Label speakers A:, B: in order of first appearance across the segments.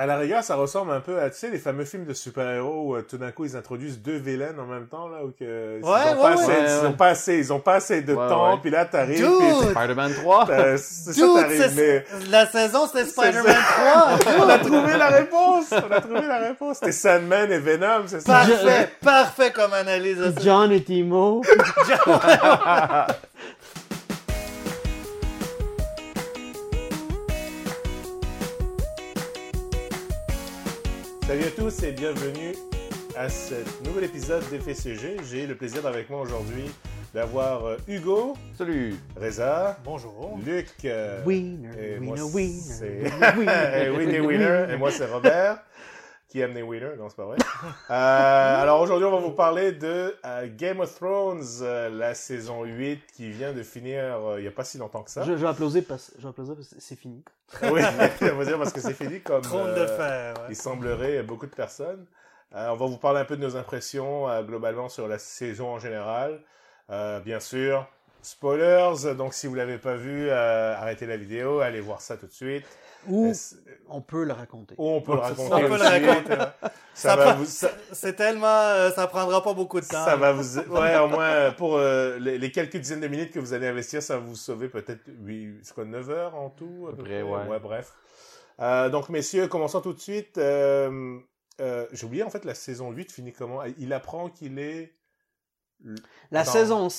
A: À la rigueur, ça ressemble un peu à, tu sais, les fameux films de super-héros où euh, tout d'un coup ils introduisent deux vilaines en même temps, là, ou que. ils, ont pas
B: ouais, ouais.
A: assez,
C: Ouais,
A: ils
C: ouais.
A: ont pas assez, ils ont pas assez de
C: Ouais,
A: temps,
C: ouais.
A: puis là t'arrives,
B: Dude!
A: puis
C: Spider-Man 3.
A: t'as- c'est ça
B: Dude,
A: t'arrives, mais-
B: c'est- la saison, c'était Spider-Man 3.
A: On a trouvé la réponse! On a trouvé la réponse! C'était Sandman et Venom, c'est ça?
B: Parfait, parfait comme analyse. de ça.
C: John et Timo.
A: Salut à tous et bienvenue à ce nouvel épisode d'FCG. J'ai le plaisir avec moi aujourd'hui d'avoir euh, Hugo,
C: Salut.
A: Reza,
B: Bonjour.
A: Luc, euh,
C: Winner,
A: et
C: winner,
A: moi
C: winner.
A: c'est et Winnie Winner, et moi c'est Robert, qui aime les winners, non c'est pas vrai. Euh, alors aujourd'hui on va vous parler de euh, Game of Thrones, euh, la saison 8 qui vient de finir euh, il n'y a pas si longtemps que ça.
C: Je, je vais applaudir parce, je vais applaudir parce que c'est fini.
A: Oui, on va dire parce que c'est fini comme
B: Trône
A: euh,
B: de fer. ouais.
A: il semblerait à beaucoup de personnes. Euh, on va vous parler un peu de nos impressions euh, globalement sur la saison en général. Euh, bien sûr, spoilers, donc si vous l'avez pas vu, euh, arrêtez la vidéo, allez voir ça tout de suite.
B: Ou
C: Euh,
A: Est-ce-
C: On peut le raconter.
A: ou on peut le raconter.
B: On peut le
A: aussi.
B: raconter.
A: Ça,
B: Ça
A: va
B: prend-
A: vous, ça,
B: C'est tellement. euh, ça prendra pas beaucoup de temps.
A: ça va vous, ouais, au moins euh, pour euh, les, les quelques dizaines de minutes que vous allez investir, ça va vous sauver peut-être huit- c'est quoi 9 heures en tout, à peu près.
C: près, ouais.
A: bref. Euh, donc messieurs, commençons tout de suite. Euh, euh, J'ai oublié en fait la saison 8 finit comment Il apprend qu'il est
C: La
A: Attends.
C: saison
A: la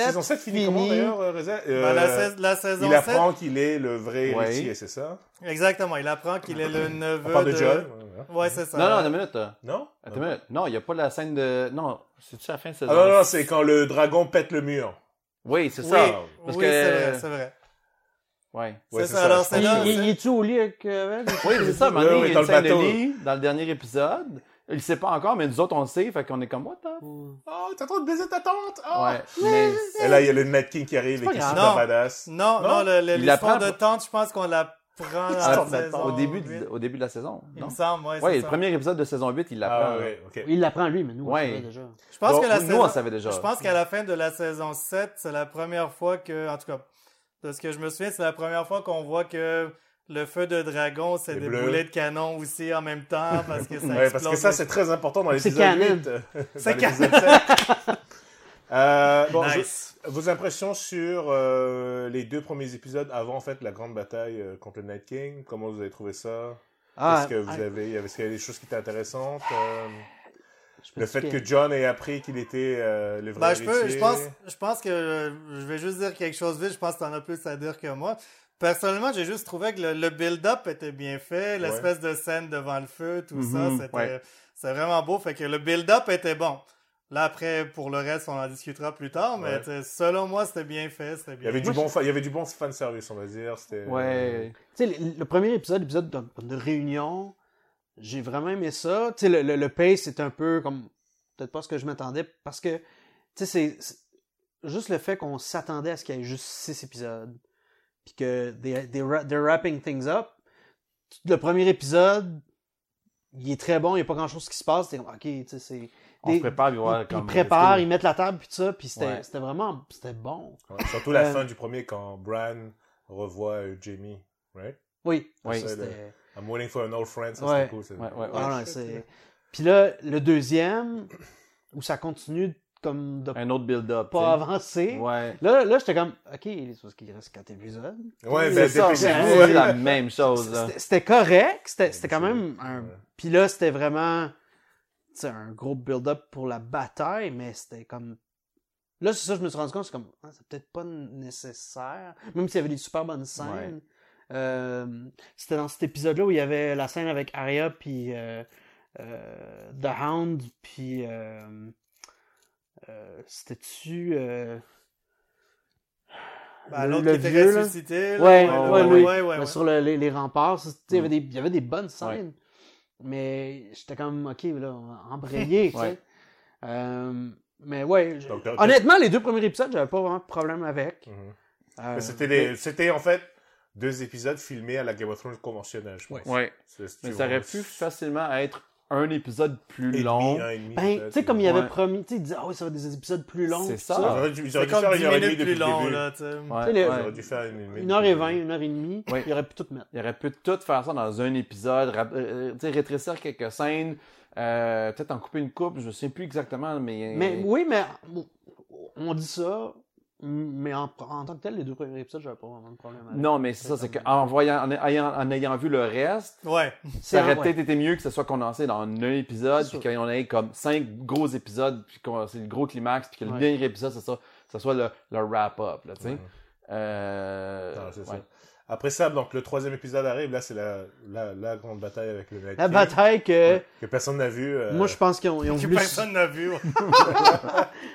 C: 7.
A: saison 7 finit,
C: finit-
A: comment d'ailleurs, euh, Reza Euh,
B: Ben, la, sais- la saison
A: Il
B: 7.
A: apprend qu'il est le vrai
C: Ouais.
A: héritier, c'est ça
B: Exactement, il apprend qu'il est le neveu.
A: On parle de John.
B: Ouais, c'est ça.
C: Non, non, attends une minute. Attends
A: Non
C: une minute. Non, il n'y a pas la scène de. Non, c'est-tu la fin de saison?
A: Ah non, non, c'est quand le dragon pète le mur. Ah,
C: Oui, c'est
B: Oui,
C: ça.
B: oui
C: Parce
B: c'est
C: que-
B: vrai, c'est vrai.
C: Ouais.
A: Ouais,
B: c'est ça, alors
A: je
B: c'est
A: pense
B: là-
A: que-
B: Il-
C: Il est-tu au lit avec.
D: euh,
C: Oui, c'est ça. à un moment
A: Ouais,
C: donné,
A: ouais,
C: il y
A: dans
C: a
A: le
C: une scène de
A: bateau.
C: lit dans le dernier épisode. Il ne sait pas encore, mais nous autres, on le sait. Fait qu'on est comme, what the?
A: Oh, t'es en train de baiser ta tante oh.
C: Ouais. Mais
A: Et là, il y a le Nat King qui arrive
C: C'est
A: et
C: pas
A: qui est
C: grave.
A: super
B: Non.
A: badass.
B: Non,
A: Non,
B: non, le- le- l'histoire
C: il l'apprend- Ah,
B: de tante, je pense qu'on l'apprend dans
A: L'histoire
B: la
A: de
B: saison.
A: tante,
C: au début,
B: huit.
C: de, au début de la saison.
B: Il
C: Non?
B: me semble, ouais,
C: Ouais,
B: c'est
C: le
B: ça.
C: premier épisode de saison 8, il l'apprend.
A: Ah, ouais, ok.
D: Il l'apprend lui, mais nous, on
C: Ouais.
D: le savait déjà.
B: Je pense
A: Bon,
B: que
C: Nous,
B: la saison.
C: on savait déjà.
B: Je pense qu'à la fin de la saison 7, c'est la première fois que, en tout cas, de ce que je me souviens, c'est la première fois qu'on voit que le feu de dragon, c'est
A: Les
B: des
A: bleus.
B: boulets de canon aussi en même temps, parce que ça
A: Ouais, parce
B: explose
A: que ça,
B: les-
A: c'est très important dans
D: C'est
A: l'épisode
D: canon.
A: 8. euh,
B: C'est
A: dans
B: canon.
A: l'épisode 7. Euh, bon, je-
B: Nice.
A: vos impressions sur euh, les deux premiers épisodes avant en fait la grande bataille euh, contre le Night King, comment vous avez trouvé ça
C: Ah,
A: Est-ce que vous
C: ah,
A: avez, est-ce qu'il y a des choses qui étaient intéressantes Euh,
D: Je peux
A: Le fait
D: expliquer.
A: que John ait appris qu'il était euh, le vrai
B: Ben, je, peux, je,
A: héritier.
B: pense, je pense que euh, je vais juste dire quelque chose vite. Je pense que tu en as plus à dire que moi. Personnellement, j'ai juste trouvé que le, le build-up était bien fait. L'espèce de scène devant le feu, tout
C: Mhm,
A: Mm-hmm,
B: ça, c'était
C: ouais.
B: c'est vraiment beau. Fait que le build-up était bon. Là, après, pour le reste, on en discutera plus tard. Mais
A: Ouais.
B: tu sais, selon moi, c'était bien fait. C'était
A: Il
B: bien
A: y avait du
D: Moi,
A: bon, fa- il y avait du bon fan service, on va dire. C'était,
C: Ouais.
D: Tu sais, le, le premier épisode, l'épisode de, de réunion, j'ai vraiment aimé ça. Tu sais, le, le, le pace, c'est un peu comme. Peut-être pas ce que je m'attendais, parce que. Tu sais, c'est- c'est. Juste le fait qu'on s'attendait à ce qu'il y ait juste six épisodes, puis que they, they wra- they're wrapping things up. Le premier épisode, il est très bon, il n'y a pas grand-chose qui se passe. T'es comme, ok, tu sais, c'est.
C: on
D: des-
C: se prépare, puis
D: Ils,
C: voilà,
D: ils
C: comme-
D: préparent, ils mettent la table, puis tout ça, puis c'était
C: Ouais.
D: c'était vraiment. C'était bon.
A: euh, ouais. Surtout la
D: Euh,
A: fin du premier quand Bran revoit euh, Jamie, right?
D: Oui,
C: Oui.
D: ça, c'était.
A: I'm waiting for an old friend, ça
D: Ouais.
A: c'était cool. ça.
C: Ouais, ouais, ouais.
D: Ah non,
B: je sais,
D: c'est-
B: puis là-
D: Puis là, le deuxième, où ça continue comme de
C: Un autre build-up.
D: pas
C: tu sais.
D: avancer.
C: Ouais.
D: Là, là j'étais comme, OK, c'est parce qu'il reste quatre épisodes.
A: Ouais,
C: C'est
A: ben,
C: ça,
A: dépêchez-vous.
C: c'est
A: ouais. Mhm.
C: la même chose. hein. là.
D: C'était c'était correct, c'était c'était quand
A: c'est-
D: même un...
A: ouais.
D: Puis là, c'était vraiment tu sais, un gros build-up pour la bataille, mais c'était comme... Là, c'est ça, je me suis rendu compte, c'est comme, ah, c'est peut-être pas nécessaire, même s'il y avait des super bonnes scènes. Euh, c'était dans cet épisode-là où il y avait la scène avec Arya, puis euh, euh, The Hound, puis... euh, euh, C'était-tu... euh,
B: Ben,
D: le-
B: l'autre
D: le
B: qui était
D: vieux, là.
B: ressuscité. là,
D: Ouais,
B: ouais,
D: ouais,
B: ouais,
D: lui.
B: ouais, ouais,
D: Mais
B: ouais.
D: sur le- les, les remparts, c'est- tu sais, il y avait
C: Mm.
D: des- il y avait des bonnes scènes. Mais j'étais comme, OK, là, on va embrayer. tu sais.
C: Ouais.
D: Euh, mais ouais, je-
A: Donc, là,
D: honnêtement, les deux premiers épisodes, j'avais pas vraiment de problème avec.
A: Mhm.
D: Euh,
A: Mais C'était des- c'était, en fait deux épisodes filmés à la Game of Thrones conventionnelle, je pense.
C: Ouais.
A: C'est- c'est-
C: Mais
A: tu
C: ça
A: vois,
C: aurait pu facilement être un épisode plus
A: Et euh, demi,
C: long.
A: un et demi,
D: Ben,
A: peut-être,
D: tu sais, comme il
A: ouais.
C: Ouais.
D: avait promis, tu sais, il disait, ah oui, ça va être des épisodes plus longs.
C: C'est
D: tout
C: ça.
A: J'aurais dû j'aurais
B: C'est
A: dû faire
B: comme 10
A: une heure et demie
B: minutes
A: depuis
B: plus
A: le
B: long,
A: début.
B: là, tu sais.
C: Ouais,
D: Tu sais, le-
C: ouais.
A: J'aurais dû faire une minute
D: Une heure et
A: depuis le
D: vingt,
A: début.
D: une heure et demie,
C: Oui.
D: il aurait pu tout mettre.
C: Il aurait pu tout faire ça dans un épisode, rap- euh, tu sais, rétrécir quelques scènes, euh, peut-être en couper une coupe, je sais plus exactement, mais.
D: Mais oui, mais on dit ça, mais en, en tant que tel, les deux premiers épisodes, j'avais pas vraiment de problème avec.
C: Non, mais c'est ça, c'est qu'en voyant, en, ayant, en ayant vu le reste,
B: Ouais.
D: C'est
C: ça aurait
D: ouais.
C: peut-être été mieux que ce soit condensé dans un épisode,
D: C'est
C: puis qu'on ait comme cinq gros épisodes, puis qu'on c'est le gros climax, puis que le
D: Ouais.
C: dernier épisode, c'est ça, ça soit le, le wrap-up, là, tu sais.
A: Ouais.
C: Euh,
A: Non, c'est
C: ouais.
A: ça. Après ça, donc le troisième épisode arrive. Là, c'est la, la, la grande bataille avec le Night
D: La
A: King,
D: bataille que,
A: que personne n'a vu. euh,
D: moi, je pense qu'ils ont, ils ont
B: Que
D: voulu.
B: personne n'a vu. ouais.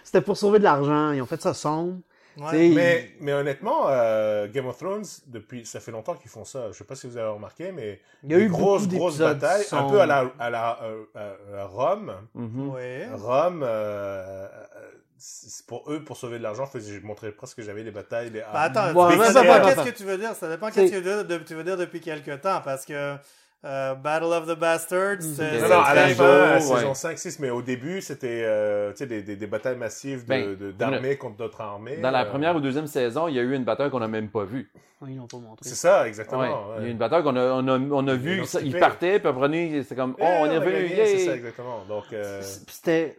D: C'était pour sauver de l'argent. Ils ont fait ça sombre. Tu sais,
B: Ouais.
D: ils-
A: Mais, mais honnêtement, euh, Game of Thrones, depuis, ça fait longtemps qu'ils font ça. Je sais pas si vous avez remarqué, mais
D: il y a
A: des
D: eu
A: grosses,
D: beaucoup
A: grosses
D: d'épisodes
A: batailles, un
D: sombres.
A: peu à la, à la euh, euh, à Rome.
C: Mhm.
B: Ouais.
A: Rome, euh, euh, c'est pour eux, pour sauver de l'argent, fais- je montrais presque que j'avais des batailles. Des...
B: Bah, attends,
D: Ouais,
B: mais
A: mais
B: ça
A: attends,
B: dépend
D: attends.
B: qu'est-ce que tu veux dire. Ça dépend
D: C'est-
B: qu'est-ce que tu veux, dire- tu veux dire depuis quelques temps, parce que euh, Battle of the Bastards, euh, c'est
A: Mhm. Non, non, à la
C: Très
A: fin,
C: beau,
A: à
C: ouais.
A: saison 5, 6, mais au début, c'était euh, tu sais, des, des, des batailles massives de-
C: Ben,
A: de- d'armées contre d'autres armées.
C: Dans la
A: euh,
C: première ou deuxième saison, il y a eu une bataille qu'on n'a même pas vue.
D: Ouais, ils l'ont pas montré.
A: C'est ça,
C: Ouais.
A: exactement.
C: Il y
A: ouais.
C: a une bataille qu'on a, on a, on a
A: Ils
C: vu,
A: l'ont
C: ça, il
A: skippé.
C: partait, puis après, c'est comme, oh, on
A: Eh,
C: est
A: a
C: revenu,
A: gagné,
C: yay!
A: C'est ça, exactement. Donc, euh,
D: C'est- pis C'était,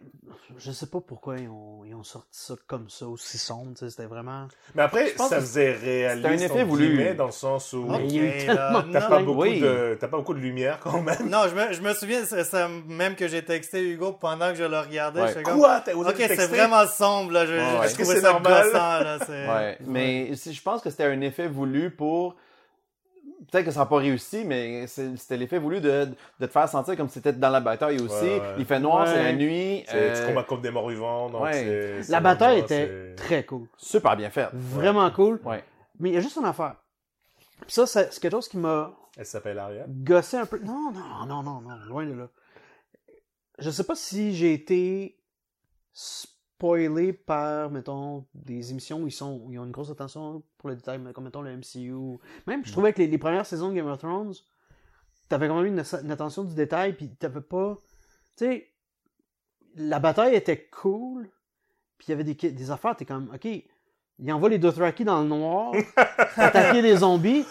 D: je sais pas pourquoi ils ont, ils ont sorti ça comme ça, aussi sombre. tu sais, C'était vraiment.
A: Mais après,
C: Je pense
A: ça
C: que
A: faisait réaliste.
C: c'était un effet
A: entre
C: voulu.
A: guillemets, Dans le sens où
D: Mais il y a eu
B: Ok,
D: tellement
B: là,
D: de
A: t'as
B: Ah, non.
A: pas, beaucoup
C: Oui.
A: de- t'as pas beaucoup de lumière quand même.
B: Non, je me, je me souviens, c'est ça, même que j'ai texté Hugo pendant que je le regardais.
C: Ouais.
B: j'étais comme,
A: Quoi? T'as osé
B: Ok,
A: me texter?
B: c'est vraiment sombre, là. Je,
C: Ouais,
B: je
C: ouais. Est-ce
A: que
B: trouvais
A: c'est
B: ça
A: normal?
B: gossant, là. c'est-
C: Ouais, mais si- je pense que c'était un effet voulu pour. Peut-être que ça n'a pas réussi, mais c'est- c'était l'effet voulu de, de te faire sentir comme si c'était dans la bataille aussi.
A: Ouais, ouais.
C: Il fait noir, c'est la
D: Ouais.
C: nuit.
A: C'est-
C: euh,
A: Tu combats contre des morts vivants. Donc
C: Ouais.
A: c'est- c'est
D: La bataille
A: vraiment,
D: était
A: c'est-
D: très cool.
C: super bien fait.
D: Vraiment cool.
C: Ouais.
D: Mais il y a juste une affaire. Pis ça, c'est c'est quelque chose qui m'a
A: Elle s'appelle Ariane.
D: gossé un peu. Non, non, non, non, non, loin de là. Je sais pas si j'ai été spoilé par, mettons, des émissions où ils, sont, où ils ont une grosse attention pour le détail, mais comme mettons le MCU. ou- Même, je trouvais que les, les premières saisons de Game of Thrones, t'avais quand même une, ass- une attention du détail, puis t'avais pas. Tu sais, la bataille était cool, puis il y avait des, qui- des affaires, t'es comme, ok, il envoie les Dothraki dans le noir, attaquer des zombies,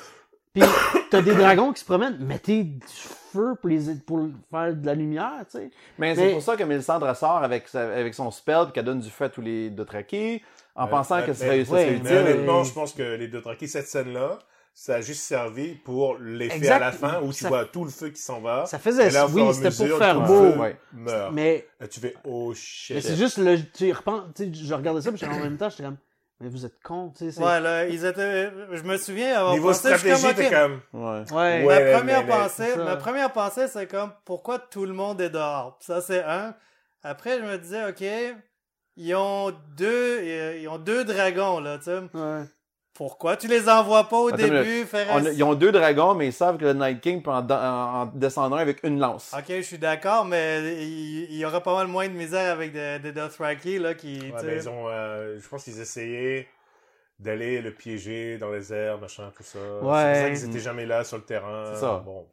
D: puis t'as des dragons qui se promènent, mettez du feu pour, les, pour faire de la lumière, tu sais.
C: Mais,
D: Mais-
C: c'est pour ça que Melisandre sort avec, sa- avec son spell puis qu'elle donne du feu à tous les Dothraki en
A: Ouais,
C: pensant
A: ouais,
C: que ce
A: mais-
C: serait, ça serait
D: ouais,
A: Mais
D: Dieu,
C: utile.
A: honnêtement,
D: euh,
A: je pense que les deux traqués, cette scène-là, ça a juste servi pour l'effet
D: Exact.
A: à la fin où tu
D: Ça-
A: vois tout le feu qui s'en va.
D: Ça faisait,
A: Et là, au fur et à
D: oui, c'était
A: mesure,
D: pour faire
A: tout le
D: beau,
A: feu
C: Ouais.
A: meurt.
D: mais,
A: Là, tu fais oh shit.
D: mais c'est juste, le, tu y repenses, tu sais, je regardais ça, puis j'étais en même temps, j'étais comme, mais vous êtes con, tu sais. c'est-
B: Ouais, là, ils étaient. Je me souviens avoir
A: Niveau
B: pensé. je suis
A: stratégie,
B: comme,
A: t'es
B: ok,
A: comme.
C: Ouais.
D: Ouais.
A: Ouais, mais-
B: ma, première
A: mais-
B: pensée,
D: c'est ça.
B: ma première pensée, c'est comme pourquoi tout le monde est dehors. Ça, c'est un. Après, je me disais, ok, ils ont deux, euh, ils ont deux dragons là. Tu sais.
D: Ouais.
B: Pourquoi tu les envoies pas au
C: Attends une
B: début faire
C: On
B: un...
C: a- ils ont deux dragons, mais ils savent que le Night King peut en, en- en descendre un avec une lance.
B: Ok, je suis d'accord, mais il il y, aura pas mal moins de misère avec des, des Dothraki là qui. tu
A: Ouais,
B: sais.
A: mais ils ont, euh, je pense qu'ils essayaient d'aller le piéger dans les airs, machin, tout ça.
D: Ouais.
A: C'est pour ça qu'ils étaient jamais là sur le terrain.
C: C'est ça.
A: Bon.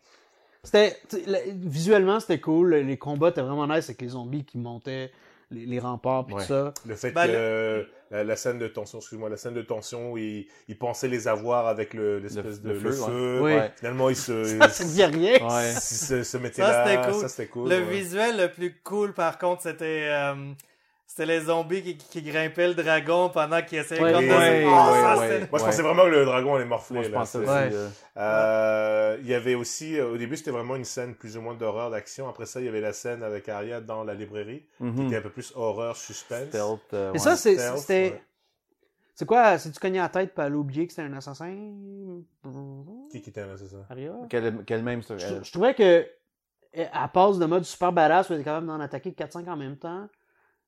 D: C'était, tu sais, le- visuellement, c'était cool, les- les combats étaient vraiment nice avec les zombies qui montaient les, les remparts, puis
C: Ouais.
D: tout ça.
A: Le fait
B: Ben,
A: que la, la scène de tension, excuse-moi, la scène de tension où ils, ils pensaient les avoir avec le- l'espèce de
C: Le- le
A: le
C: feu, ouais.
A: feu.
D: Oui.
C: Ouais.
A: Finalement, ils se,
D: Ah, Ça, ça dit rien.
C: Ouais.
A: ils se, se mettaient
B: Ça,
A: là.
B: c'était cool.
A: Ça, c'était cool.
B: Le
A: ouais.
B: visuel le plus cool, par contre, c'était euh, c'était les zombies qui, qui grimpaient le dragon pendant qu'ils essayaient
D: Ouais.
B: comme de...
A: Ouais,
B: Ah,
A: ouais,
B: ça,
C: ouais.
B: c'est-
A: Moi, je
C: Ouais.
A: pensais vraiment que le dragon allait morfler.
C: Moi, je
A: là.
C: pensais
A: C'est-
C: aussi.
D: Ouais.
C: euh,
A: Euh, il y avait aussi, euh, au début, c'était vraiment une scène plus ou moins d'horreur, d'action. Après ça, il y avait la scène avec Arya dans la librairie, qui
C: mhm.
A: était un peu plus horreur, suspense.
C: Stealth, euh,
D: Mais
C: ouais.
D: ça, c'est,
A: Stealth,
D: c'était,
A: ouais.
D: c'est quoi, c'est tu cogné la tête, puis elle a oublié que c'était un assassin?
A: Qui qui était là, c'est ça?
D: Aria?
C: Quelle, quelle même Euh, sur
A: Euh,
D: Je,
C: elle.
D: je trouvais que eh, elle elle passe de mode super badass où elle est capable d'en attaquer 4-5 en même temps,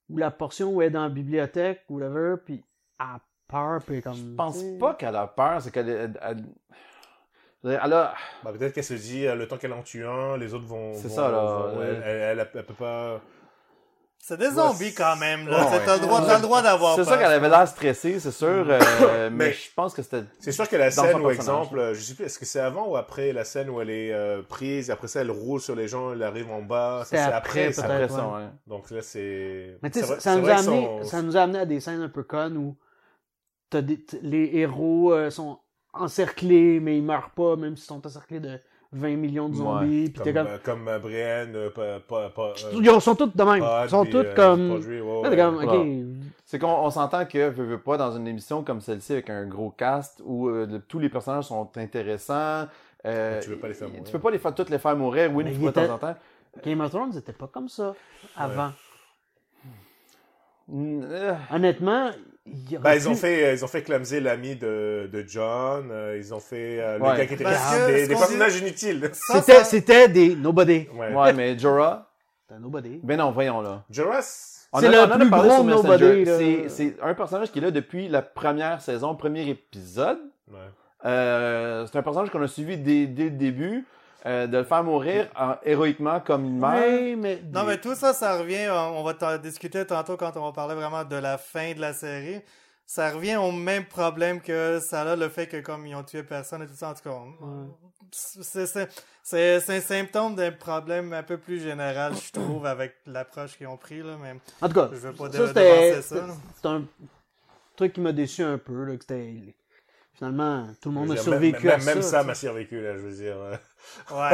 D: ou la portion où elle est dans la bibliothèque, ou whatever, puis elle a peur, puis elle est comme.
C: Je pense pas qu'elle a peur, c'est qu'elle. Elle, elle- elle a.
A: Bah, peut-être qu'elle se dit, euh, le temps qu'elle en tue un, les autres vont.
C: C'est
A: vont-
C: ça, là.
A: vont-
C: Ouais.
A: elle, elle, elle peut pas.
B: C'est des zombies
A: Ouais,
B: quand même, là.
C: Ouais,
B: T'as
C: ouais.
B: le droit, t'as le droit d'avoir
C: C'est
B: peur.
C: sûr qu'elle avait l'air stressée, c'est sûr,
D: Mm.
C: euh, mais,
A: Mais-
C: je pense que c'était...
A: C'est sûr que la
C: Dans son
A: scène, où,
C: personnage.
A: exemple, euh, je sais plus, est-ce que c'est avant ou après la scène où elle est euh, prise, après ça, elle roule sur les gens, elle arrive en bas, ça,
D: C'est
A: c'est après,
D: après,
A: ça.
D: peut-être.
C: Après
D: ouais.
C: ça, ouais.
A: Donc là, c'est.
D: Mais tu sais,
A: c'est vrai-
D: ça, ça
A: c'est
D: nous a
A: vrai que
D: amené,
A: son-
D: ça nous a amené à des scènes un peu connes où t'as des- t- les héros euh, sont encerclés, mais ils meurent pas, même s'ils sont encerclés de 20 millions de
C: Ouais,
D: zombies. puis t'es
A: Comme,
D: comme...
A: euh, comme euh, Brienne, euh, pas. pas, pas euh,
D: Ils sont tous de même.
A: Pod,
D: Ils sont
A: puis,
D: tous
A: euh,
D: comme...
A: Podry, ouais,
D: Là, t'es
A: ouais.
D: comme, ok,
C: Ouais. C'est qu'on on s'entend que, veux, veux pas, dans une émission comme celle-ci, avec un gros cast, où euh, le- tous les personnages sont intéressants... euh,
A: Mais tu veux pas les faire mourir.
C: Tu peux pas les faire, toutes les faire mourir, oui,
D: Mais
C: une
D: il
C: fois de
D: était-
C: temps en temps.
D: Game of Thrones, c'était pas comme ça avant.
C: Mm, euh,
D: Honnêtement, il y aurait
A: Ben, ils ont
D: pu-
A: fait, ils ont fait clamser l'ami de, de John, euh, ils ont fait euh, le
C: Ouais.
A: gars qui était
B: Parce
A: garde,
B: que
A: des,
B: ce
A: des
B: qu'on
A: personnages inutiles.
B: Ça,
D: C'était,
B: ça-
D: c'était des nobody.
A: Ouais.
C: Ouais, mais Jorah...
D: C'était un nobody.
C: Ben non, voyons, là.
A: Joras,
C: On
D: C'est
C: en
D: le
C: on en a
D: plus
C: parlé
D: gros
C: sur Messenger.
D: nobody, là.
C: C'est- C'est un personnage qui est là depuis la première saison, premier épisode.
A: ouais.
C: Euh, c'est un personnage qu'on a suivi dès, dès le début, euh, de le faire mourir en- héroïquement comme une mère.
D: Mais, mais,
B: Non, mais tout ça, ça revient, euh, on va t'en discuter tantôt quand on va parler vraiment de la fin de la série. Ça revient au même problème que ça a, le fait que comme ils ont tué personne et tout ça, en tout cas, on-
D: Ouais.
B: c'est- c'est c'est- c'est un symptôme d'un problème un peu plus général, je trouve, avec l'approche qu'ils ont pris, là, mais
D: En tout cas,
B: je veux pas
D: ça,
B: dé-
D: c'était,
B: devancer ça. là.
D: c'est un truc qui m'a déçu un peu. Là, que c'était... Finalement, tout le monde
A: Je veux dire,
D: a survécu
A: même,
D: à
A: même,
D: ça.
A: Même
D: tu
A: ça
D: sais.
A: m'a survécu, là, je veux dire. euh,
B: Ouais.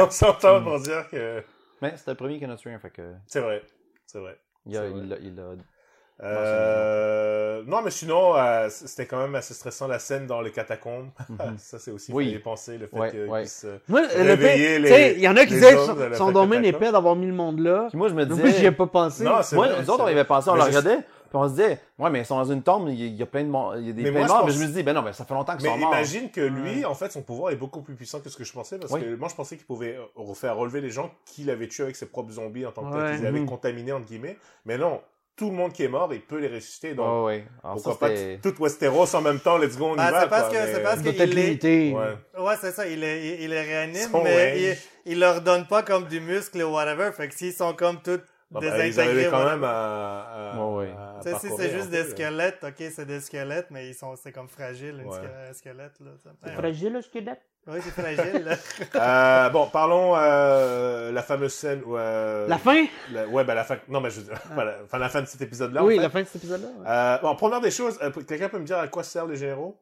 A: On s'entend pour dire que.
C: Mais c'était le premier qui en a tué un, fait que
A: C'est vrai, c'est vrai.
C: il a,
A: C'est vrai.
C: il a- il a-
A: Euh, non, mais sinon, euh, c- c'était quand même assez stressant la scène dans les catacombes.
C: Mhm.
A: ça, c'est aussi
C: Oui.
A: fait dépenser le fait
C: Ouais,
A: qu'ils
C: ouais.
A: puissent, euh,
D: Moi, le
A: Réveiller
D: fait-
A: les-
D: tu sais, il y en a qui
A: les
D: disaient
A: hommes de
D: son,
A: la
D: son
A: fac
D: domaine
A: Attaque.
D: est épais d'avoir mis le monde là.
C: Puis moi, je me
D: Non plus, j'y ai
C: disais...
D: pas pensé.
A: Non, c'est
C: Moi,
A: vrai,
C: nous autres, on
A: c'est
C: y avait pensé, on
A: Mais
C: le
A: je-
C: regardait, puis on se disait, ouais, mais ils sont dans une tombe, il y, a- il y a plein de morts, il y a des
A: Mais
C: plein
A: moi,
C: de
A: je
C: morts,
A: pense-
C: mais je me dis, ben non, ben ça fait longtemps qu'ils
A: Mais
C: sont morts.
A: imagine que lui, en fait, son pouvoir est beaucoup plus puissant que ce que je pensais, parce
C: Oui.
A: que moi, je pensais qu'il pouvait euh, faire relever les gens qu'il avait tués avec ses propres zombies en tant que
D: Ouais.
A: tel, qu'ils avaient
D: Mhm.
A: contaminés, entre guillemets. Mais non, tout le monde qui est mort, il peut les ressusciter. Donc,
C: Ouais, ouais. Alors, ça,
A: pourquoi pas
C: c'était-
A: t- tout Westeros en même temps, let's go, on y
B: Ah,
A: va,
B: c'est parce
A: quoi,
B: que-
A: mais-
B: c'est parce que-
D: Peut-être
B: il est-
D: limité.
A: Ouais.
B: Ouais, c'est ça, il les il, il les réanime,
A: Son
B: mais
A: range.
B: il, il leur donne pas comme du muscle ou whatever, fait que s'ils sont comme tous
A: Bon, ben, ils
B: désintégrés,
A: arrivaient quand
B: whatever.
A: même à. à-
C: Ouais, ouais.
A: à
B: Tu sais, si c'est
A: parcourir
B: juste
A: un peu,
B: des
A: là.
B: squelettes, ok, c'est des squelettes, mais ils sont, c'est comme fragile, une
A: Ouais.
B: squelette- un squelette, là. ça-
A: C'est
B: Ouais.
D: Fragile, le squelette.
B: Oui, c'est fragile, là.
A: Euh, bon, parlons euh, la fameuse scène où. euh,
D: La fin?
A: la- ouais, ben la fin. Non, mais je veux dire, pas la- enfin, la fin de cet épisode-là. en
D: oui,
A: fait.
D: la fin de cet épisode-là. ouais.
A: Euh, bon, première des choses, euh, quelqu'un peut me dire à quoi servent les généraux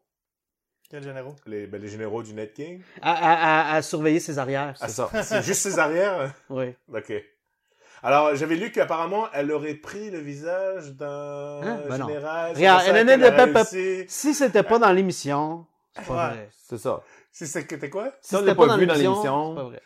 B: Quel généraux?
A: les, ben, les généraux du Net King
D: À, à- à- à surveiller ses
A: Ah,
D: arrières.
A: ça. C'est juste ses arrières
D: Oui.
A: Ok. Alors, j'avais lu qu'apparemment, elle aurait pris le visage d'un
D: Hein? Ben non.
A: général. c'est
D: Regarde,
A: pour ça
D: elle en
A: qu'elle
D: est
A: a
D: de pep-
A: réussi.
D: Si c'était pas dans l'émission, c'est pas
B: Ouais.
D: vrai.
C: C'est ça.
A: C'est ça que t'es quoi
D: Si
C: on
D: c'était
C: l'a
D: pas
C: pas
D: dans
C: vu dans
D: l'émission,
C: l'émission.
D: c'est pas vrai.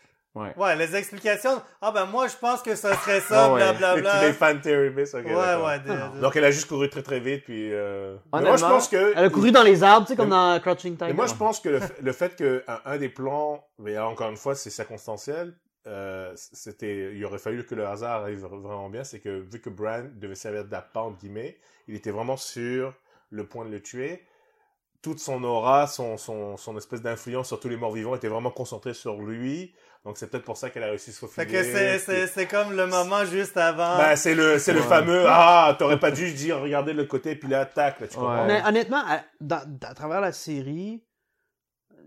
B: Ouais, les explications. Ah, ben, moi, je pense que ça serait ça,
C: Ah ouais.
B: blablabla.
A: Les fan theory base, ok.
B: Ouais,
A: d'accord.
B: ouais. des-
D: Ah.
B: des-
A: Donc, elle a juste couru très très vite, puis. Euh... mais moi, je
C: Honnêtement,
A: pense que.
D: Elle a couru dans les arbres, tu sais, comme dans Crouching Tiger.
A: Mais moi, je pense que le, f- le fait que un, un des plans, mais encore une fois, c'est circonstanciel, euh, c'était, il aurait fallu que le hasard arrive vraiment bien, c'est que vu que Bran devait servir d'appât, entre guillemets, il était vraiment sur le point de le tuer. Toute son aura, son, son, son espèce d'influence sur tous les morts-vivants était vraiment concentrée sur lui. Donc c'est peut-être pour ça qu'elle a réussi à se
B: Fait
A: faufiler.
B: que c'est, c'est, c'est comme le moment juste avant.
A: Ben, c'est le, c'est le
C: Ouais.
A: fameux, ah, t'aurais pas dû dire, regardez de l'autre côté, puis là, tac, là, tu comprends.
C: Ouais.
D: Mais honnêtement, à, dans- dans- à travers la série,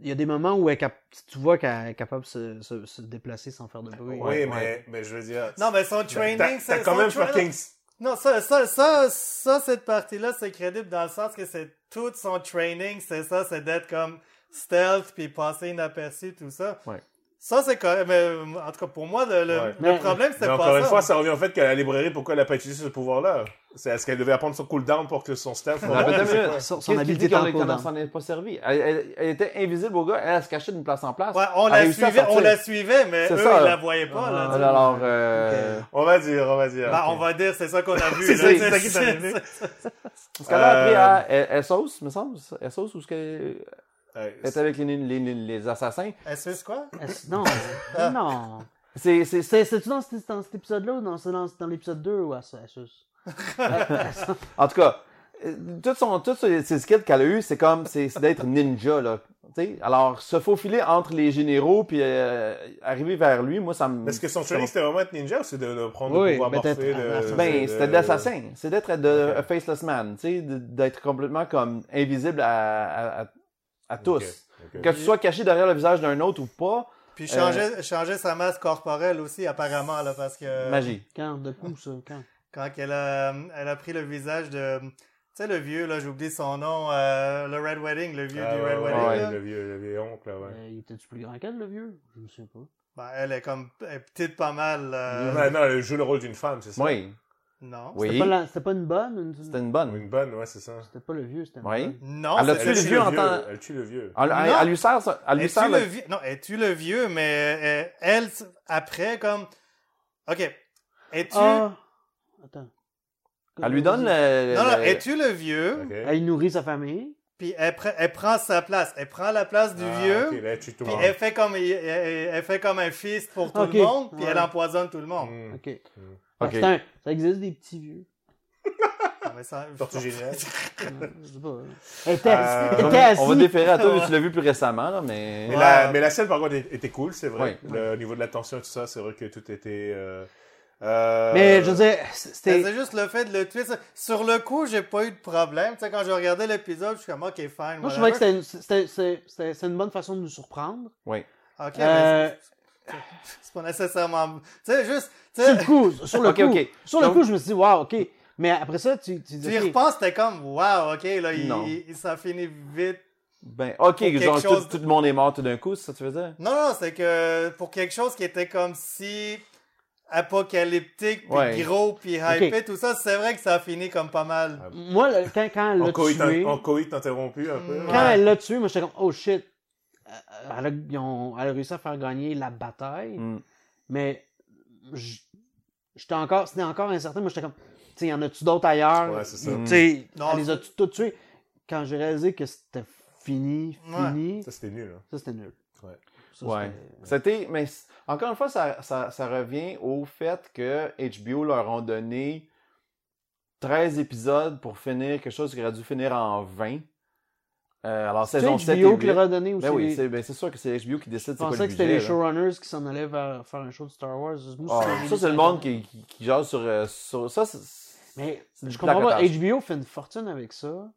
D: il y a des moments où elle est cap- tu vois qu'elle est capable de se, se- se déplacer sans faire de bruit.
A: Oui,
C: Ouais,
A: mais,
C: ouais.
A: mais je veux dire.
B: Non, mais son
A: ben, t'as-
B: training,
A: T'as
B: c'est.
A: quand
B: son
A: même
B: tra-
A: fucking
B: Non, ça, ça, ça, ça, cette partie-là, c'est crédible dans le sens que c'est tout son training, c'est ça, c'est d'être comme stealth, puis passer inaperçu, tout ça.
C: Ouais.
B: Ça, c'est correct, mais euh, en tout cas, pour moi, le, le-
A: Ouais.
B: le
D: Mais-
B: problème, c'était
A: Mais
B: pas
A: encore une
B: ça.
A: fois, ça revient au fait qu'à la librairie, pourquoi elle n'a pas utilisé ce pouvoir-là C'est est-ce qu'elle devait apprendre son cooldown pour que son staff.
C: Non, mais attends une minute.
D: Son, son
C: Qu'est-ce qui
D: habileté
C: dit
D: est en
C: qu'elle
D: cours
C: qu'elle
D: dans-
C: ne s'en est pas servie? Elle, elle- elle était invisible au gars, elle, elle se cachait d'une place en place.
B: Ouais, on
C: Elle
B: la,
C: réussit à
B: suivait, on
C: sortir.
B: la suivait, mais
C: C'est
B: eux,
C: ça.
B: ils la voyaient pas. là,
C: Ah,
B: tu sais.
C: Alors, euh,
D: Ok.
A: On va dire, on va dire.
B: Bah, on va dire, c'est ça qu'on a vu.
A: C'est
B: là,
A: ça,
B: tu
A: c'est
B: sais,
A: ça qui est arrivé.
C: parce qu'elle a appris
A: Euh,
C: à elle- Essos, me semble, Essos, ou ce qu'elle
A: Ouais,
C: était avec les, les, les, les assassins.
B: Est-ce que quoi?
D: Est-ce- Non, non.
C: C'est, c'est,
D: C'est- C'est-tu dans, cet- dans cet épisode-là ou dans, c'est dans, dans l'épisode 2 ou à ça? à ça?
C: en tout cas, euh, tout son, toutes ses ses skills qu'elle a eu, c'est comme, c'est c'est d'être ninja, là. Tu sais, alors, se faufiler entre les généraux puis euh, arriver vers lui, moi, ça me...
A: Mm. Est-ce que son training, c'était vraiment être ninja ou c'est de le prendre
D: Oui,
A: le pouvoir
D: mais
A: morphé?
D: t'es-
A: de-
C: Ben,
A: de-
C: c'était de l'assassin. C'est d'être de a faceless man, tu sais, de- d'être complètement comme invisible à, à, à- à tous.
A: Ok, ok.
C: Que tu sois caché derrière le visage d'un autre ou pas,
B: Puis changer, changer sa masse corporelle aussi, apparemment, là, parce que...
C: magie.
D: Quand, de coup, ça, quand?
B: Quand elle a, elle a pris le visage de... Tu sais, le vieux, là, j'oublie son nom, euh, le Red Wedding, le vieux
A: Ah,
B: du
A: ouais,
B: Red
A: ouais,
B: Wedding,
A: ouais,
B: là.
A: le vieux, le vieil oncle, là, ouais.
D: Euh, il était-tu plus grand qu'elle, le vieux? Je ne sais pas.
B: Ben, elle est comme elle est petite pas mal. euh,
A: Ouais, Ah, non, elle joue le rôle d'une femme, c'est ça?
C: Oui,
B: Non.
D: C'était
C: oui.
D: pas, la- c'était pas une bonne? une-
C: C'était une bonne.
A: Une bonne, ouais, c'est ça.
D: C'était pas le vieux, c'était une
C: Oui.
D: bonne.
B: Non,
C: Elle a
B: c'est-
A: Elle
C: tué le
A: tue
C: vieux
A: le
C: en Ah
A: vieux,
C: temps-
A: elle tue le vieux.
C: Elle, elle-
B: Non.
C: elle lui sert, ça- elle lui
B: Elle
C: sert
B: tue le
C: le-
B: vieux. Non, elle tue le vieux, mais elle, elle, elle, après, comme. Ok. Elle tue.
D: Ah! Attends.
C: Elle lui donne le.
B: Non, non,
C: le-
B: elle tue le vieux,
A: Ok.
D: Elle Ah, nourrit sa famille.
B: puis elle, pre- elle prend sa place. Elle prend la place du
A: Ah,
B: vieux,
A: ok, là, elle tue tout le
B: puis
A: monde.
B: elle fait, comme, elle, elle- elle fait comme un fils pour tout
D: Ok,
B: le monde, puis
D: ouais.
B: elle empoisonne tout le monde.
C: Mm.
A: Hmm.
D: OK.
C: Ok.
D: Ah, c'est un- Ça existe des petits vieux.
A: Mm.
B: Non, mais ça-
A: Tortue géniale.
D: Euh, je sais pas. Elle était
A: Euh,
D: assise. Elle
C: On
D: était
C: va- On va
D: assise.
C: déférer à toi, mais tu l'as vu plus récemment, là, mais.
A: Mais,
B: Ouais.
A: la, mais la scène, par contre, é- était cool, c'est vrai.
C: Oui.
A: Le- Au niveau de la tension et tout ça, c'est vrai que tout était... euh, euh,
D: Mais je veux dire,
B: Ben,
D: c'était.
B: C'est juste le fait de le tuer. ça. Sur le coup, j'ai pas eu de problème. Tu sais, quand je regardais l'épisode, je suis comme, ok, fine.
D: Moi, je
B: whatever.
D: trouvais que c'était une- c'était- c'est- c'est- c'est une bonne façon de nous surprendre.
C: Oui.
B: Ok, ben,
D: Euh,
B: mais c'est- c'est- c'est pas nécessairement. Tu sais, juste, tu
D: Sur
B: sais,
D: le coup, sur le
C: Ok,
D: coup,
C: ok.
D: sur le
C: Donc-
D: coup, je me suis dit, waouh, ok. Mais après ça, tu, tu dis,
B: tu y
D: ok.
B: repenses, t'es comme, wow, ok, là, il,
C: Non.
B: il- ça finit vite.
C: Ben, ok,
B: quelque
C: genre,
B: chose
C: tout, tout le monde est mort tout d'un coup, c'est ça que tu veux dire?
B: Non, non, c'est que pour quelque chose qui était comme si apocalyptique, puis
C: Ouais.
B: gros, puis hypé, tout ça, c'est vrai que ça a fini comme pas mal.
D: Moi, le- quand, quand elle
A: En
D: l'a
A: coït,
D: tué,
A: en coït interrompu un peu.
D: quand
B: Ouais.
D: elle l'a tué, moi, j'étais comme, oh shit. Euh, Elle a, ils ont- elle a réussi à faire gagner la bataille,
C: Mm.
D: mais je- j'étais encore, c'était encore incertain. Moi, j'étais comme, tu sais, y en a-tu d'autres ailleurs?
A: Ouais, c'est ça.
C: Hmm.
D: Tu sais,
B: Non,
D: elle les a toutes tuées. Quand j'ai réalisé que c'était fini,
B: Ouais.
D: fini,
A: Ça, c'était nul. hein.
D: ça, c'était nul.
A: Ouais.
D: Ça,
C: Ouais.
D: c'était-
C: C'était, mais c- encore une fois, ça, ça, ça revient au fait que HBO leur ont donné 13 épisodes pour finir quelque chose qui aurait dû finir en 20. Euh, alors,
D: C'est
C: saison 7 et
D: HBO
C: 8.
D: qui leur a donné aussi.
C: Ben oui,
D: les-
C: c'est ben, c'est sûr que c'est HBO qui décide c'est
D: Je
C: quoi
D: pensais
C: le
D: que c'était les
C: budget. là.
D: showrunners qui s'en allaient vers faire un show de Star Wars. Moi,
C: Ah,
D: c'est-
C: ça, c'est le monde qui, qui, qui jase sur, euh, sur- Ça, c'est...
D: Mais
C: c'est du
D: je comprends pas,
C: placotage.
D: HBO fait une fortune avec ça.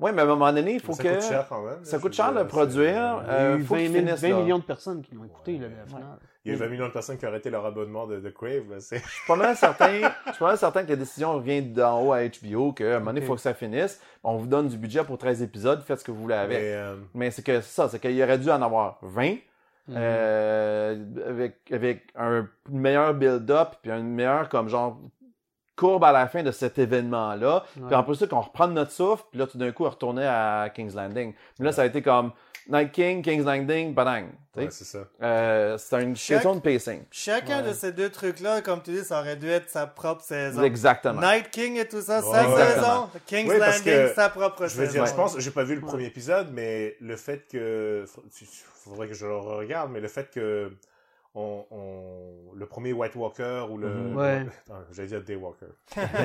C: Oui, mais à un moment donné, il faut
A: ça
C: que...
A: coûte cher, quand même.
C: ça
A: là,
C: coûte
A: je
C: cher
A: veux
C: de
A: dire,
C: produire,
A: c'est-
D: Il y
C: euh,
D: a eu
C: faut
D: 20,
C: qu'ils
D: 000
C: finissent,
D: 20
C: là.
D: millions de personnes qui l'ont écouté,
A: Ouais.
D: là, la finale.
A: Il y a 20 millions de personnes qui ont arrêté leur abonnement de, de Crave. Là. c'est-
C: Je suis pas mal certain, je suis pas mal certain que la décision vient d'en haut à HBO, qu'à un moment donné, il
D: Ok.
C: faut que ça finisse. On vous donne du budget pour 13 épisodes, faites ce que vous voulez avec.
A: Mais, euh,
C: Mais c'est que c'est ça, c'est qu'il aurait dû en avoir 20,
D: Mhm.
C: euh, avec, avec un meilleur build-up, puis une meilleure comme genre courbe à la fin de cet événement-là.
D: Ouais.
C: Puis en plus, ça, qu'on reprend notre souffle, puis là, tout d'un coup, on retournait à King's Landing. Mais là, ça a été comme Night King, King's Landing, badang. tu sais.
A: ouais, c'est ça.
C: Euh, C'était une
B: Chaque-
C: question de pacing.
B: Chacun
D: Ouais.
B: de ces deux trucs-là, comme tu dis, ça aurait dû être sa propre saison.
C: Exactement.
B: Night King et tout ça,
A: Ouais,
B: sa
C: exactement.
B: saison. King's
A: Oui, parce
B: Landing,
A: que
B: sa propre
A: Je veux
B: saison.
A: dire, je pense, j'ai pas vu le
D: Ouais.
A: premier épisode, mais le fait que, tu- tu- faudrait que je le regarde, mais le fait que on, on- le premier White Walker ou le,
C: Mhm. Ah.
D: Ouais.
A: Attends, j'allais dire Day Walker.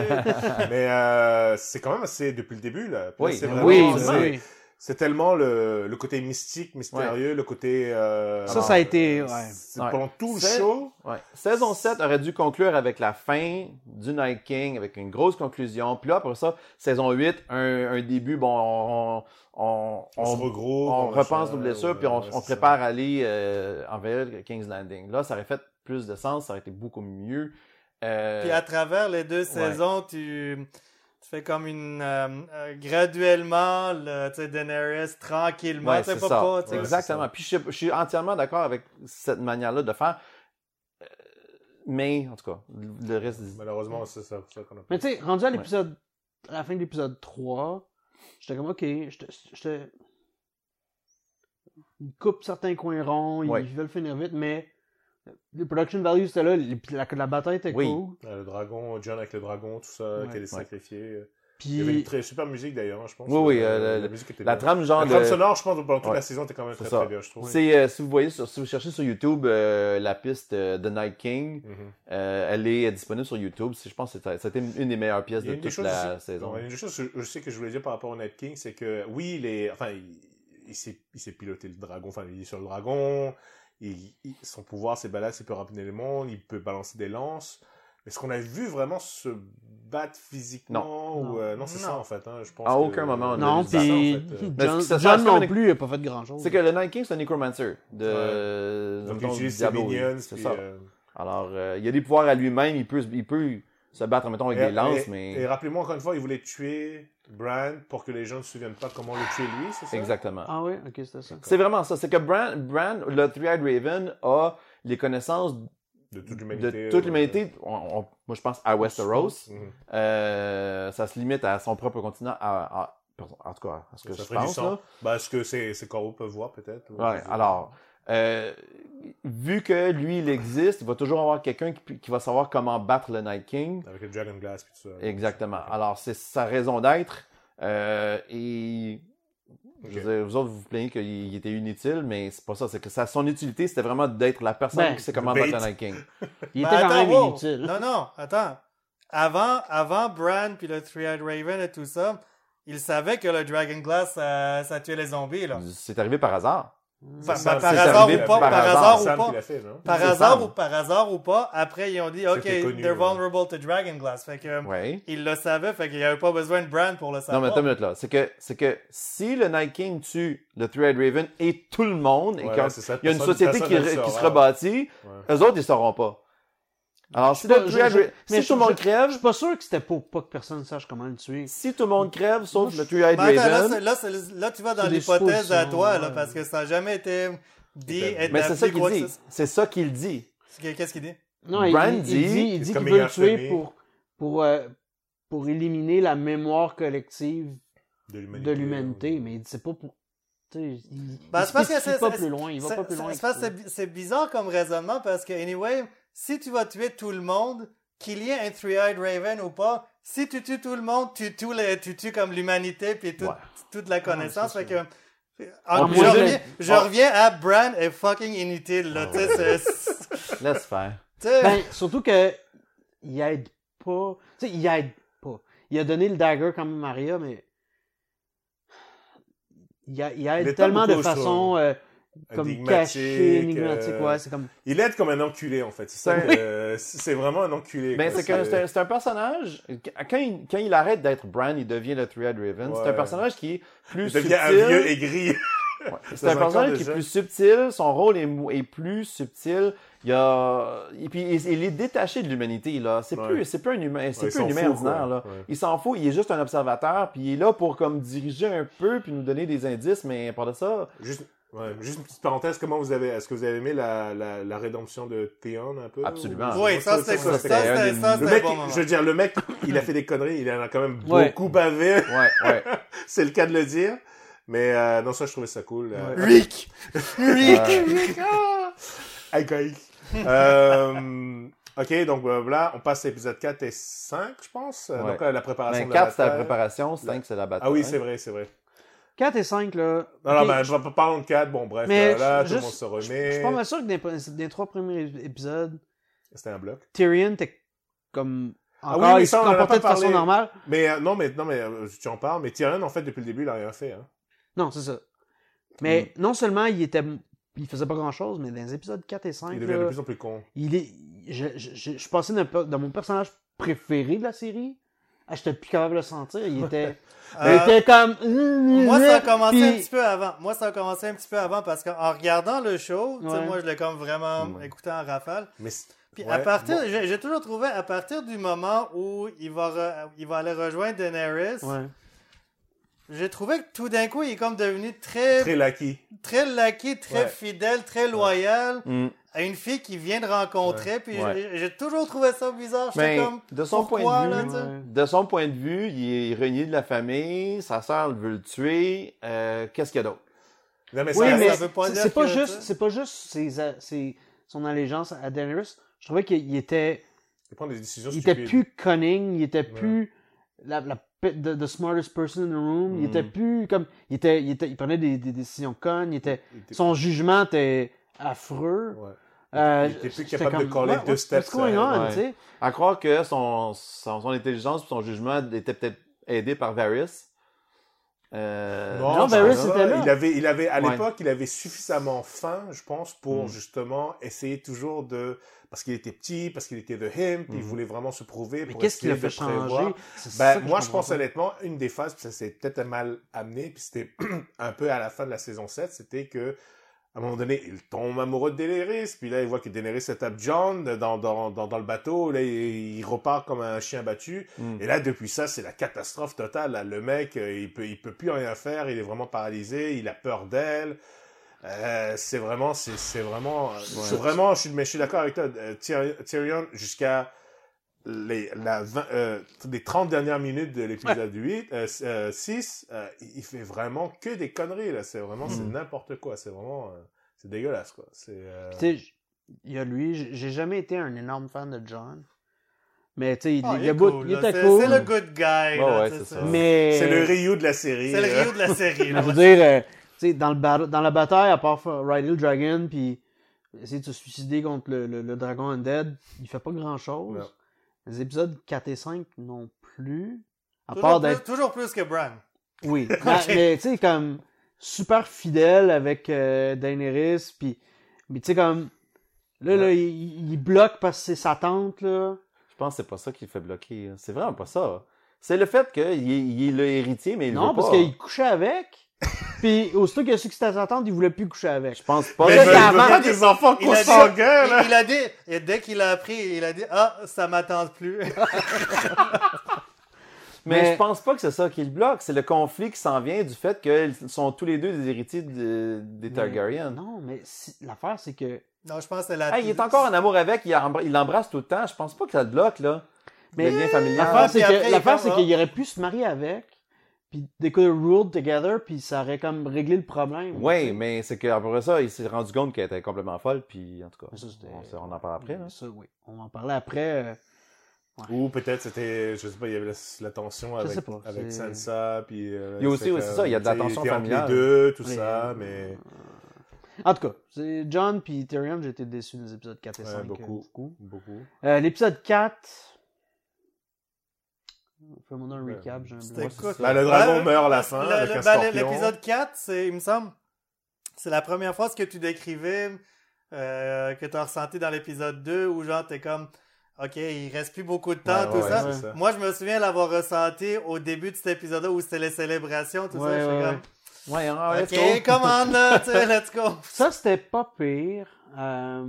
A: mais euh, c'est quand même assez depuis le début là. Puis là,
C: Oui.
A: c'est
C: Oui,
A: vraiment,
D: oui,
A: c'est-
D: oui.
A: C'est tellement le, le côté mystique, mystérieux, le côté. euh,
D: Ça, ça a été,
A: euh,
D: ouais.
A: c'est
C: Ouais.
A: Pendant tout le
C: C'est-
A: show.
C: Ouais. Saison 7 aurait dû conclure avec la fin du Night King, avec une grosse conclusion. Puis là, après ça, saison 8, un, un début, bon, on, on,
A: On, se
C: on,
A: regroupe.
C: on repense
A: machin,
C: nos blessures,
A: ouais,
C: puis on,
A: ouais,
C: on
A: c'est ça.
C: prépare à aller euh, envers le King's Landing. Là, ça aurait fait plus de sens, ça aurait été beaucoup mieux. Euh,
B: Puis à travers les deux saisons, tu, tu fais comme une euh, euh, graduellement, le, tu sais, Daenerys tranquillement,
C: ouais,
B: tu sais,
C: c'est
B: pas
C: ça.
B: pas, tu sais,
A: Ouais.
C: Exactement. Puis je, je suis entièrement d'accord avec cette manière-là de faire. Euh, Mais, en tout cas, le reste...
A: Malheureusement, c'est ça, c'est ça qu'on a.
D: Mais tu sais, rendu à l'épisode, à la fin de l'épisode 3, j'étais comme, ok, j'étais- j'étais. Ils coupent certains coins ronds, ils
C: Ouais.
D: veulent finir vite, mais le production value c'était là, les- la, la bataille était
C: Oui.
D: cool.
A: Ah, Le Euh, dragon, John avec le dragon, tout ça,
D: Ouais.
A: qu'elle est euh,
C: Ouais.
A: sacrifiée. Il y avait une
D: Puis,
A: très super musique d'ailleurs, hein, je pense.
C: Oui, oui, euh,
A: la,
C: le-
A: musique était
C: La
A: bien.
C: trame, genre.
A: La trame
C: de-
A: sonore, je pense, pendant toute
C: Ouais.
A: la saison était quand même
C: C'est
A: très
C: ça.
A: très bien, je trouve.
C: C'est, euh, si vous voyez, sur- si vous cherchez sur YouTube euh, la piste euh, The Night King,
A: Mhm.
C: euh, elle est disponible sur YouTube. C'est- Je pense que c'était- c'était une des meilleures pièces
A: Il y a
C: de
A: une des
C: toute
A: choses
C: la saison.
A: Donc, une des choses que je sais que je voulais dire par rapport au Night King, c'est que oui, il est, enfin, il, il s'est, il s'est piloté le dragon, enfin, il est sur le dragon, il, il- son pouvoir, ses balades, il peut rapiner le monde, il peut balancer des lances. Mais est-ce qu'on a vu vraiment se battre physiquement ou
D: Non.
A: euh, non, c'est
B: Non.
A: ça en fait. hein, je pense
C: À
A: que-
C: aucun moment, on a
D: non,
C: vu ça, en
A: fait,
D: puis
A: euh.
C: Parce que
D: John,
C: ça- ça-
D: John
C: ça-
D: non
C: ça-
D: plus, il n'a pas fait grand-chose.
C: C'est que le Night King, c'est un nécromancer de. euh,
A: Donc, il
C: mettons,
A: utilise ses
C: Diablo,
A: minions,
C: c'est
A: puis,
C: ça.
A: euh,
C: Alors, euh, il y a des pouvoirs à lui-même, il peut, se- il peut se battre, mettons, avec
A: et-
C: des lances,
A: et-
C: mais.
A: Et rappelez-moi encore une fois, il voulait tuer Brand pour que les gens ne se souviennent pas comment le tuer lui, c'est ça
C: Exactement.
D: Ah oui, ok, c'était ça.
C: C'est vraiment ça. C'est que Bran, Bran, le Three-Eyed Raven, a les connaissances
A: De toute l'humanité.
C: de toute
A: euh,
C: l'humanité. On- on- Moi, je pense à Westeros.
A: Mhm.
C: Euh, ça se limite à son propre continent, à- à- pardon, en tout cas, à ce que
A: Ça
C: je
A: ferait du
C: pense.
A: sens.
C: là.
A: Bah, ce que ces, ces corbeaux peuvent voir, peut-être. ou-
C: Ouais, alors, euh, vu que lui, il existe, il va toujours avoir quelqu'un qui, qui va savoir comment battre le Night King.
A: Avec le Dragon Glass et tout ça.
C: Exactement.
A: Ok.
C: Alors, c'est sa raison d'être. Euh, et je
A: Ok.
C: veux dire, vous autres, vous vous plaignez qu'il était inutile, mais c'est pas ça. C'est que ça, son utilité, c'était vraiment d'être la personne
D: Ben,
C: qui sait comment
A: le
C: battre
A: bait.
C: le Night King.
D: Il
B: Ben,
D: était quand
B: attends,
D: même
B: wow.
D: inutile.
B: Non, non, attends. Avant, avant Bran puis le Three-Eyed Raven et tout ça, ils savaient que le Dragon Glass, ça, ça tuait les zombies, là.
C: C'est arrivé par hasard.
A: C'est
B: Par,
A: Sam-
B: par
A: c'est
B: hasard
A: Sam
B: ou
A: qui
B: pas,
A: l'a
B: par
A: fait.
B: hasard
A: C'est
B: ou
A: Sam
B: pas.
A: qui l'a fait, non?
B: Par
C: C'est
B: hasard
C: Sam.
B: ou par hasard ou pas, après ils ont dit, OK,
A: C'était connu,
B: they're
A: ouais.
B: vulnerable to Dragon Glass. Fait que,
C: Oui.
B: ils le savaient, fait qu'il n'y avait pas besoin de Bran pour le
C: Non,
B: savoir.
C: mais attends une minute là. C'est que, c'est que si le Night King tue le Thread Raven et tout le monde, et
A: Ouais,
C: qu'il
A: ouais, c'est ça.
C: il y a une
A: Personne-
C: société
A: personne
C: qui,
A: ne
C: re-
A: le
C: qui se
A: saura.
C: rebâtit,
A: Ouais.
C: eux autres, ils sauront pas. Alors, si, le
D: pas- je-
C: Three-Eyed
D: je-
C: Ra-
D: mais
C: si tout le
D: je-
C: monde
D: je- Je
C: crève,
D: suis pas sûr que c'était pour pas que personne sache comment le tuer.
C: si tout le monde crève, sauf
D: Moi,
C: le Three-Eyed
B: Mais attends, là,
C: Raven,
B: c'est- là, c'est- là, tu vas dans
D: C'est des
B: l'hypothèse à
D: suppositions,
B: toi, là,
D: ouais.
B: parce que ça n'a jamais été dit,
A: Mais
C: mais
B: établi,
C: c'est ça qu'il
B: quoi
C: dit.
B: que ce-
C: C'est ça qu'il dit.
B: Qu'est-ce qu'il dit?
D: Non, il-
C: Bran
D: il, il
C: dit-
D: dit, il dit
A: comme
D: qu'il veut le
A: meilleur
D: tuer
A: chemin.
D: pour, pour, euh, pour éliminer la mémoire collective
A: De l'humanité. euh,
D: de l'humanité, mais c'est pas pour. Tu sais, il,
B: Ben,
D: il
B: c'est parce que
D: spécifie
B: c'est-
D: pas
B: c'est-
D: plus loin, il va
B: C'est-
D: pas plus loin.
B: c'est-
D: que
B: c'est-
D: ça.
B: c'est- C'est bizarre comme raisonnement parce que, anyway, si tu vas tuer tout le monde, qu'il y ait un Three-Eyed Raven ou pas, si tu tues tout le monde, tu tues, les- tu tues comme l'humanité puis tout-
C: Ouais.
B: toute la connaissance.
D: c'est
B: fait que,
C: En
B: en-
D: plus,
B: je,
D: on-
B: reviens, je
C: on-
B: reviens à Bran est fucking inutile. Là, tu sais, c'est- c'est-
C: Laisse faire.
B: tu sais,
D: Ah Ben, surtout que il aide pas. Tu sais, il aide pas. Il a donné le dagger quand même à Maria, mais. Il, a- il aide
A: Mais pas
D: tellement de
A: beaucoup, je
D: façon
A: trouve.
D: euh, comme cachée,
A: Énigmatique,
D: énigmatique.
A: euh,
D: Ouais, c'est comme.
A: Il est comme un enculé, en fait. C'est ça.
C: Oui.
A: que, euh, c'est c'est vraiment un enculé.
C: Ben,
A: quoi.
C: c'est que c'est un, c'est un personnage. Quand il, quand il arrête d'être Bran, il devient le Thread Raven. C'est un
A: Ouais.
C: personnage qui est plus
A: Il devient
C: subtil.
A: un vieux aigri.
C: Ouais. C'est
A: dans
C: un
A: un corps
C: personnage
A: de
C: qui est
A: jeune.
C: plus subtil. Son rôle est, mou- est plus subtil. Il y a et puis il, il est détaché de l'humanité là. C'est
A: Ouais.
C: plus c'est plus un humain. C'est
A: Ouais,
C: plus
A: ils
C: un
A: s'en
C: humain
A: foutent, quoi.
C: ordinaire là.
A: Ouais.
C: Il s'en fout. Il est juste un observateur. Puis il est là pour comme diriger un peu puis nous donner des indices. Mais par de ça,
A: Juste, ouais, juste une petite parenthèse. Comment vous avez, est-ce que vous avez aimé la, la, la rédemption de Theon un peu?
C: Absolument.
A: ou-
B: oui, ça,
A: Ah, Moi, je
B: c'est
A: trouve
B: ça,
A: c'était-
C: un
B: c'est-
C: des-
B: ça,
A: hein? Le
B: c'est un
A: mec,
B: bon hein.
A: il-
B: moment.
A: je veux dire, le mec, il a fait des conneries, il en a quand même
D: Ouais.
A: beaucoup bavé,
C: ouais ouais.
A: c'est le cas de le dire. Mais euh, non, ça, je trouvais ça cool. euh,
B: Rick! Rick!
A: Alcoolique. euh, ok, donc euh, voilà, on passe à l'épisode 4 et 5, je pense. Euh,
C: Ouais.
A: Donc euh, la préparation
C: Ben,
A: de la
C: quatre c'est la
A: bataille.
C: préparation, cinq c'est la bataille.
A: Ah oui, c'est vrai, c'est vrai.
D: 4 et 5, là.
A: Non, non,
D: ok,
A: ben, je vais pas parler de 4, bon, bref,
D: Mais
A: euh, là,
D: je-
A: tout le
D: juste-
A: monde se
D: je- Je suis
A: remet.
D: pas mal sûr que dans les- dans les trois premiers ép- épisodes,
A: C'était un bloc.
D: Tyrion était comme.
A: Ah oui,
D: Encore,
A: oui,
D: il se
A: ça, on en a
D: comportait
A: pas
D: de façon
A: parlé.
D: normale.
A: Mais euh, non, mais, non, mais euh, tu en parles, mais Tyrion, en fait, depuis le début, il a rien fait. Hein.
D: Non, c'est ça. Mais
B: Hmm.
D: non seulement il était. Il faisait pas grand chose, mais dans les épisodes 4 et 5,
A: Il
D: il,
A: devient
D: là,
A: de plus en plus con.
D: il est. Je, je, je, je suis passé d'un pe- dans mon personnage préféré de la série. Ah, j'étais plus capable de le sentir. Il était. il
B: Euh,
D: était comme. euh,
B: Moi, ça a commencé
D: Puis-
B: un petit peu avant. Moi, ça a commencé un petit peu avant parce qu'en regardant le show, tu sais,
D: Ouais.
B: moi, je l'ai comme vraiment
C: Ouais.
B: écouté en rafale.
A: Mais c'est-
B: Puis
A: ouais,
B: à partir,
A: bon,
B: j'ai j'ai toujours trouvé, à partir du moment où il va, re- il va aller rejoindre Daenerys,
D: Ouais.
B: j'ai trouvé que tout d'un coup, il est comme devenu très,
D: euh,
A: Très lucky.
B: très laqué, très
A: Ouais.
B: fidèle, très loyal
C: Mm.
B: à une fille qu'il vient de rencontrer. Puis
C: Ouais.
B: j'ai- j'ai toujours trouvé ça bizarre. J'étais
C: Mais
B: comme,
C: de son
B: pourquoi,
C: point de
B: là,
A: hein?
C: vue,
B: tu sais?
D: Ouais.
C: De son point de vue, il est renié de la famille, sa sœur veut le tuer. euh, Qu'est-ce qu'il y a d'autre?
A: Non, mais
D: Oui,
A: ça,
D: mais
A: ça-
B: veut pas
D: c'est-
B: dire
D: c'est pas,
B: que-
D: juste, c'est pas juste ses, a- ses- son allégeance à Daenerys. Je trouvais qu'il il était,
A: il prend des décisions
D: il était
A: stupides.
D: plus cunning, il était plus la, la pe- the, the smartest person in the room. Il
C: Mhm.
B: Hmm.
D: était plus comme. Il, était, il, était, il prenait des, des décisions connes. Il était,
A: Il était-
D: son jugement était affreux.
A: Ouais.
D: Euh,
A: Il était plus
D: j'étais
A: capable de coller
D: ouais,
A: deux
D: what's-
A: steps euh,
D: what's going
A: ahead.
D: on,
C: Ouais.
D: tu sais?
C: À croire que son, son, son intelligence et son jugement étaient peut-être aidés par Varys. Euh,
D: Non,
A: je pense
D: Varys
A: pas.
D: était là.
A: Il avait, il avait, à
C: Ouais.
A: l'époque, il avait suffisamment faim, je pense, pour
C: Mm.
A: justement essayer toujours de, parce qu'il était petit, parce qu'il était de him, puis il
C: Mm.
A: voulait vraiment se prouver.
D: Mais
A: pour
D: qu'est-ce qui
A: essayer
D: l'a fait
A: de prévoir.
D: changer? C'est ça
A: Ben,
D: que
A: moi, je
D: comprends
A: pense
D: pas.
A: honnêtement, une des phases, puis ça s'est peut-être mal amené, puis c'était un peu à la fin de la saison 7, c'était que, à un moment donné, il tombe amoureux de Daenerys, puis là, il voit que Daenerys se tape John dans, dans, dans, dans le bateau, là, il, il repart comme un chien battu,
C: Mm.
A: et là, depuis ça, c'est la catastrophe totale, là. le mec, euh, il peut, il peut plus rien faire, il est vraiment paralysé, il a peur d'elle, Euh, c'est vraiment, c'est c'est vraiment, c'est vraiment, je suis, mais je suis d'accord avec toi, euh, Tyr- Tyrion, jusqu'à, les, la 20 euh, les 30 dernières minutes de l'épisode 8, euh, euh, 6, euh, il il fait vraiment que des conneries, là. C'est vraiment, c'est
C: Mm.
A: n'importe quoi. C'est vraiment, euh, c'est dégueulasse, quoi. C'est, euh,
D: Puis, tu sais, il y a lui, j- j'ai jamais été un énorme fan de John. Mais tu sais, il,
B: Ah,
D: il,
B: est
D: a beau-
B: cool,
D: il
B: là.
D: était
B: C'est-
D: cool.
B: C'est le good guy. là,
C: ouais,
B: tu sais,
C: c'est ça.
D: Mais.
A: c'est le Ryu de la série.
B: C'est le
A: euh.
B: Rio de la série.
D: Mais
B: là.
D: je veux dire, euh, tu sais, dans, le bar- dans la bataille, à part fa- rider le dragon, puis essayer de se suicider contre le, le- le dragon undead, il fait pas grand-chose.
A: Non.
D: Les épisodes 4 et 5 non plus. À part
B: toujours, plus,
D: d'être...
B: toujours plus que Bran.
D: Oui. Mais- Mais tu sais, comme super fidèle avec euh, Daenerys, puis... Mais tu sais, comme... Là, là, il, il bloque parce que c'est sa tante, là.
C: Je pense que c'est pas ça qui le fait bloquer. hein. C'est vraiment pas ça. C'est le fait qu'il est, il est le héritier, mais il
D: non,
C: veut
D: parce
C: pas.
D: qu'il couchait avec. puis aussitôt qu'il a su que c'était sa tante, il voulait plus coucher avec.
C: Je pense pas.
A: Mais
D: Ça,
A: je-
D: c'est
A: je
D: avant.
A: veux pas des enfants
B: Il
A: qu'on
B: a dit-
A: s'engueule, hein.
B: Il, il a dit, et dès qu'il a appris, il a dit, ah, ça m'attend plus.
C: Mais,
D: Mais-
C: je pense pas que c'est ça qui le bloque. C'est le conflit qui s'en vient du fait qu'ils sont tous les deux des héritiers de- des Targaryen.
D: Non, mais si- l'affaire, c'est que...
B: non, je pense que c'est la.
C: Hey, il est encore en amour avec, il embr- il l'embrasse tout le temps. Je pense pas que ça le bloque, là.
D: Mais-
C: Mais le lien familial.
D: L'affaire, c'est
B: puis après,
D: que-
B: il
D: l'affaire,
B: est
D: c'est
B: comme,
C: ah.
D: qu'il aurait pu se marier avec, puis découvrir Ruled Together, puis ça aurait comme réglé le problème.
C: Oui, mais c'est qu'après ça, il s'est rendu compte qu'elle était complètement folle, puis en tout cas,
D: Mais ça, c'était-
C: on, sait- on en parle après. là.
D: Ça, oui. On va en parlait après. euh,
A: Ou peut-être c'était, je sais pas, il y avait la, la tension
D: Je
A: avec,
D: sais pas,
A: avec
D: c'est-
A: Sansa, puis... euh,
C: Il y a aussi-
A: c'était
C: oui, c'est ça, il y a de la
A: comme, tu sais,
C: tension
A: il était entre
C: familiale.
A: les deux, tout
D: les-
A: ça, mais...
D: En tout cas, c'est John puis Tyrion, j'ai été déçu des épisodes 4 et
A: Ouais,
D: 5. euh,
A: beaucoup.
D: beaucoup.
A: Beaucoup.
D: Euh, L'épisode 4. Fais-moi un
A: Ouais.
D: recap. j'ai un
B: C'était
D: blanc.
B: quoi?
A: Bah, le dragon
B: Ouais,
A: meurt à la fin,
B: le-
A: avec
B: le-
A: un
B: ben,
A: scorpion.
B: L'épisode 4, c'est, il me semble, c'est la première fois ce que tu décrivais, euh, que tu as ressenti dans l'épisode 2, où genre, t'es comme, OK, il reste plus beaucoup de temps,
A: Ouais,
B: tout
A: ouais,
B: ça.
A: c'est ça.
B: Moi, je me souviens l'avoir ressenti au début de cet épisode-là, où c'était les célébrations, tout
D: Ouais,
B: ça.
D: ouais,
B: J'étais
D: ouais.
C: Ouais, hein,
B: comme,
C: let's go.
B: OK, come on, là, tu sais, let's go.
D: Ça, c'était pas pire. Euh,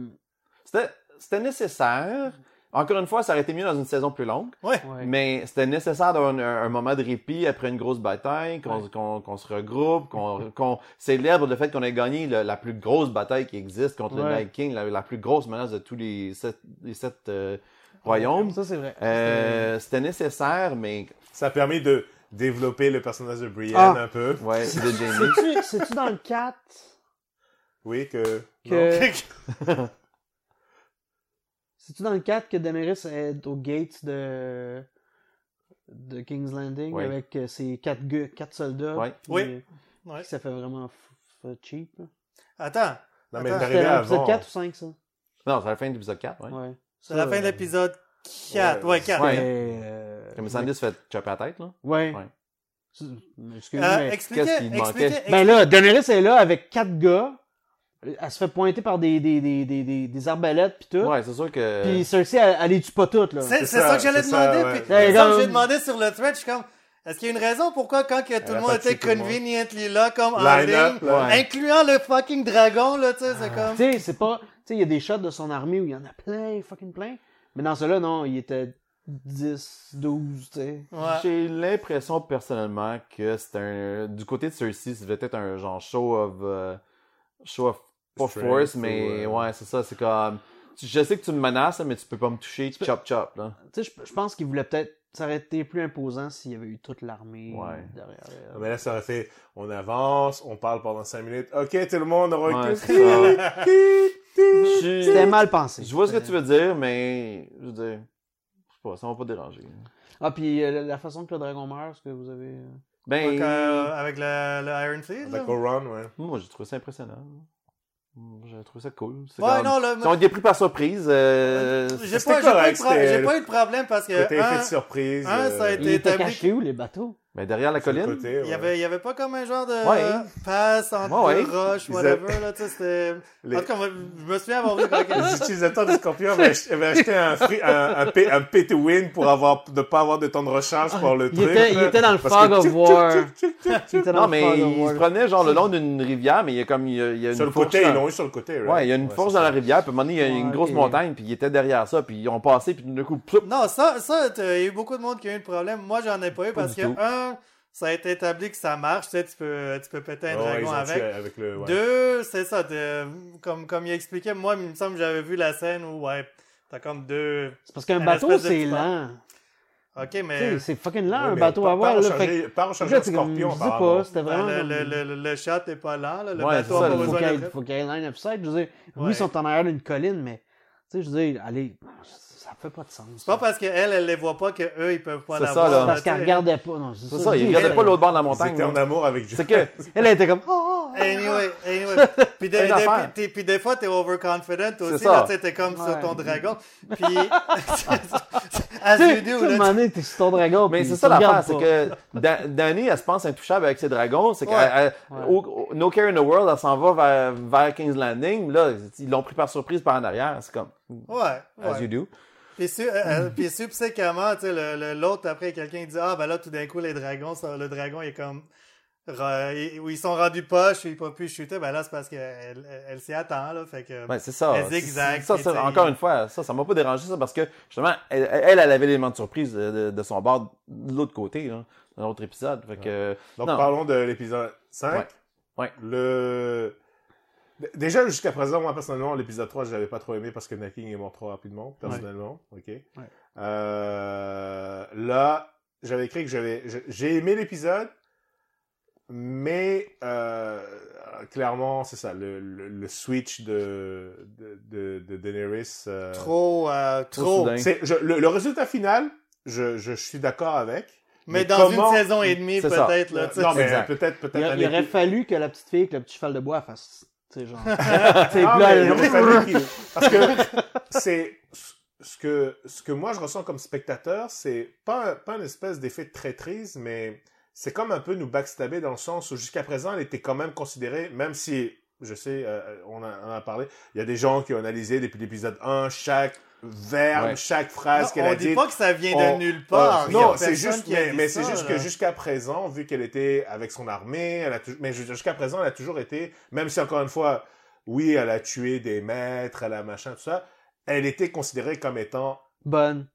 C: C'était- C'était nécessaire. Encore une fois, ça aurait été mieux dans une saison plus longue.
B: Ouais.
D: ouais.
C: Mais c'était nécessaire d'avoir un, un- un moment de répit après une grosse bataille, qu'on qu'on- qu'on se regroupe, qu'on qu'on célèbre le fait qu'on ait gagné le- la plus grosse bataille qui existe contre le
D: Ouais.
C: Night King, la, la plus grosse menace de tous les sept, les sept, euh, royaumes.
D: Ça, c'est vrai.
C: Euh, c'était nécessaire, mais
A: Ça a permis de développer le personnage de Brienne
D: Ah.
A: un peu.
C: ouais, c'est de
D: C'était-
C: Jamie.
D: C'est-tu- C'est-tu dans le 4
A: Oui, que...
D: que. C'est-tu dans le 4 que Daenerys est au gate de, de King's Landing
C: Oui.
D: avec euh, ses 4 gars, 4 soldats?
C: Ouais.
D: puis,
B: Oui.
D: euh,
B: Ouais.
D: Ça fait vraiment f- f- cheap. là.
B: Attends,
A: Non, mais
B: Attends,
A: d'arriver
D: C'était dans l'épisode
A: avant...
D: 4 ou 5, ça?
C: Non, c'est à la fin de l'épisode 4, ouais.
D: Ouais.
B: c'est la fin de l'épisode 4.
A: Ouais.
B: Ouais, 4.
C: Ouais.
D: Euh,
C: Comme Sandy se fait choper la tête, là.
D: Ouais.
C: Ouais.
D: C'est- Excuse-moi.
B: Euh,
D: mais-
B: expliquez,
C: qu'est-ce qui manquait?
B: expliquez,
D: Ben là, Daenerys est là avec 4 gars. Elle se fait pointer par des, des, des, des, des, des arbalètes pis tout.
C: Ouais, euh, c'est sûr que.
D: Puis Cersei, elle, elle les tue pas toutes, là.
B: C'est
A: C'est
B: c'est
A: ça,
B: ça que j'allais
A: c'est ça,
B: demander.
A: ouais.
C: Ben,
B: puis
D: Ouais,
B: c'est ça que
D: comme-
B: j'ai demandé sur le thread. Je suis comme, est-ce qu'il y a une raison pourquoi quand que tout
A: a
B: le monde
A: fatigué
B: était
A: tout le monde.
B: conveniently là, comme en
A: Line up,
B: ligne,
A: là.
C: Ouais. Ah.
B: incluant le fucking dragon, là, tu sais, c'est comme...
D: Ah. Tu sais, c'est pas. Tu sais, il y a des shots de son armée où il y en a plein, fucking plein. Mais dans ceux-là, non, il était 10, 12, tu sais.
B: Ouais.
C: J'ai l'impression personnellement que c'est un. Du côté de Cersei, c'est peut-être un genre show of. euh, show of. Pas
A: Strength
C: force,
A: ou,
C: mais
A: euh,
C: ouais, c'est ça. C'est comme. tu- Je sais que tu me menaces, mais tu peux pas me toucher. Chop chop, là.
D: Tu sais, je- je pense qu'il voulait peut-être. Ça aurait été plus imposant s'il y avait eu toute l'armée
C: Ouais.
D: derrière. elle.
A: Non, mais là, ça aurait fait, on avance, on parle pendant 5 minutes. OK, tout le monde, on recule.
C: Ouais, c'est ça.
D: C'était mal pensé.
C: Je vois ce que tu veux dire, mais. Je veux dire. c'est pas- pas, ça m'a pas dérangé.
D: Ah, puis euh, la- la façon que le dragon meurt, ce que vous avez. euh,
C: Ben,
B: Donc, euh, avec le, le Iron Fist. là.
A: Avec Oran, ouais.
C: moi, j'ai trouvé ça impressionnant. Moi, J'ai trouvé ça cool. C'est
B: Ouais,
C: comme-
B: non, là,
C: Ils ont été pris par surprise. euh,
B: j'ai
A: c'était
B: pas, j'ai pas eu
A: correct,
B: de pro- j'ai
A: c'était-
B: pas eu de problème parce que
A: Côté
B: Euh, un,
A: effet de surprise. euh,
B: un, ça a été-
D: Il était
B: établi
D: caché où, les bateaux
C: Mais derrière la
A: sur le
C: colline.
A: côté,
B: il
A: ouais.
B: y avait, il y avait pas comme un genre de
C: Ouais.
B: euh, passe entre
C: Ouais, ouais.
B: deux roches,
A: Ils
B: whatever, là, tu sais, c'était...
A: Les-
B: En tout cas, moi, je me souviens avoir vu quelqu'un...
A: Les utilisateurs de Scorpion avaient ach- avaient acheté un, free, un, un, pay, un pay to win pour avoir, ne pas avoir de temps de recharge pour le
D: Ah, Il
A: truc.
D: était, il
A: là.
D: était dans le
A: Parce
D: fog
A: que
D: of
A: tchouc,
D: war.
A: tchouc, tchouc, tchouc, tchouc,
D: Il était
C: Non,
D: dans le
C: mais
D: fog of
C: ils se
D: war.
C: promenaient genre le long d'une rivière, mais il y a comme il y a, il y a une
A: Sur le
C: fourche
A: côté,
C: dans-
A: ils l'ont eu sur le côté. right?
C: Ouais, il y a une
A: Ouais,
C: force
A: c'est
C: dans la
A: ça.
C: rivière, puis à un moment donné, il y a une
D: Ouais,
C: grosse
D: ok.
C: montagne, puis ils étaient derrière ça, puis ils ont passé, puis d'un coup, ploup,
B: Non, ça, ça, t'as- il y a eu beaucoup de monde qui a eu le problème. Moi, j'en ai pas eu parce
C: du
B: que,
C: tout.
B: un, ça a été établi que ça marche, tu sais, tu peux, tu peux péter un
A: Ouais, ils
B: dragon
A: ont
B: avec.
A: tiré avec le, ouais.
B: Deux, c'est ça, t'es- comme, comme il expliquait, moi, il me semble que j'avais vu la scène où, ouais, t'as comme deux...
D: C'est parce qu'un
B: Un
D: bateau,
B: espèce de
D: c'est
B: petit
D: lent.
B: Ok,
D: Tu
B: mais...
D: sais, C'est fucking lent,
A: Ouais,
D: un
A: mais
D: bateau
A: pas-
D: à voile.
A: Pas
D: là, fait
A: recharger- pas recharger
D: Là,
A: le
D: c'est comme-
A: scorpion,
D: je sais
A: apparemment.
D: pas, c'était vraiment.
B: Le,
D: comme-
B: le, le, le, le chat est pas lent, là, le
C: Ouais,
B: bateau
C: c'est ça,
B: a pas
C: le-
D: faut
B: besoin
D: qu'il
B: de-
D: faut qu'il y ait line of sight. Je veux dire, oui,
B: Ouais.
D: ils sont en arrière d'une colline, mais tu sais, je veux dire, allez, ça fait pas de sens.
B: C'est pas parce qu'elle, elle les voit pas qu'eux, ils peuvent pas
C: C'est
B: la
C: ça,
B: voir.
C: là.
D: Parce
B: tu sais.
D: qu'elle regardait pas. Non, c'est
C: c'est
D: ça,
C: ça,
D: je
C: ils
D: dis,
C: regardaient
D: elle-
C: pas l'autre bord de la
A: Ils
C: montagne.
A: étaient en
C: là.
A: amour avec
C: C'est que,
D: Elle était comme. Oh, oh,
B: Anyway, anyway. Puis, des-
C: Une
B: des-
C: affaire.
B: puis- puis des fois, t'es overconfident aussi.
C: ça.
B: Là, tu sais, t'es comme sur
D: Ouais.
B: ton dragon. Puis, as
D: Tu
B: you
D: sais,
B: do,
D: tout le
B: là,
D: moment donné, t'es sur ton dragon.
C: mais
D: puis
C: c'est
D: tu
C: ça l'affaire,
D: regardes
C: c'est
D: pas.
C: que Da- Dany, elle se pense intouchable avec ses dragons, c'est
B: Ouais.
C: qu'elle,
D: Ouais.
C: elle- au- au- No Care in the World, elle s'en va vers, vers King's Landing, là, ils l'ont pris par surprise par en arrière, c'est comme,
B: Ouais,
C: as you
B: ouais.
C: do. Mm-hmm.
B: Puis, su- euh, euh, puis subséquemment, tu sais, le- le- l'autre, après, quelqu'un dit Ah, ben là, tout d'un coup, les dragons, ça- le dragon, il est comme. ra- il- Ou ils sont rendus poches, ils n'ont pas pu shooter. Ben là, c'est parce qu'elle elle, elle s'y attend, là. Fait que.
C: Ouais, c'est ça.
B: Les zigzags,
C: Ça,
B: puis,
C: ça,
B: tu sais,
C: encore
B: il-
C: une fois, ça, ça m'a pas dérangé, ça, parce que, justement, elle, elle, elle avait l'élément de surprise de, de- de son bord de l'autre côté, là, dans l'autre épisode. Fait que,
A: Donc
C: Non.
A: parlons de l'épisode 5.
C: Ouais. Ouais.
A: Le... D- Déjà, jusqu'à présent, moi, personnellement, l'épisode 3, je l'avais pas trop aimé parce que Naking est mort trop rapidement, personnellement. OK.
D: Ouais.
A: Euh, Là, j'avais écrit que j'avais... je- J'ai aimé l'épisode, mais euh, clairement, c'est ça, le, le- le switch de, de, de, de Daenerys... euh,
B: Trop, euh, trop.
C: soudain.
A: c'est- je- le, le résultat final, je, je suis d'accord avec.
B: Mais,
A: Mais
B: dans
A: comment-
B: une saison et demie,
C: C'est ça.
B: peut-être, là, tu sais.
A: non, mais
C: Exact.
A: peut-être... peut-être
D: Il,
A: un
D: il aurait
A: épi-
D: fallu que la petite fille avec le petit cheval de bois fasse. Tu sais, genre. Tu sais,
A: Ah,
D: puis là,
A: mais
D: elle-
A: il aurait fallu qu'il- Parce que c'est ce que ce que moi je ressens comme spectateur, c'est pas un- pas une espèce d'effet de traîtrise, mais c'est comme un peu nous backstabber dans le sens où jusqu'à présent elle était quand même considérée, même si je sais, euh, on, a, on a parlé, il y a des gens qui ont analysé depuis l'épisode 1 chaque verbe,
C: Ouais.
A: chaque phrase
B: Non,
A: qu'elle
B: on
A: a
B: dit
A: dit.
B: pas que ça vient
A: on-
B: de nulle
A: Euh,
B: part. Il y a
A: non, c'est
B: personne
A: juste,
B: qui a
A: mais,
B: dit
A: mais c'est
B: ça,
A: juste
B: là.
A: que jusqu'à présent, vu qu'elle était avec son armée, elle a tou- mais ju- jusqu'à présent, elle a toujours été, même si encore une fois, oui, elle a tué des maîtres, elle a machin, tout ça, elle était considérée comme étant,
D: Bonne.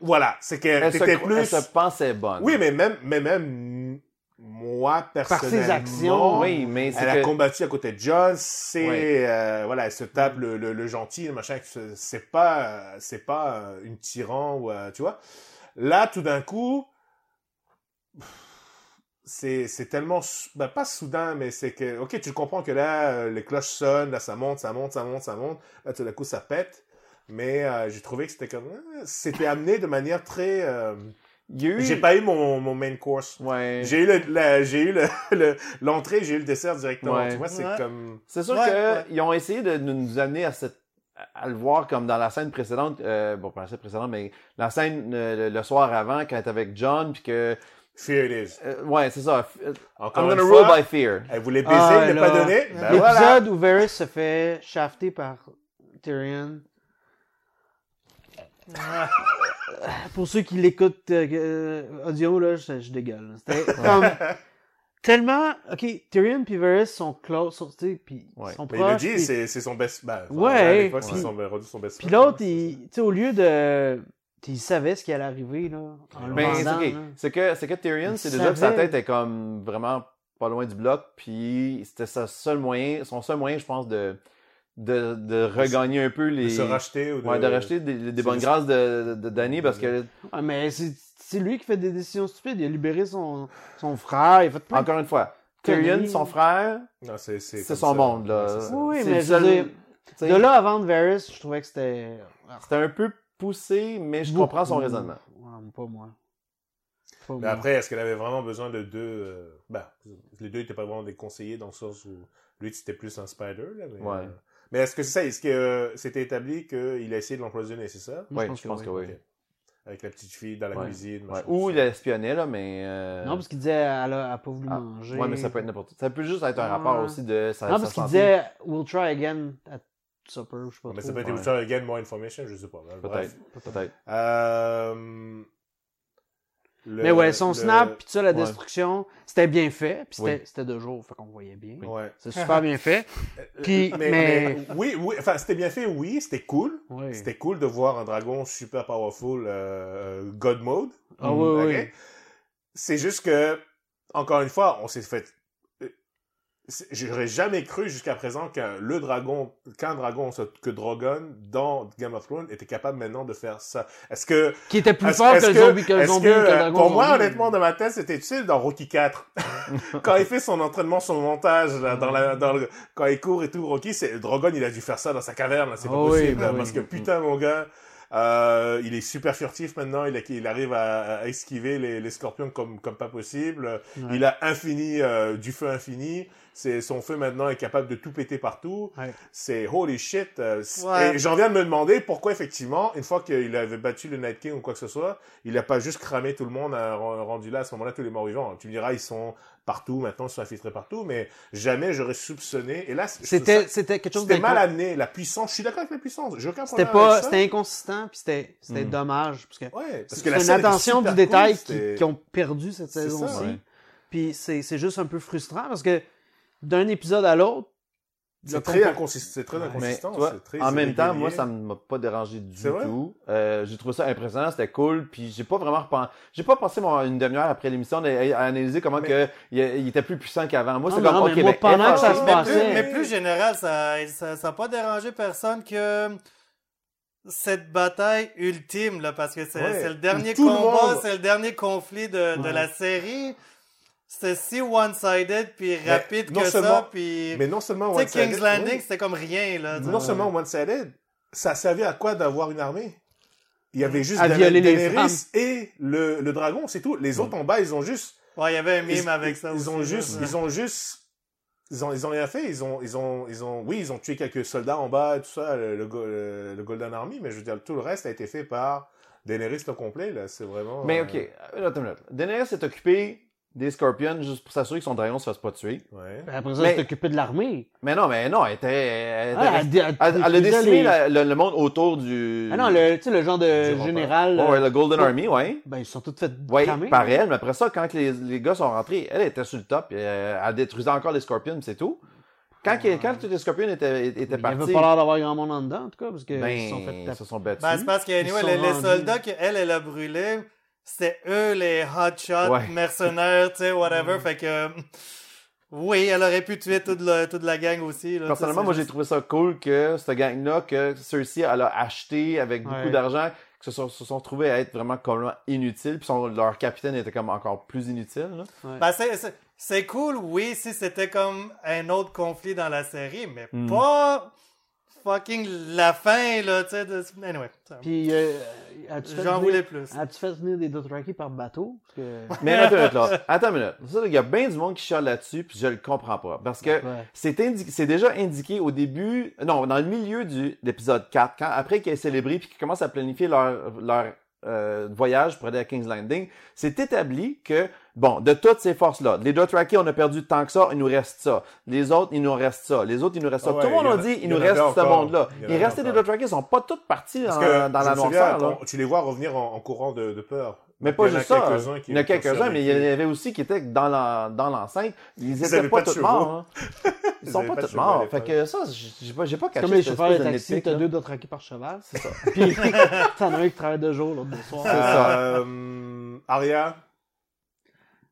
A: voilà, c'est qu'elle
C: Elle se,
A: était
C: cro-
A: plus,
C: elle se pensait bonne.
A: oui, mais même, mais même moi
D: ses
A: personnellement,
D: actions,
C: Oui, mais c'est
A: elle a
C: que-
A: combattu à côté de John, c'est
C: Ouais. Mm.
A: euh, voilà, elle se tape le, le, le gentil, le machin, c'est- c'est pas euh, c'est pas euh, une tyran ou euh, tu vois. Là, tout d'un coup, pff, c'est c'est tellement sou- ben, pas soudain, mais c'est que ok, tu comprends que là euh, les cloches sonnent, là ça monte, ça monte, ça monte, ça monte, là tout d'un coup ça pète. Mais euh, j'ai trouvé que c'était comme euh, c'était amené de manière très. euh,
C: Il y a eu-
A: J'ai pas eu mon, mon main course.
C: Ouais.
A: J'ai eu le, la- j'ai eu le, le- l'entrée, j'ai eu le dessert directement.
C: Ouais.
A: Tu vois, c'est
B: Ouais.
A: comme.
C: C'est sûr
B: Ouais, ouais.
C: qu'ils ont essayé de nous nous amener à cette à le voir comme dans la scène précédente, euh, bon pas la scène précédente, mais la scène euh, le, le soir avant quand elle est avec John, puis que
A: Fear it is.
C: euh, ouais c'est ça. f- euh,
A: Encore
C: I'm
A: une
C: gonna
A: fois,
C: rule by fear.
A: elle voulait baiser,
D: Ah,
A: il l'a pas
D: là.
A: donné. Ben
D: L'épisode
A: voilà.
D: où Varys se fait shafter par Tyrion. Pour ceux qui l'écoutent euh, euh, audio, là, je, je dégueule. là. C'était comme tellement... OK, Tyrion puis Varys sont close, sont, tu sais, puis
C: Ouais.
D: sont
A: Mais il le
D: proches.
A: dit,
D: puis-
A: c'est, c'est son best. Ben, enfin,
D: Ouais.
A: à l'époque, c'est
C: Ouais.
A: son, ben, rendu son best.
D: Puis
A: friend.
D: l'autre, il, tu sais, au lieu de... Il savait ce qui allait arriver, là, en le
C: Ben, c'est
D: vendant,
C: ok.
D: là.
C: C'est que, c'est que Tyrion,
D: Il
C: c'est déjà que sa
D: savait.
C: tête est comme vraiment pas loin du bloc, puis c'était sa seule moyen, son seul moyen, je pense, de, de, de regagner un peu
A: De
C: les.
A: se racheter ou de.
C: Ouais, de racheter des, des
A: c'est
C: bonnes
A: le-
C: grâces de, de Danny parce que,
D: Ah, mais c'est c'est lui qui fait des décisions stupides. Il a libéré son, son frère, il a fait plein de
C: encore une fois,
D: Conneries.
C: Tyrion, son frère,
A: Non, c'est, c'est,
C: c'est
A: comme
C: son
A: ça.
C: monde, là.
A: Ouais, c'est ça.
D: Oui,
C: C'est
D: mais
C: le
D: je
C: seul-
D: veux dire,
C: tu sais,
D: De là à vendre Varys, je trouvais que c'était.
C: C'était un peu poussé, mais je comprends son raisonnement.
D: Ouais, pas moi. Pas
A: Mais
D: moi.
A: après, est-ce qu'elle avait vraiment besoin de deux. euh, Ben, les deux n'étaient pas vraiment des conseillers dans le sens où lui, c'était plus un spider. Là, mais
C: Ouais.
A: euh, mais est-ce que c'est ça Est-ce que euh, c'était établi qu'il a essayé de l'empoisonner, c'est ça
D: Moi,
C: Ouais, je pense que oui.
A: Ok. Avec la petite fille dans la
C: Ouais.
A: cuisine.
C: Ouais.
A: machin,
C: Ou
A: tout
C: il
A: ça.
C: espionnait, là, mais. euh,
D: Non, parce qu'il disait, elle a, elle a pas voulu
C: Ah,
D: manger.
C: Ouais, mais ça peut être n'importe Ça peut juste être un
D: Ouais.
C: rapport aussi de. Ça,
D: Ah. Non, parce qu'il disait, we'll try again at supper, je sais pas
A: Mais ça
D: trop.
A: peut être
C: Ouais.
A: Witcher Again, More Information, je sais pas. Bref.
C: Peut-être. Peut-être.
A: Euh, le-
D: Mais ouais, son
A: le-
D: snap, puis tout ça, la
C: Ouais.
D: destruction, c'était bien fait, puis c'était
C: Oui.
D: c'était de jour, fait qu'on voyait bien.
A: Ouais. Euh,
D: C'est super bien fait. Puis, mais...
A: oui, oui, enfin, c'était bien fait, oui, c'était cool.
D: Oui.
A: C'était cool de voir un dragon super powerful, euh, God Mode.
D: Ah oui,
A: ok?
D: oui.
A: C'est juste que, encore une fois, on s'est fait. euh, c'est- J'aurais jamais cru jusqu'à présent qu'un le dragon, qu'un dragon, se- que Drogon dans Game of Thrones était capable maintenant de faire ça. Est-ce que,
D: Qui était plus
A: est-ce-
D: fort que
A: est-ce
D: le zombie, que le
A: est-ce
D: zombie,
A: que,
D: que le
A: euh,
D: dragon
A: pour moi,
D: zombie.
A: honnêtement, dans ma tête, c'était tu sais, dans Rocky 4. quand il fait son entraînement, son montage, là, dans la, dans le- quand il court et tout, Rocky, c'est, Drogon, il a dû faire ça dans sa caverne, là, c'est pas
D: Ah oui,
A: possible,
D: bah
A: là,
D: oui.
A: parce que putain, mon gars, euh, il est super furtif maintenant, il, a- il arrive à, à esquiver les, les scorpions comme, comme pas possible,
D: Ouais.
A: il a infini, euh, du feu infini, c'est, son feu maintenant est capable de tout péter partout,
D: Ouais.
A: c'est holy shit, euh, c'est-
B: Ouais.
A: et j'en viens de me demander pourquoi, effectivement, une fois qu'il avait battu le Night King ou quoi que ce soit, il a pas juste cramé tout le monde, hein, ren- rendu là, à ce moment-là, tous les morts vivants, tu me diras, ils sont partout, maintenant, ils sont infiltrés partout, mais jamais j'aurais soupçonné, et là, c'est-
D: C'était,
A: ça-
D: c'était quelque chose
A: c'était mal
D: d'incon-
A: amené, la puissance, je suis d'accord avec la puissance, j'ai aucun
D: C'était
A: problème
D: pas,
A: avec ça.
D: c'était inconsistant, puis c'était, c'était
C: Mm.
D: dommage, parce que
A: Ouais, parce
D: c'est
A: que la
D: une
A: scène était
D: attention
A: super
D: du détail
A: cool,
D: qui-
A: c'était-
D: qui, ont perdu cette
A: C'est ça,
D: saison-ci.
C: ouais.
D: Puis c'est, c'est juste un peu frustrant parce que d'un épisode à l'autre, le
A: C'est très,
D: compo-
A: inconsist- c'est très
D: Ouais.
C: Mais, tu
A: inconsistant,
C: vois,
A: c'est très
C: en même temps,
A: irrégulier.
C: moi, ça ne m'a pas dérangé du
A: C'est vrai?
C: tout. Euh, j'ai trouvé ça impressionnant, c'était cool. Puis j'ai pas vraiment repensé. J'ai pas passé mon- une demi-heure après l'émission à- à analyser comment
A: Mais-
C: que il, euh, il était plus puissant qu'avant. Moi,
D: Non,
C: c'est
D: mais
C: comme
D: Ah, non,
C: ok,
D: mais moi,
C: ben,
D: pendant
C: elle-
D: que ça se
B: mais,
D: passait.
B: plus, mais plus général, ça n'a ça, ça a pas dérangé personne que cette bataille ultime, là, parce que c'est
A: Ouais.
B: c'est le dernier
A: Tout le
B: combat,
A: monde.
B: c'est le dernier conflit de, de
D: Ouais.
B: la série. C'est si one-sided, puis
A: Mais
B: rapide
A: non
B: que
A: seulement-
B: ça, puis...
A: Mais non seulement
B: Tu sais,
A: one-sided,
B: King's Landing,
A: oui.
B: c'était comme rien, là. tu
A: Non
B: sais.
A: seulement one-sided, ça servait à quoi d'avoir une armée Il y avait juste
D: À
A: Dana-
D: violer les
A: Daenerys et le, le dragon, c'est tout. Les autres en bas, ils ont juste,
B: Ouais, il y avait un
A: ils,
B: mime avec
A: ils-
B: ça aussi,
A: ils ont
B: là,
A: juste,
B: ça.
A: ils ont juste, ils ont, ils ont rien fait. Ils ont, ils ont, ils ont, oui, ils ont tué quelques soldats en bas, tout ça, le, le go- le- le Golden Army, mais je veux dire, tout le reste a été fait par Daenerys au complet. Là, c'est vraiment.
C: Mais
A: euh,
C: ok, euh, attends une minute. Daenerys s'est occupé des scorpions juste pour s'assurer que son dragon se fasse pas tuer.
A: ouais.
D: Ben, Après ça,
C: Mais-
D: elle s'est occupée de l'armée.
C: Mais non, mais non, elle était. Elle, était
D: Ah,
C: restée-
D: elle, elle-
C: elle- elle a
D: détruisait
C: décimé
D: les-
C: la- le, le monde autour du.
D: Ah non, le, tu sais, le genre de
A: Du
D: général.
C: Ouais, ouais, le Golden
D: euh,
C: Army, ouais.
D: Ben, ils se sont tous fait
C: Oui,
D: cramer.
C: par elle, mais après ça, quand les, les gars sont rentrés, elle était sur le top, et, euh, elle détruisait encore les scorpions, c'est tout. Quand, que-
D: Ouais.
C: quand tous les scorpions étaient, étaient
D: Ah. Il n'y avait
C: partis,
D: pas l'air d'avoir grand monde en dedans, en tout cas, parce que
C: ben,
D: ils se sont fait
C: ils
D: taper.
C: se sont battus.
B: Ben, c'est parce que, anyway,
D: sont
B: les, les
D: rendus.
B: soldats qu'elle, elle a brûlés, c'était eux les hotshots,
C: Ouais.
B: mercenaires, tu sais, whatever. Fait que, oui, elle aurait pu tuer toute, la- toute la gang aussi. Là,
C: Personnellement, moi, j'ai trouvé ça cool que cette gang-là, que ceux-ci, elle a acheté avec beaucoup
D: Ouais.
C: d'argent, que se sont, se sont retrouvés à être vraiment complètement inutiles, puis son- leur capitaine était comme encore plus inutile. là.
D: Ouais.
B: Ben, c'est- c'est- c'est cool, oui, si c'était comme un autre conflit dans la série, mais
C: Hmm.
B: pas fucking la fin, là, tu sais. de- Anyway, ça-
D: Puis, euh, as-tu fait,
B: j'en voulais
D: venir-
B: plus.
D: as-tu fait venir des Dothraki par bateau? Parce que...
C: Mais attends une minute, là. Attends une minute. Ça, il y a bien du monde qui chiale là-dessus, puis je le comprends pas. Parce que
D: Ouais.
C: c'est indi- c'est déjà indiqué au début, non, dans le milieu du, de l'épisode 4, quand, après qu'ils aient célébré puis qu'ils commencent à planifier leur, leur euh, voyage pour aller à King's Landing, c'est établi que, bon, de toutes ces forces-là, les Dothraki, on a perdu tant que ça, il nous reste ça. Les autres, il nous reste ça. Les autres, il nous reste ça.
A: Ah ouais,
C: Tout le monde
A: il y
C: a
A: en a-
C: dit,
A: il
C: il
A: y
C: nous
A: en
C: reste
A: avait
C: ce
A: encore.
C: monde-là.
A: Il y en
C: Il
A: avait
C: restait des
A: encore.
C: Dothraki, ils sont pas tous partis
A: Parce
C: dans,
A: que
C: dans
A: je
C: la
A: me souviens,
C: noirceur, là.
A: on- tu les vois revenir en, en courant de, de peur.
C: Mais pas
A: Il y en a
C: juste ça.
A: quelques-uns qui
C: Il y en a
A: ont
C: quelques-uns, mais il y en
A: survécu.
C: avait aussi qui étaient dans la- dans l'enceinte. Ils étaient
A: avaient
C: pas
A: pas de
C: tous
A: chevaux.
C: morts. hein. Ils sont
A: avaient
C: pas
A: pas de
C: tous
A: chevaux à
C: morts. Fait
A: l'époque.
C: que ça, j'ai- j'ai pas, j'ai pas
D: C'est
C: caché
D: comme les
C: cette
D: chauffeurs de
C: espèce
D: taxi,
C: nitpick,
D: t'as
C: là.
D: deux Dothraki par cheval.
C: C'est ça.
D: Puis, t'en as un qui travaille de jour, l'autre de soir.
A: Euh, Aria.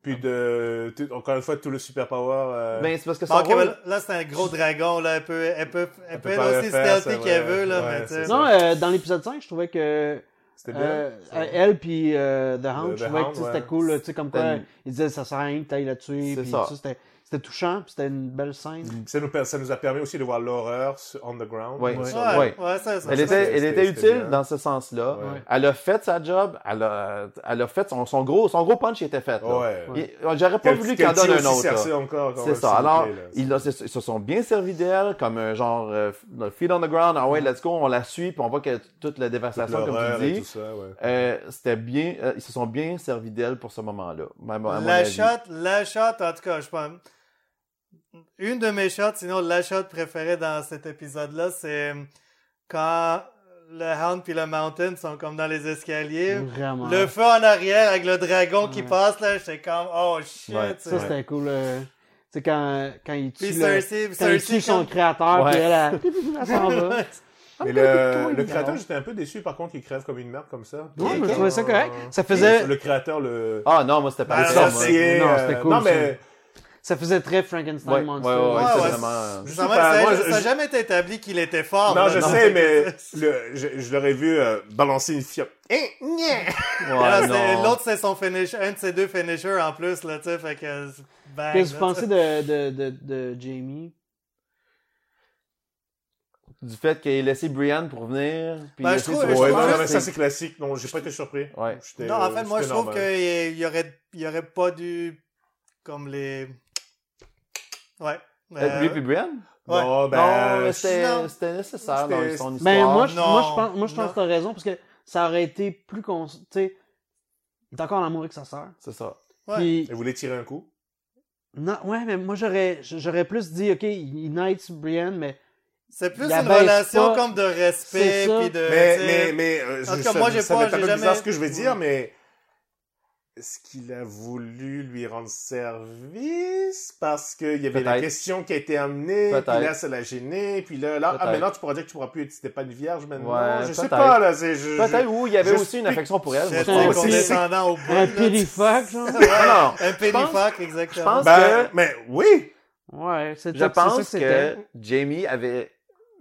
A: Puis de, tout- encore une fois, tout le superpower. Euh,
C: Ben, c'est parce que
B: Bon,
C: son
B: ok,
C: rôle-
B: ben, là, c'est un gros dragon, là. Elle peut, elle peut, elle
A: peut
B: peut être
A: pas
B: aussi
A: le faire, ça,
B: stealthy
A: ouais.
B: qu'elle veut, là,
A: Ouais,
B: mais tu
A: c'est
B: sais.
A: ça.
D: Non, euh, dans l'épisode 5, je trouvais que
A: C'était bien.
D: euh,
A: ça.
D: elle puis euh, The Hound,
A: The
D: je trouvais que
A: Hound,
D: tu sais,
A: ouais.
D: c'était cool. là, Tu sais, comme quoi,
C: C'était une-
D: il disait ça sert à rien que t'ailles là-dessus.
C: C'est
D: puis
C: ça.
D: tout ça, C'était c'était C'était touchant, puis c'était une belle scène.
A: Ça nous, per- ça nous a permis aussi de voir l'horreur sur- on the ground.
C: Ouais.
A: Sur-
C: Ouais.
B: ça, ça, ça,
C: Elle
A: c'est-
C: était, elle
A: c'est-
C: était
A: c'est
C: utile
A: bien.
C: dans ce sens-là.
A: Ouais.
C: Elle a fait sa job. Elle a, elle a fait son, son gros, son gros punch était fait. là.
A: Ouais.
D: Ouais.
C: Et- euh, J'aurais pas voulu qu'elle donne un autre. là.
A: C'est encore. quand
C: C'est
A: même,
C: ça.
A: s'il vous
C: Alors,
A: plaît, là.
C: ils, l'ont- ils se sont bien servis d'elle comme un genre euh, feed on the ground. Ah ouais, let's go, on la suit, puis on voit que toute la dévastation, comme
A: L'horreur
C: tu
A: et tout
C: dis.
A: ça, ouais.
C: euh, C'était bien. euh, ils se sont bien servis d'elle pour ce moment-là. même à mon
B: la
C: avis.
B: shot, la shot, en tout cas, je pense. Une de mes shots, sinon la shot préférée dans cet épisode-là, c'est euh, quand le Hound puis le Mountain sont comme dans les escaliers.
D: Vraiment.
B: Le feu en arrière avec le dragon qui
D: Ouais.
B: passe, là, j'étais comme, oh shit.
C: Ouais,
D: Ça,
B: c'est-
D: c'était cool. euh, Tu sais, quand, quand il tue,
B: Puis
D: le-
B: Cersei, puis
D: quand il
B: Cersei
D: tue son
B: comme-
D: créateur,
C: Ouais.
D: puis elle, elle, elle, s'en va.
A: Mais le,
D: Ah, oui,
A: le
D: oui,
A: créateur,
D: alors.
A: j'étais un peu déçu par contre qu'il crève comme une merde comme ça.
D: Non, mais je
A: Euh,
D: trouvais ça correct. Ça
A: Le,
D: faisait,
A: créateur, le.
C: Ah non, moi c'était
B: Ah,
C: pas
A: le
B: ça,
C: ça. moi.
D: c'est-
A: sorcier.
D: non,
A: euh,
D: c'était cool,
A: Non,
D: ça.
A: mais.
D: ça faisait très Frankenstein
C: Ouais, ouais,
D: Monster.
C: ouais, ouais,
B: Ouais,
C: c'est
B: ouais, Justement,
C: vraiment.
A: Je sais pas,
B: ça,
A: moi,
B: ça
A: je-
B: a jamais été établi qu'il était fort.
A: Non,
B: là,
A: je
B: dans
A: sais,
B: cet
A: mais
B: épisode.
A: le, je, je l'aurais vu euh, balancer une fiole. Eh, gna!
C: Ouais,
B: Là, c'est-
C: non.
B: L'autre, c'est son finisher, un de ses deux finishers en plus, là, tu sais, fait que. bang,
D: Qu'est-ce
B: là,
D: que vous pensez de, de, de, de Jamie?
C: Du fait qu'il ait laissé Brian pour venir. Puis
B: Ben,
C: il
B: je
C: a fait
B: trouve-
C: son-
B: je
A: Ouais,
B: trouve
A: non,
B: juste-
A: mais ça c'est classique. Non, j'ai pas été surpris.
C: Ouais.
A: J'étais,
B: Non, en
A: euh,
B: fait, moi, je
A: c'était
B: trouve
A: normal.
B: qu'il y aurait, il y aurait pas dû, comme les, ouais.
C: Euh,
B: Euh,
C: Lui puis Brian?
B: ouais.
A: Non, ben,
C: Non, mais c'était
B: oh,
C: euh,
B: non.
C: c'était nécessaire dans
A: C'était-
C: son histoire.
D: Ben, moi, je,
B: non,
D: moi, je pense, moi, je
B: non.
D: pense que t'as raison, parce que ça aurait été plus con, tu sais, il est encore en amour avec sa sœur.
C: C'est ça.
B: Ouais.
D: Puis,
A: Elle voulait tirer un coup.
D: non, ouais, mais moi, j'aurais, j'aurais plus dit, OK, il knights Brian, mais
B: c'est plus
D: il
B: une
D: abaisse
B: relation
D: pas.
B: comme de respect
D: C'est ça.
B: puis de.
A: Mais,
B: tu sais,
A: mais, mais, euh,
B: Euh, En
A: je-
B: tout cas,
A: ça-
B: moi, j'ai
A: ça
B: pas-
A: va être un
B: j'ai
A: peu
B: jamais-
A: bizarre ce que je vais dire,
B: Ouais.
A: mais est-ce qu'il a voulu lui rendre service parce qu'il y avait la
C: Peut-être.
A: question qui a été amenée,
C: Peut-être.
A: puis là, ça l'a gêné, puis là, là, ah,
C: Peut-être.
A: maintenant, tu pourras dire que tu pourras plus être, c'était pas une vierge maintenant.
C: Ouais,
A: je sais
C: peut-être.
A: pas, là, c'est, je,
C: Peut-être où il y avait
A: je
C: aussi une
A: suis-
C: affection pour elle. moi, je
B: J'étais
D: Ouais,
C: pense.
D: c'est-
B: condescendant au bout.
D: un
B: là,
D: pity-fuck,
B: tu-
D: genre.
B: Ouais,
C: Non, non.
B: un pédifac, exactement.
C: je pense-
A: je- Ben, mais oui!
D: ouais, c'est
C: Je
D: c'est ça
C: pense
D: c'était.
C: que Jamie avait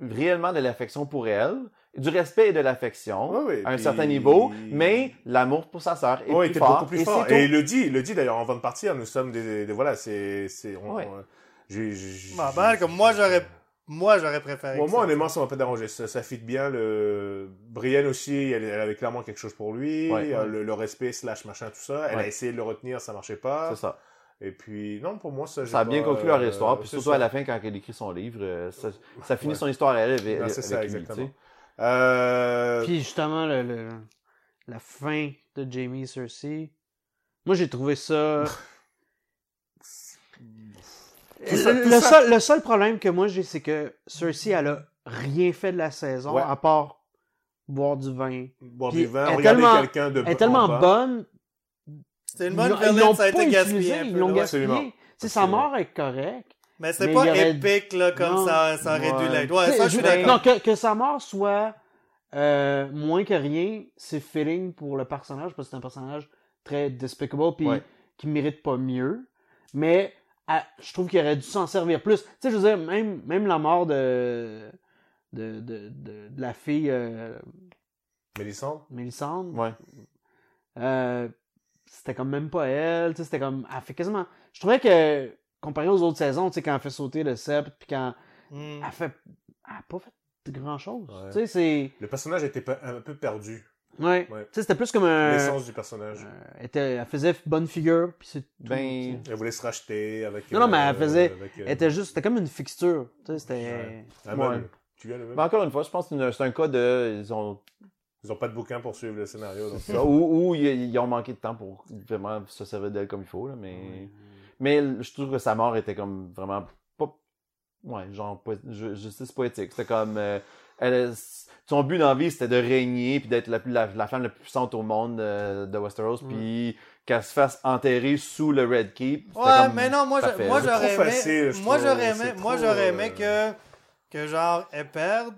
C: réellement de l'affection pour elle, du respect et de l'affection
A: Oui, oui,
C: à un
A: puis-
C: certain niveau, mais l'amour pour sa sœur est
A: Oui,
C: plus
A: était
C: fort.
A: beaucoup plus
C: et
A: fort.
C: c'est
A: Et il
C: tout.
A: le dit, il le dit d'ailleurs, avant de partir, nous sommes des, des- des- voilà, c'est, c'est, on,
C: Ouais.
A: on- j'ai- j'ai-
B: Bah, ben, comme moi, j'aurais- Moi, j'aurais préféré.
A: Bon,
B: que
A: moi,
B: ça.
A: honnêtement, ça m'a pas dérangé. Ça, ça fit bien. Le... Brienne aussi, elle, elle avait clairement quelque chose pour lui.
C: Ouais.
A: Euh, Le, le respect, slash, machin, tout ça. Elle a
C: Ouais.
A: essayé de le retenir, ça marchait pas.
C: C'est ça.
A: Et puis, non, pour moi, ça. j'ai
C: Ça a bien
A: pas,
C: conclu leur
A: euh,
C: histoire, puis
A: c'est
C: surtout
A: ça.
C: à la fin, quand elle écrit son livre, euh, ça, ça finit
A: Ouais.
C: son histoire à elle avec,
A: Non, Ben, c'est ça,
C: avec lui,
A: exactement.
C: tu sais.
A: Euh...
D: Puis justement, le, le- le- la fin de Jamie et Cersei, moi j'ai trouvé ça.
A: Tout ça-
D: le,
A: tout
D: le
A: ça-
D: Seul, le seul problème que moi j'ai, c'est que Cersei, elle a rien fait de la saison
A: Ouais.
D: à part boire du vin.
A: Boire
D: puis
A: du vin,
D: elle est
A: regarder
D: tellement-
A: quelqu'un de
D: Elle est tellement
A: en bas.
D: bonne.
B: C'était une
D: ils
B: bonne
D: l'ont- ils l'ont
B: violence, ça a
D: pas
B: été gaspillé.
D: utilisée,
B: un peu,
D: Ils l'ont
B: là.
A: Absolument.
D: gaspillé. Tu sais, sa
A: Absolument.
D: mort est correcte.
B: Mais c'est
D: Mais
B: pas
D: il y aurait-
B: épique, là, comme
D: Non.
B: ça, ça aurait dû
C: Ouais.
B: l'être.
D: Tu
B: Ouais,
D: sais,
B: ça, je suis
D: veux-
B: d'accord.
D: Non, que, que sa mort soit euh, moins que rien, c'est feeling pour le personnage, parce que c'est un personnage très despicable puis
C: Ouais.
D: qui mérite pas mieux. Mais à- je trouve qu'il aurait dû s'en servir plus. Tu sais, je veux dire, même, même la mort de, de, de, de, de la fille euh,
A: Mélissandre.
D: Mélissandre,
C: Ouais.
D: euh, c'était comme même pas elle, tu sais, c'était comme. Elle fait quasiment. Je trouvais que, comparé aux autres saisons, tu sais, quand elle fait sauter le sceptre, puis quand
B: Hmm.
D: elle fait elle a pas fait grand chose
A: Ouais.
D: tu sais c'est
A: Le personnage était pe- un peu perdu.
D: ouais,
A: Ouais.
D: tu sais c'était plus comme un
A: L'essence du personnage.
D: euh, elle était elle faisait bonne figure puis c'est tout, tu
C: Ben,
D: sais.
A: Elle voulait se racheter avec.
D: Non, non, mais elle faisait-
A: avec, euh,
D: elle était juste c'était comme une fixture tu sais c'était
A: un
C: ouais.
A: meuble. ben, Tu as le meuble.
B: Bah.
C: mais Ben, encore une fois, je pense que c'est un- c'est un cas de... Ils ont
A: Ils ont pas de bouquin pour suivre le scénario. donc-
C: Ça, ou, ou ils, ils ont manqué de temps pour vraiment se servir d'elle comme il faut, là, mais... Mais je trouve que sa mort était comme vraiment pas... Ouais, genre po- ju- justice poétique. C'était comme... euh, elle, son but dans la vie, c'était de régner, puis d'être la, plus- la, la femme la plus puissante au monde euh, de Westeros,
D: Ouais.
C: puis qu'elle se fasse enterrer sous le Red Keep. C'était
B: Ouais,
C: comme-
B: mais non, moi,
C: parfait.
B: je- moi
C: C'est
B: j'aurais
A: trop
B: aimé.
A: facile, je
B: moi,
A: trouve.
B: j'aurais aimé,
A: C'est
B: moi,
A: trop, euh,
B: j'aurais aimé que, que, genre, elle perde,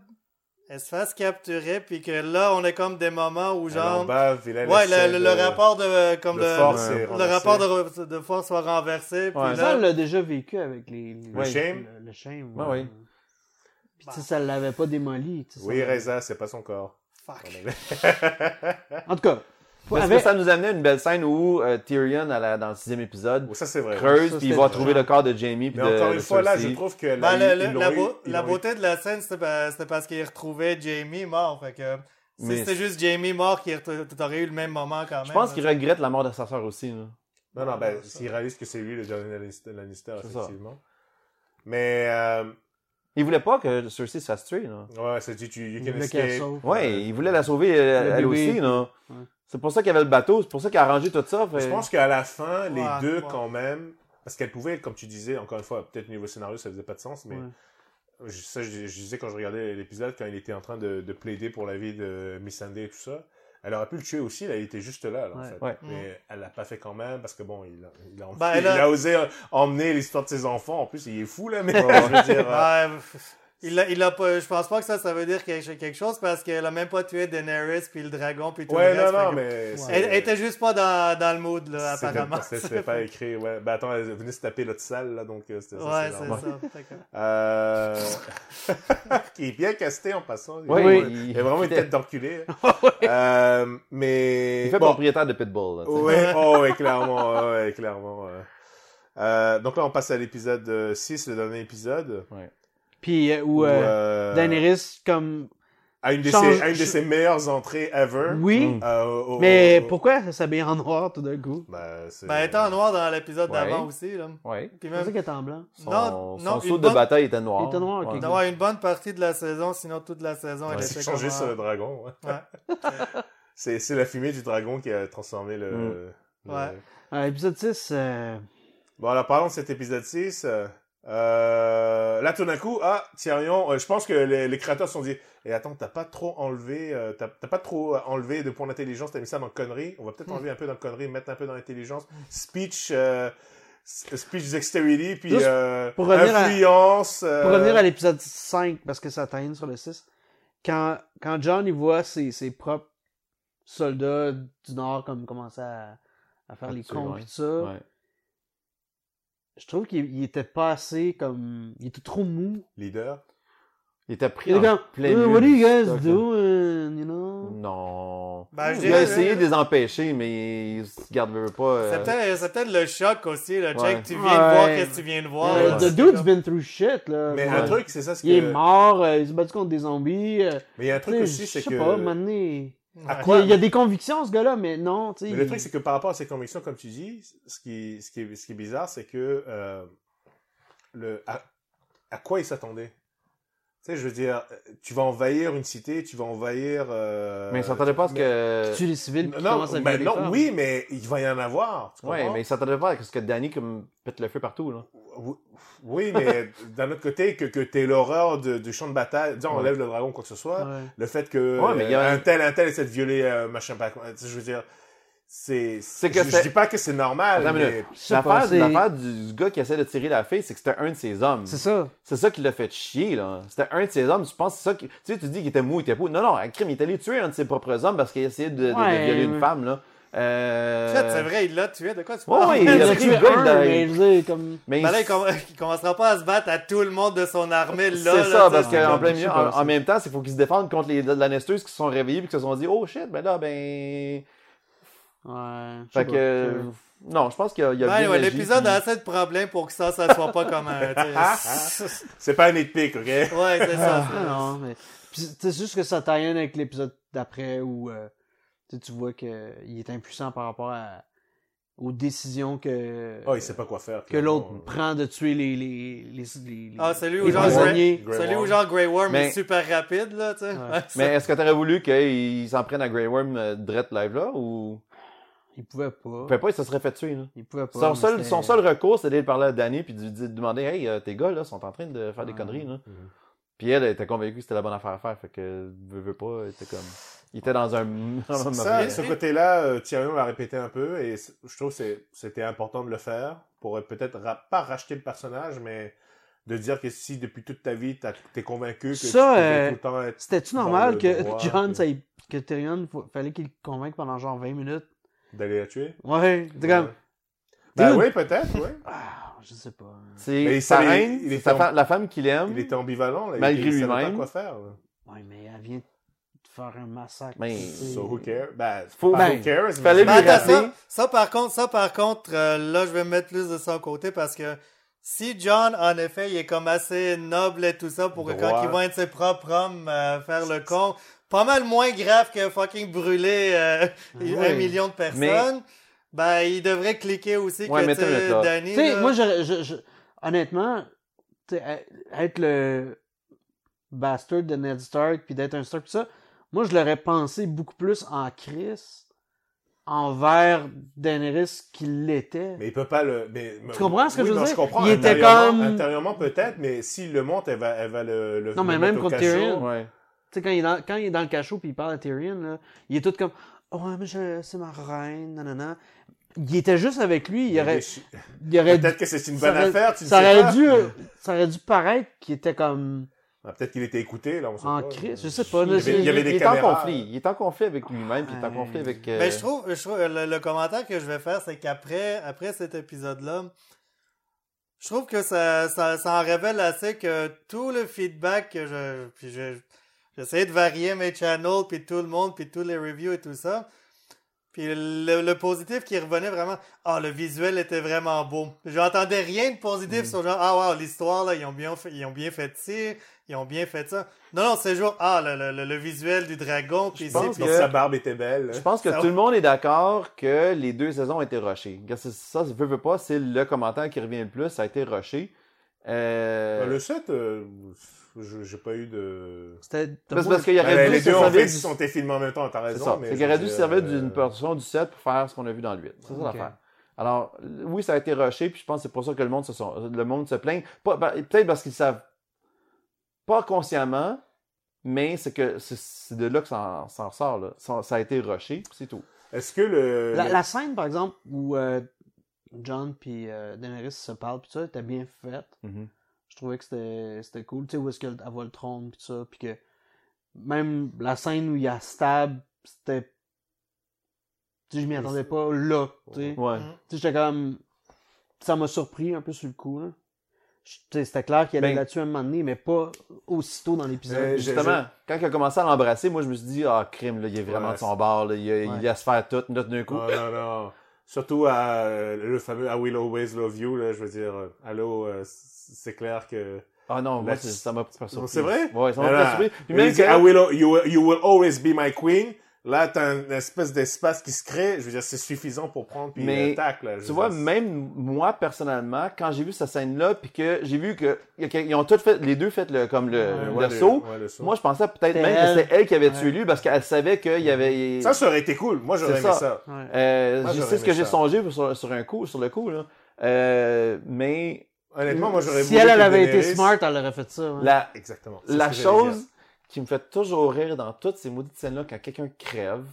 B: elle se fasse capturer, puis que là, on est comme des moments où,
A: Elle en
B: genre.
A: bave, et là, elle
B: Ouais,
A: essaie
B: le, le-
A: de-
B: le rapport de. Comme
A: Le
B: de-
A: force
B: le,
A: est renversé.
B: rapport de, de force soit renversé, puis
C: Ouais.
D: ça
B: là.
D: elle l'a déjà vécu avec les, les-
A: Le shame?
D: le, le shame
C: Ouais, ouais.
D: Puis, tu sais, ça l'avait pas démoli tu sais,
A: Oui,
D: ça-
A: Reza, c'est pas son corps.
B: Fuck.
A: En anglais.
D: en tout cas
C: Parce
D: avec-
C: que ça nous amenait à une belle scène où euh, Tyrion, à la- dans le sixième épisode,
A: Oh, ça, c'est vrai.
C: creuse,
D: Ça,
C: puis il
D: c'était
C: va
D: le
C: trouver le corps de Jamie. puis
A: Mais
C: de-
A: encore
C: de
A: une fois, là, je
C: Cersei.
A: trouve que
B: Ben,
A: là, ils-
B: le- le-
A: ils l'ont
B: la,
A: eu-
B: beau-
A: ils
B: la
A: l'ont eu.
B: beauté de la scène, c'était pa- c'était parce qu'il retrouvait Jamie mort. Fait que si
C: Mais-
B: c'était juste Jamie mort, qui ret- t'aurais eu le même moment quand même.
C: Je pense
B: là.
A: hein.
C: qu'il regrette la mort de sa sœur aussi. là.
A: Non, non, ben,
B: Ça.
A: s'ils réalisent que c'est lui le John Lannister, Lannister,
C: C'est ça.
A: effectivement. Mais, euh,
C: Il voulait pas que Cersei se fasse tuer. Là.
A: ouais, ça dit, tu, you can
D: Le
A: escape.
D: casseau.
C: Ouais, il voulait la sauver euh,
D: Le
C: elle
D: bébé.
C: aussi. Là.
D: Ouais.
C: C'est pour ça qu'il y avait le bateau, c'est pour ça qu'il a arrangé tout ça. fait-
A: Je pense qu'à la fin, les
B: Ouais,
A: deux,
B: ouais.
A: quand même, parce qu'elle pouvait, comme tu disais, encore une fois, peut-être au niveau scénario, ça faisait pas de sens, mais
D: Ouais.
A: je- ça, je, je disais quand je regardais l'épisode, quand il était en train de, de plaider pour la vie de Missandei et tout ça, elle aurait pu le tuer aussi, là, il était juste là, là, en
D: Ouais.
A: fait.
C: Ouais.
A: Mais elle l'a pas fait quand même, parce que bon, il a, il a,
B: Ben, elle
A: il
B: a-
A: a osé euh, emmener l'histoire de ses enfants, en plus, il est fou, là, mais
C: Ouais.
A: je veux dire, euh,
B: Ouais, pff, il a, il a pas, je pense pas que ça, ça veut dire quelque, quelque chose parce qu'elle a même pas tué Daenerys puis le dragon puis tout
A: Ouais,
B: le
A: non,
B: reste.
A: non,
B: fait que-
A: mais. c'est-
B: Elle, elle était juste pas dans, dans le mood, là,
A: c'était-
B: apparemment.
A: c'était- C'était pas écrit, ouais. Ben attends, elle venait se taper l'autre salle, là, donc euh, c'était ça.
B: Ouais,
A: c'est
B: c'est
A: normal.
B: ça. Fait que-
A: Euh... qui est bien casté en passant. Il-
C: Ouais,
A: il-
C: il-
A: Il a vraiment une tête d'enculé. hein. euh, mais.
C: Il fait
A: bon.
C: propriétaire de Pitbull. là, tu sais.
A: Ouais, oh, ouais, clairement. ouais, Ouais, clairement. euh. Euh, donc là, on passe à l'épisode euh, 6, le dernier épisode.
D: Puis, euh, où
A: où,
D: euh,
A: euh,
D: Daenerys, comme.
A: à une de,
D: change-
A: ses, à une de ses meilleures entrées ever.
D: Oui,
C: Mm.
A: Euh, au- au-
D: mais
A: au-
D: pourquoi elle s'habille en noir tout d'un coup
A: Ben, c'est-
B: Ben, elle était en noir dans l'épisode
C: Ouais.
B: d'avant aussi, là.
C: Ouais.
B: Puis
D: C'est pour
B: même,
D: ça qu'elle est en blanc.
C: Son,
B: Non,
C: son
B: non,
C: saut
B: une
C: de
B: bonne-
C: bataille était noir.
D: Il était noir, ok.
B: d'avoir une bonne partie de la saison, sinon toute la saison,
A: Ouais,
B: elle
A: c'est
B: était
A: changé
B: comme ah. en-
A: sur le dragon. ouais.
B: Ouais.
A: C'est c'est la fumée du dragon qui a transformé le.
C: Mm.
A: le-
B: Ouais.
D: Euh, épisode 6, euh,
A: Bon, alors parlons de cet épisode 6. euh, Euh, là, tout d'un coup, ah, Tyrion, euh, je pense que les, les créateurs se sont dit Et attends, t'as pas trop enlevé, euh, t'as t'as pas trop enlevé de points d'intelligence, t'as mis ça dans conneries. On va
D: Hmm.
A: peut-être enlever un peu dans conneries, mettre un peu dans l'intelligence. Speech, euh, s- speech dexterity, puis
D: Juste
A: euh,
D: pour revenir à-
A: influence. euh,
D: Pour revenir à l'épisode 5, parce que ça termine sur le 6, quand, quand John il voit ses, ses propres soldats du Nord comme commencer à, à faire
C: Ah,
D: les
C: tu-
D: cons
C: ouais.
D: pis tout ça,
C: Ouais.
D: je trouve qu'il il était pas assez comme. Il était trop mou.
A: Leader.
C: Il était pris
D: Il était
C: en
D: comme.
C: plein
D: "Eh,
C: milieu
D: what do
C: du
D: you guys
C: stock, là.
D: doing?
A: Mm.
D: You know? Euh,
C: Non.
B: Ben, je
C: il a
B: dirais-
C: essayé de les empêcher, mais ils se gardent veut pas. euh,
B: C'est peut-être c'est peut-être le choc aussi, là.
C: Ouais.
B: Jack, tu viens
D: Ouais.
B: de voir qu'est-ce que tu viens de voir.
D: Euh,
B: là.
D: the
B: C'est
D: dude's
B: comme-
D: been through shit, là.
A: Mais
D: Euh, Ouais.
A: un truc, c'est ça, ce
D: Il est
A: que-
D: mort, euh, il s'est battu contre des zombies. euh,
A: Mais il y a un truc
D: tu sais,
A: aussi,
D: je
A: c'est
D: sais
A: que.
D: pas, maintenant.
A: à
B: Ouais.
A: quoi-
D: Il y a des convictions, ce gars-là, mais non, tu sais.
A: Mais le
D: il-
A: truc, c'est que par rapport à ses convictions, comme tu dis, ce qui, ce qui, est, ce qui est bizarre, c'est que euh, le, à, à quoi il s'attendait Tu sais, je veux dire, euh, tu vas envahir une cité, tu vas envahir. euh,
C: Mais ils s'attendaient pas à ce que.
D: il tue les civils. puis il
A: Non,
D: commence à
A: ben
D: violer
A: non,
D: les femmes.
A: oui, mais il va y en avoir. tu
C: Ouais,
A: comprends
C: mais ils s'attendaient pas à ce que Danny comme pète le feu partout là.
A: Oui, mais d'un autre côté, que, que t'aies l'horreur de- du champ de bataille, disons, on
C: Ouais.
A: lève le dragon, quoi que ce soit,
D: Ouais.
A: le fait que
C: Ouais, mais il y a
A: euh,
C: un-
A: un tel, un tel essaie de violer euh, machin, pas- tu sais, je veux dire, c'est.
C: C'est que
A: je, je
C: c'est-
A: dis pas que c'est normal,
C: Attends une
A: mais.
C: minute.
D: Je sais pas,
C: L'affaire
D: c'est-
C: l'affaire du, du gars qui essaie de tirer la fille, c'est que c'était un de ses hommes.
D: C'est ça.
C: C'est ça qui l'a fait chier, là. C'était un de ses hommes. Tu penses que c'est ça qui... Tu sais, tu dis qu'il était mou, il était mou. Non, non, un crime, il est allé tuer un de ses propres hommes parce qu'il essayait de, de- de
D: Ouais,
C: violer une
D: ouais.
C: femme, là. Euh...
B: Shit, c'est vrai, il l'a tué. De quoi tu
C: Ouais,
B: parles?
C: ouais, il
D: Oh Il
C: a
D: a
C: pris
D: tué
C: le gars,
D: un,
C: il a-
D: mais je veux dire, comme...
C: Mais
B: Ben là, il, com- il commencera pas à se battre à tout le monde de son armée, là.
C: C'est
B: là,
C: ça,
B: tu sais,
C: parce
B: c'est
C: qu'en
B: comme-
C: plein
D: je sais
C: milieu, en,
D: pas,
C: en
D: c'est-
C: même temps, c'est qu'il faut qu'ils se défendent contre les Lannisters qui se sont réveillés puis qui se sont dit « Oh shit, ben là, ben... »
D: Ouais. je sais
C: Fait
D: pas.
C: que... euh, Non, je pense qu'il y a, il y a
B: Ben,
C: bien
B: ouais,
C: agi,
B: l'épisode
C: puis-
B: a assez de problèmes pour que ça, ça soit pas comme un. tu sais.
A: C'est pas un nitpick, ok?
B: ouais, c'est ça.
D: Ah, non, mais... Puis c'est- c'est juste que ça tie in avec l'épisode d'après où euh, tu sais, tu vois qu'il est impuissant par rapport à... aux décisions que,
A: Oh, il sait pas quoi faire.
D: que l'autre
A: clairement.
D: prend de tuer les... les, les, les, les-
B: Ah, celui où
D: les
B: genre
D: prisonniers.
A: Grey
B: Celui
A: Worm.
B: où genre Grey Worm
C: Mais-
B: est super rapide, là, tu sais.
D: Ouais.
B: Ouais, c'est-
C: Mais est-ce que t'aurais voulu qu'ils s'en prennent à Grey Worm euh, direct live, là, ou...
D: Il pouvait pas.
C: Fait pas, il se serait fait tuer, là.
D: Il pouvait pas.
C: Son
D: mais
C: seul,
D: c'était-
C: son seul recours, c'est d'aller parler à Danny puis de, de- de demander Hey, euh, tes gars, là, sont en train de faire des
D: Ouais.
C: conneries, là.
A: Mhm.
C: Puis elle, elle était convaincue que c'était la bonne affaire à faire, fait que, veux, veux pas, elle était comme. Il était dans un.
A: Ça,
C: dans un-
A: ce côté-là, euh, Tyrion l'a répété un peu et c- je trouve que c'est- c'était important de le faire pour euh, peut-être ra- pas racheter le personnage, mais de dire que si depuis toute ta vie t'as- t'es convaincu que
D: Ça,
A: tu devais
D: euh,
A: tout le temps être.
D: C'était-tu
A: Genre
D: normal
A: le
D: que
A: droit,
D: John,
A: que-
D: ça y- que Tyrion, faut- fallait qu'il le convainque pendant genre 20 minutes?
A: d'aller la tuer.
D: Ouais, c'est comme...
A: Ben
D: Dude.
A: oui, peut-être, oui.
D: Ah, je sais pas.
C: C'est
A: Mais
C: sa
A: il-
C: reine,
A: il
C: c'est
A: était
C: sa
A: en-
C: fa- la femme qu'il aime.
A: Il était ambivalent, là.
C: Malgré
A: il, il savait
C: lui-même.
A: pas quoi faire. là.
D: Ouais, mais elle vient de faire un massacre.
C: Mais-
D: tu sais.
A: Ben,
D: euh,
A: So who cares? Ben,
C: Faut-
A: pas
D: ben,
A: who cares? mais-
C: fallait
B: Mais
C: lui
B: attends,
C: rappeler.
B: ça, ça, par contre, ça par contre, euh, là je vais mettre plus de son côté parce que si John en effet il est comme assez noble et tout ça pour que
A: Droit.
B: quand il va être ses propres hommes euh, faire le con, pas mal moins grave que fucking brûler euh, un
D: Ouais.
B: million de personnes.
C: Mais-
B: Ben, il devrait cliquer aussi
C: Ouais,
B: que
C: mais
B: tu sais,
C: t'as le tort.
B: Danny,
D: Tu sais,
B: là-
D: moi, je, je, je- honnêtement, tu sais, être le bastard de Ned Stark, puis d'être un Stark, tout ça, moi, je l'aurais pensé beaucoup plus en Chris envers Daenerys qu'il l'était.
A: Mais il peut pas le. Mais, mais-
D: comprends ce que
A: oui,
D: je veux
A: non,
D: dire?
A: Je comprends.
D: Il était
A: intérieurement-
D: comme-
A: Intérieurement, peut-être, mais s'il le monte, elle va, elle va le, le.
D: Non, mais
A: le
D: même
A: mettre au
D: contre
A: cachot.
D: Tyrion.
C: Ouais.
D: Tu sais, quand, il est dans- quand il est dans le cachot puis il parle à Tyrion, là, il est tout comme « Ouais, mais je- c'est ma reine, nanana. » Il était juste avec lui, il
A: Mais
D: aurait...
A: je-
D: Il aurait
A: Peut-être que c'est une
D: ça
A: bonne
D: aurait-
A: affaire, tu ne
D: ça
A: sais pas.
D: aurait, dû, euh, ça aurait dû paraître qu'il était comme
A: Ah, peut-être qu'il était écouté, là, on sait
D: en
A: pas.
D: crise. Je sais pas.
A: Il
D: là,
A: y avait- il y avait
D: c'est-
A: des
C: il est en
A: caméras. Ben,
C: conflit. Il est en conflit avec lui-même, puis il est en
D: Ouais.
C: conflit avec. euh,
B: Mais Ben, je trouve, je trouve le, le commentaire que je vais faire, c'est qu'après après cet épisode-là, je trouve que ça, ça, ça en révèle assez que tout le feedback que je. Puis je- j'essayais de varier mes channels, puis tout le monde, puis tous les reviews et tout ça. Puis le, le positif qui revenait vraiment, ah, le visuel était vraiment beau. J'entendais rien de
C: Mm.
B: positif sur genre, ah, wow, l'histoire, là, ils ont, bien fait, ils ont bien fait ci, ils ont bien fait ça. Non, non, c'est juste, ah, le, le, le- le visuel du dragon, puis
C: pense
B: c'est
A: Donc,
C: que-
A: sa barbe était belle.
C: Je pense que
B: Ça-
C: tout le monde est d'accord que les deux saisons ont été rushées. Regarde, c'est- Ça, ça veut, veut pas, c'est le commentaire qui revient le plus, ça a été rushé. Euh,
A: Euh, Le 7, euh, je- j'ai pas eu de.
D: C'était
C: parce- parce qu'il y
A: Ben,
C: aurait dû
A: les
C: se
A: deux en
C: servir
A: fait, ils
C: du-
A: se sont été filmés en même temps, t'as
C: C'est
A: raison.
C: ça.
A: mais
C: C'est
A: je
C: qu'il aurait
A: veux
C: dû
A: dire,
C: servir
A: euh,
C: d'une portion du set pour faire ce qu'on a vu dans le 8. C'est ça
D: Ok.
C: l'affaire. Alors, oui, ça a été rushé, puis je pense que c'est pour ça que le monde se, sont- le monde se plaint. Pas- ben, Peut-être parce qu'ils savent pas consciemment, mais c'est que c'est- c'est de là que ça en, ça en ressort. Là. Ça, ça a été rushé, puis c'est tout.
A: Est-ce que le.
D: La,
A: le-
D: la scène, par exemple, où euh, John puis euh, Daenerys se parlent, puis tout ça, était bien faite.
C: Mhm.
D: Je trouvais que c'était- c'était cool. Tu sais, où est-ce qu'elle elle voit le trône, puis tout ça, puis que même la scène où il y a stab, c'était. Tu sais, je m'y attendais pas là, tu sais.
C: Ouais.
A: Mm-hmm.
D: Tu sais, j'étais comme. Ça m'a surpris un peu sur le coup, là. Je- tu sais, C'était clair qu'il allait
C: Ben-
D: là-dessus à un moment donné, mais pas aussitôt dans
A: Euh,
D: l'épisode.
A: je-
C: Justement, quand il a commencé à l'embrasser, moi je me suis dit, ah, crime, là, il est vraiment
A: Ouais,
C: de son bord, là, il, il laisse faire tout, note d'un coup.
A: Oh, non, non. Surtout à, euh, le fameux I Will Always Love You, là, je veux dire, euh, allô, euh, c'est clair que.
C: Ah non, moi,
A: Là,
C: c'est-
A: tu-
C: ça m'a pas surpris.
A: c'est vrai? Ah
C: Ouais, ça m'a
A: Non,
C: pas
A: non.
C: surpris. Puis
A: Il
C: même
A: dit,
C: que-
A: I will, al- you, will- you will always be my queen. Là, t'as une espèce d'espace qui se crée. Je veux dire, c'est suffisant pour prendre puis
C: Mais,
A: euh, tac, là. je
C: Tu
A: veux
C: vois,
A: dire,
C: même moi, personnellement, quand j'ai vu cette scène-là, puis que j'ai vu que, que- ils ont tous fait, les deux fait le, comme le,
A: euh,
C: le
A: ouais,
C: saut,
A: ouais, le saut.
C: moi je pensais peut-être
D: C'était
C: même que
D: elle.
C: c'était elle qui avait
D: Ouais.
C: tué lui parce qu'elle savait qu'il y avait.
A: ça, ça aurait été cool. Moi, j'aurais
C: C'est
A: aimé ça.
C: ça.
D: Ouais.
C: Euh,
A: Moi,
C: je-
A: j'aurais
C: c'est ce que
A: aimé
C: j'ai
A: ça.
C: songé sur, sur un coup, sur le coup, là. Euh, mais
A: Honnêtement, moi, j'aurais
D: si
A: voulu
D: elle, elle
A: que
D: avait été
A: Daenerys-
D: smart, elle aurait fait ça. ouais.
C: la,
A: Exactement. C'est
C: la
A: ce que j'allais dire.
C: chose qui me fait toujours rire dans toutes ces maudites scènes-là quand quelqu'un crève,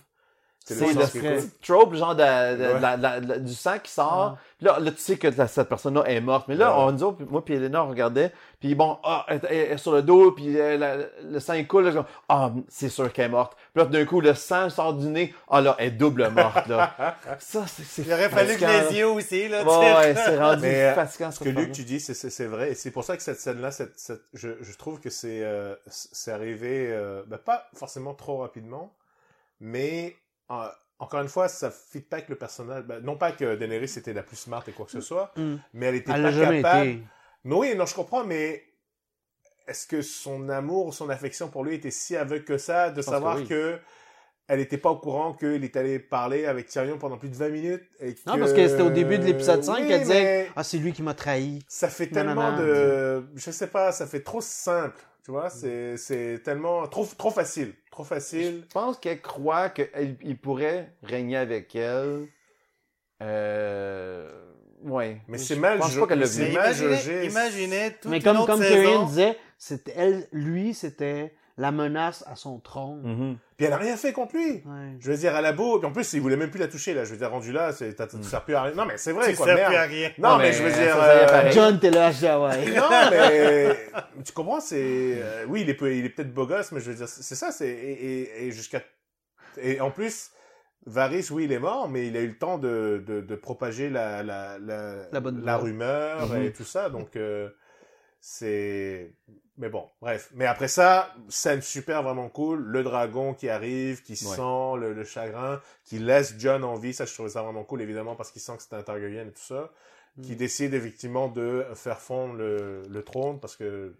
A: C'est
C: c'est
A: le
C: le,
A: sang qui coule.
C: petit trope genre de, de-
A: Ouais.
C: la- la- la- du sang qui
B: Ah.
C: sort. Puis là, là, tu sais que la- cette personne-là est morte. Mais là,
A: Ouais.
C: on nous autres, puis moi puis Elena, on regardait. Puis bon, ah, elle, elle- elle est sur le dos, puis euh, la- le sang il coule. là, je dis, Ah, c'est sûr qu'elle est morte. Puis là, d'un coup, le sang sort du nez. Ah là, elle est double morte, là. Ça, c'est... c'est
B: Il aurait fallu que
C: fatigant,
B: les yeux aussi, là,
C: là.
B: tu sais.
C: Ouais, ouais, c'est rendu
A: Mais, euh,
C: fatigant,
A: Ce que Luc,
C: cette
A: tu dis, c'est- c'est c'est vrai. Et c'est pour ça que cette scène-là, cette- cette- je, je trouve que c'est euh, c'est arrivé, euh, ben, pas forcément trop rapidement, mais euh, encore une fois, ça fit pas avec le personnage. Ben, non pas que Daenerys était la plus smart et quoi que ce soit,
D: Mm.
A: mais elle était
D: Elle
A: pas
D: l'a jamais
A: capable.
D: été.
A: Mais oui, non, je comprends, mais est-ce que son amour ou son affection pour lui était si aveugle que ça de
C: pense
A: savoir que,
C: que oui.
A: elle n'était pas au courant qu'il est allé parler avec Tyrion pendant plus de 20 minutes et
D: Non, parce que c'était au début de l'épisode cinq
A: Oui,
D: qu'elle disait-
A: mais-
D: Ah, c'est lui qui m'a trahi.
A: ça fait
D: Non,
A: tellement
D: non, non,
A: de je sais pas ça fait trop simple tu
C: Mm.
A: vois c'est c'est tellement trop trop facile trop facile
C: Je pense qu'elle croit qu'il pourrait régner avec elle. Euh... Ouais.
A: mais
C: Je
A: c'est mal
C: pense
A: je-
C: pas qu'elle l'a
A: c'est
C: vu.
B: Mais
A: mal
B: imaginez,
A: jaugé.
B: imaginez toute
D: Mais comme,
B: une autre
D: comme Tyrion
B: saison.
D: disait, c'était elle, lui, c'était la menace à son trône.
C: Mhm.
A: puis elle a rien fait contre lui
D: Ouais.
A: je veux dire elle a beau puis en plus il voulait même plus la toucher là je veux dire rendu là c'est t'as-
C: Mm.
A: tu sers plus à rien non mais c'est vrai
B: tu
A: quoi
B: sers
A: merde.
B: plus à rien.
A: non,
C: Non,
A: mais,
C: mais
A: je veux
C: ça,
A: dire
C: ça y est, pareil.
A: euh,
D: John, t'es là, je dis, ah ouais.
A: non mais tu comprends c'est euh, oui il est peu- il est peut-être beau gosse mais je veux dire c'est c'est ça c'est et, et- et jusqu'à et en plus Varys, oui, il est mort, mais il a eu le temps de, de, de propager la, la, la,
D: La bonne
A: la
D: nouvelle.
A: rumeur
C: Mhm.
A: et tout ça. Donc, euh, C'est. Mais bon, bref. Mais après ça, scène super vraiment cool. Le dragon qui arrive, qui
C: Ouais.
A: sent le, le chagrin, qui laisse John en vie. Ça, je trouvais ça vraiment cool, évidemment, parce qu'il sent que c'est un Targaryen et tout ça. Qui
D: Mm.
A: décide effectivement de faire fondre le, le trône parce que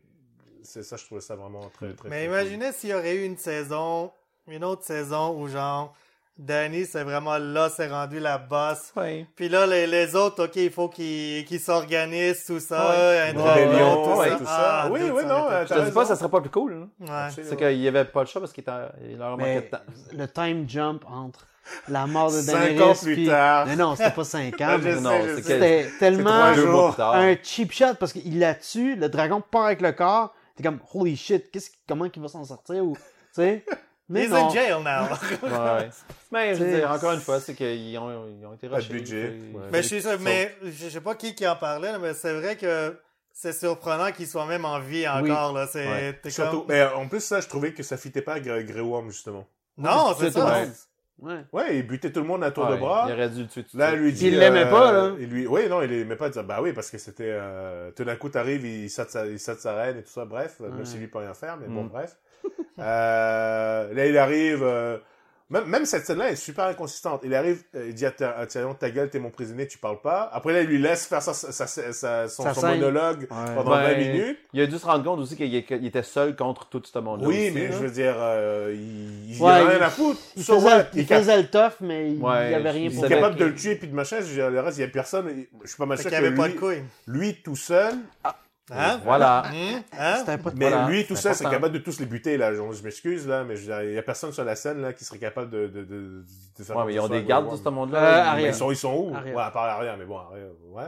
A: c'est ça, je trouvais ça vraiment très, très.
B: Mais
A: très cool.
B: imaginez s'il y aurait eu une saison, une autre saison où genre, Danny, c'est vraiment là, c'est rendu la bosse.
C: Ouais.
B: Puis là, les, les autres, ok, il faut qu'ils qu'ils s'organisent, tout ça,
C: Ouais.
B: un
A: Une
C: Ouais,
A: rébellion,
C: ouais,
A: et
C: ouais.
A: tout ça.
B: Ah,
A: oui,
B: dude,
A: oui,
B: ça
A: non.
B: aurait
A: euh,
B: été-
A: t'as
C: Je dis pas,
A: raison.
C: ça serait pas plus cool. là.
B: Ouais.
A: Absolument.
C: C'est qu'il y avait pas le choix parce qu'il était- il leur manquait de
D: Mais
C: temps.
D: le time jump entre la mort de Daenerys...
A: Cinq ans plus
D: puis-
A: tard. Ah,
D: Mais non, c'était pas 5 ans.
A: Je
D: mais
A: sais,
C: non,
A: je
C: c'est
A: sais.
C: que-
D: C'était tellement
A: trois
C: Deux
A: jours.
C: mois plus tard.
D: un cheap shot parce qu'il la tue, le dragon part avec le corps. T'es comme, holy shit, qu'est-ce, qui- comment qu'il va s'en sortir? Ou, tu sais? Mais
B: He's
D: non.
B: in jail now.
C: Ouais. Mais je veux
D: C'est-
C: dire, encore une fois, c'est qu'ils ont, ils ont été
A: Pas de
C: rushés,
A: budget.
C: ils-
A: Ouais.
B: Mais je suis sûr- mais je sais pas qui qui en parlait, là, mais c'est vrai que c'est surprenant qu'il soit même en vie encore, là. C'est,
C: Ouais.
B: t'es
A: Surtout,
B: comme-
A: mais en plus, ça, je trouvais que ça fitait pas avec euh, Grey Worm, justement.
B: Non,
D: C'est
B: c'est
D: tout
B: ça.
D: le monde. Ouais.
A: Ouais, il butait tout le monde à tour
C: Ouais,
A: de bras.
C: Ah, Il aurait dû le tuer tout de
A: Là,
C: suite.
A: elle lui dit. euh,
D: Il l'aimait pas, là.
A: Il lui... Oui, non, il l'aimait pas. Il disait, bah oui, parce que c'était. Euh... Tout d'un coup, t'arrives, il saute sa... il saute sa reine et tout ça. Bref,
D: Ouais.
A: même si lui peut rien faire, mais
C: Mm.
A: bon, bref. euh... Là, il arrive. euh, Même, même cette scène-là est super inconsistante. Il arrive, euh, il dit à, Tyr- à Tyrion, ta gueule, t'es mon prisonnier, tu parles pas. Après, là, il lui laisse faire sa, sa, sa- sa- son,
D: Sa
A: son
D: scène.
A: monologue pendant
C: Ben,
A: 20 minutes.
C: Il a dû se rendre compte aussi qu'il qu'il était seul contre tout ce monde-là.
A: Oui,
C: aussi,
A: mais
C: là.
A: je veux dire, euh, il, il
D: hein. Ouais,
A: a rien
D: il-
A: à foutre.
D: Il,
A: So
D: faisait,
A: what?
D: il
A: est cap-
D: faisait le tough, mais il
C: Ouais,
D: n'y avait rien
C: il
A: il
D: pour
A: est
C: savait
A: capable
C: que-
A: de le tuer puis de machin. Je veux dire, le reste, il y a personne. Je suis pas mal
B: Fait
A: sûr
B: qu'il
A: que
B: y avait pas de
A: lui-
B: couilles.
A: lui tout seul
B: Hein?
C: Voilà.
B: Hum? Hein?
D: C'était pas de
A: Mais
C: Voilà,
A: lui tout
C: c'est
A: seul, c'est
C: important.
A: capable de tous les buter, là. Je, je m'excuse, là, mais je veux dire, il y a personne sur la scène, là, qui serait capable de, de, de, de faire
C: Ouais,
A: quoi
C: mais
A: que
C: ils
A: ce
C: ont
A: soit,
C: des gardes,
A: ouais,
C: tout ce
D: Euh,
C: monde-là.
A: mais-
D: arrière.
A: mais ils sont, ils sont où?
D: Arya.
A: Ouais, à part l'arrière, mais bon, Arya, ouais.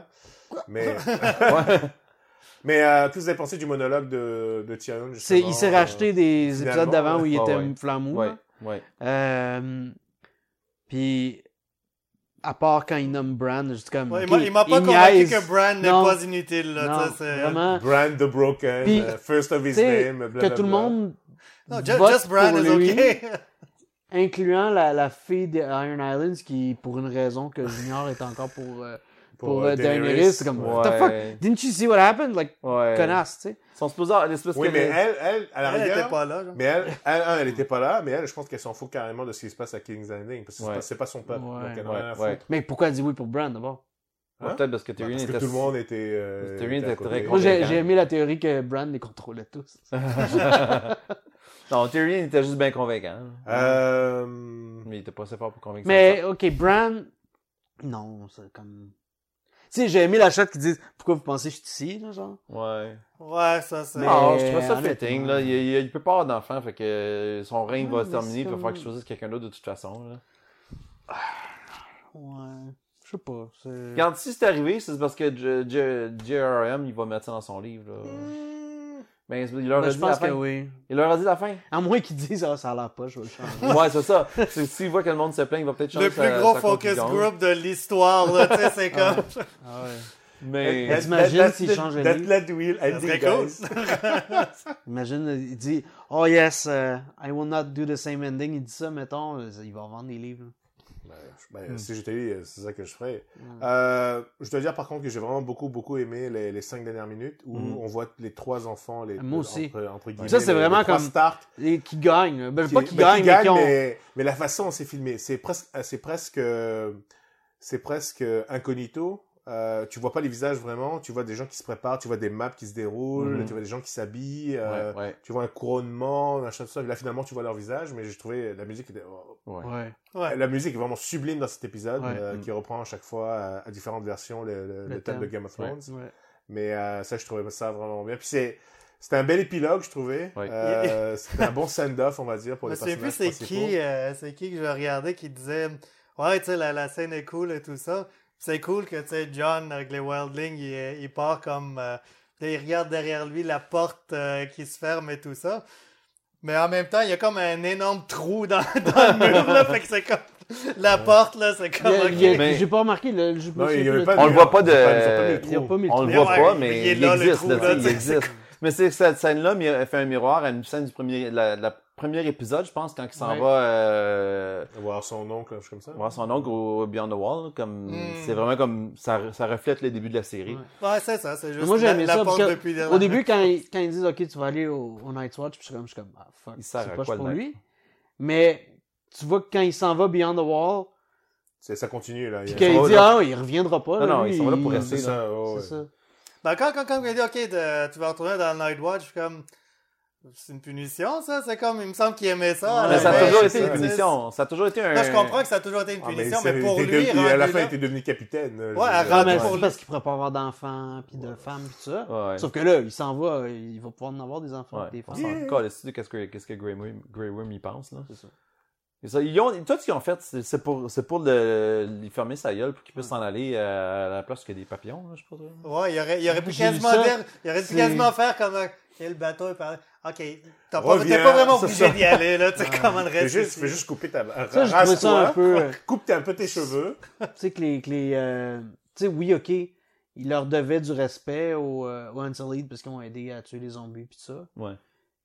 A: Mais, mais, euh, que vous avez pensé du monologue de, de Tyrion,
D: C'est-
A: justement?
D: il s'est
A: euh,
D: racheté des épisodes
A: finalement,
D: d'avant où il
C: ouais.
D: était
C: Ouais, ouais.
D: flamou.
C: Ouais, ouais.
D: Euh, puis, à part quand il nomme Bran, je dis comme.
B: Ouais,
D: ok,
B: il m'a- il m'a pas
D: il
B: convaincu
D: niaise.
B: que Bran n'est
D: Non.
B: pas inutile, là.
D: Non,
B: tu sais, c'est-
D: vraiment.
A: Brand euh, the Broken,
D: Puis,
A: euh, first of his
D: tu sais,
A: name, blablabla.
D: Que tout le monde.
B: Non, ju- just,
D: vote
B: Bran
D: pour
B: is
D: lui.
B: okay.
D: incluant la, la fille de Iron Islands qui, pour une raison que j'ignore, est encore pour, euh, pour, euh, Daenerys. C'est comme, what the fuck?
C: Ouais.
D: Didn't you see what happened? Like,
C: Ouais.
D: connasse, tu sais.
C: Ils sont supposés avoir- l'espèce
A: Oui,
C: que-
A: mais elle, elle, à la
B: Elle était
A: rigueur,
B: pas là, genre.
A: Mais elle, elle, un, elle était pas là, mais elle, je pense qu'elle s'en fout carrément de ce qui se passe à King's Landing, parce que c'est
C: Ouais.
A: pas- c'est pas, son peuple,
D: Ouais.
A: donc elle en a rien à
C: Ouais,
A: foutre.
C: ouais.
D: Mais pourquoi elle dit oui pour Bran d'abord?
A: Hein?
C: Ouais, Peut-être parce que
A: Bah,
C: Tyrion
A: parce que
C: était.
A: tout le monde était... Euh,
C: Tyrion
A: à
C: était
A: côté.
C: très
D: Moi, j'ai
C: Convaincant.
D: j'ai aimé la théorie que Bran les contrôlait tous.
C: non, Tyrion était juste bien convaincant.
A: Euh,
C: Mais il était pas assez fort pour convaincre.
D: Mais, ok, Bran. Non, c'est comme. Tu sais, j'ai aimé la shot qui dit Pourquoi vous pensez que je suis ici, là, genre?
C: ça. Ouais.
B: Ouais, ça, c'est.
D: Mais- euh,
C: Non, Ah, je trouve ça
D: honnêtement.
C: fitting, là. Il, il- il peut pas avoir d'enfant, fait que son règne va
D: Ouais,
C: se
D: mais
C: terminer,
D: c'est
C: puis il va falloir
D: comme-
C: qu'il choisisse quelqu'un d'autre de toute façon, là.
D: Ouais. Je sais pas. c'est-
C: Quand si c'est arrivé, c'est parce que J- J- JRM, il va mettre ça dans son livre, là.
D: Mm.
C: Mais il leur a
D: Ben,
C: dit
D: je
C: la
D: pense que
C: fin.
D: oui.
C: Il leur a dit la fin.
D: À moins qu'ils disent, ah, ça a l'air pas, je vais le changer.
C: Ouais, c'est ça. C'est- S'il voit que le monde se plaint, il va peut-être changer
B: Le plus
C: sa-
B: gros
C: sa
B: focus
C: conclusion.
B: group de l'histoire, là, tu sais, c'est comme.
D: ah ouais.
C: Mais...
D: That- T'imagines
A: that-
D: s'il
A: that-
D: change de
A: that
D: livre?
A: let Will
B: Ça
A: ending,
B: serait cool.
A: guys.
D: Imagine, euh, il dit Oh yes, euh, I will not do the same ending. Il dit ça, mettons, euh, il va vendre des livres. là.
A: Ben, je- ben, Si j'étais lui, euh, c'est ça que je ferais.
D: Mm.
A: Euh, je dois dire par contre que j'ai vraiment beaucoup, beaucoup aimé les, les cinq dernières minutes où
C: Mhm.
A: on voit les trois enfants, les,
D: Moi aussi.
A: entre, entre guillemets,
D: Mm. Ça, c'est
A: les- les
D: vraiment
A: trois
D: comme-
A: Stark,
D: Et qui gagne, là. ben,
A: qui-
D: pas qui
A: ben,
D: gagne, mais qui ont.
A: mais, mais la façon dont c'est filmé, c'est presque, c'est presque, euh, c'est presque euh, incognito. Euh, tu vois pas les visages vraiment, tu vois des gens qui se préparent, tu vois des maps qui se déroulent,
D: Mm-hmm.
C: Mhm.
A: tu vois des gens qui s'habillent,
C: Ouais,
A: euh,
C: ouais,
A: tu vois un couronnement, machin, tout ça. Là, finalement, tu vois leur visage, mais j'ai trouvé la musique était- oh,
C: ouais.
D: Ouais.
B: Ouais.
A: la musique est vraiment sublime dans cet épisode,
D: Ouais.
A: euh,
C: Mm.
A: qui reprend à chaque fois euh, à, à différentes versions le, le-
D: Le
A: le thème de
D: thème.
A: Game of
C: Ouais.
A: Thrones.
D: ouais.
A: Mais euh, ça, je trouvais ça vraiment bien. Puis c'est, c'était un bel épilogue, je trouvais.
C: Ouais.
A: Euh, c'était un bon send-off, on va dire, pour
B: Je me
A: les
B: souviens
A: personnages
B: plus c'est
A: principaux.
B: qui, euh, c'est qui que je regardais qui disait Ouais, tu sais, la, la scène est cool et tout ça. C'est cool que, tu sais, John, avec les Wildlings, il, est- il part comme. euh, là, il regarde derrière lui la porte euh, qui se ferme et tout ça. Mais en même temps, il y a comme un énorme trou dans, dans le mur, là. Fait que c'est comme. La porte, là, c'est
D: Il y
B: comme.
D: a-
B: ok.
D: il y a-
C: Mais-
D: J'ai pas remarqué, le, je me
A: Non, il y
D: souviens
A: avait
D: plus
A: pas
D: de-
A: de-
C: On le voit pas de-
A: ils ont pas mis le
D: Ils ont
A: trou.
D: pas mis le
C: On
D: trou.
C: le
B: Mais
C: voit
B: ouais,
C: pas,
B: il-
C: mais
B: il est
C: il
B: là, le
C: existe.
B: trou,
C: là,
B: là,
C: tu sais, il
B: tu sais,
C: existe. Mais c'est que cette scène-là mais elle fait un miroir à une scène du premier, la, la premier épisode, je pense, quand il s'en
D: Ouais.
C: va euh,
A: Voir son nom, quelque chose comme ça.
C: voir son oncle au Beyond the Wall. Comme,
B: Mm.
C: C'est vraiment comme. Ça, ça reflète le début de la série.
D: Ouais.
B: Ouais, c'est ça, c'est juste
D: moi, j'ai
B: la,
D: aimé
B: la
D: ça,
B: porte
D: parce que
B: depuis
D: Au début, quand ils, quand ils disent OK, tu vas aller au, au Night's Watch, puis je suis comme, je suis comme ah, fuck,
C: Il
D: c'est
C: sert à
D: pas
C: quoi,
D: pour
C: le
D: lui. Mais tu vois que quand il s'en va Beyond the Wall,
A: C'est- Ça continue, là.
D: puis
A: Il y a-
C: sont
D: qu'il dit
C: là.
D: Ah, il reviendra
C: Non,
D: pas. là,
C: non,
D: lui,
C: ils sont là pour
D: il-
C: rester.
A: C'est ça, ouais,
D: C'est
A: ouais.
D: ça.
B: Ben, quand, quand, quand il dit, OK, de- tu vas retourner dans le Nightwatch, je suis comme, c'est une punition, ça? C'est comme, il me semble qu'il aimait ça. à
C: Mais
B: la
C: ça a
A: Ouais,
B: fin,
C: toujours
B: c'est
C: été une
B: ça,
C: punition. Ça a toujours été un.
B: tu sais. Non, je comprends que ça a toujours été une
A: Ah, mais
B: punition,
A: c'est-
B: mais, pour
A: t'es
B: lui,
A: devenu- à la
B: rendu
A: fin,
B: là-
A: t'es devenu capitaine. là, je
B: Ouais,
A: veux dire.
B: Ah,
D: Ah, mais
B: ouais.
D: c'est parce qu'il pourrait pas avoir d'enfants, puis de femmes, puis tout ça.
C: Ouais.
D: Sauf que là, il s'en va, il va pouvoir en avoir des enfants,
C: Ouais.
D: puis des femmes.
C: On s'en calisse de qu'est-ce que, qu'est-ce que Grey, Worm, Grey Worm y pense, là.
D: C'est ça.
C: Et ça, ils ont, tout ce qu'ils ont fait, c'est c'est pour, c'est pour le, lui fermer sa gueule pour qu'il puisse s'en aller euh, à la place que des papillons, là, je pense.
B: Ouais, il aurait, il aurait pu
D: J'ai lu
B: quasiment
D: ça,
B: dire, il aurait pu
D: c'est-
B: quasiment faire comme, euh, et le bateau est par OK, t'as pas- t'es
A: Reviens,
B: pas, vraiment
A: c'est
B: obligé
A: ça.
B: d'y aller, là, tu sais,
D: Ouais.
B: comment le
A: Fais
B: reste.
A: juste, fais juste couper ta.
D: Ça, je trouvais ça
A: rase-toi,
D: un peu. euh,
A: Coupe un peu tes cheveux.
D: Tu sais, que les. que les, euh, tu sais, oui, ok, il leur devait du respect aux, euh, aux Unsullied parce qu'ils ont aidé à tuer les zombies pis tout ça.
C: Ouais.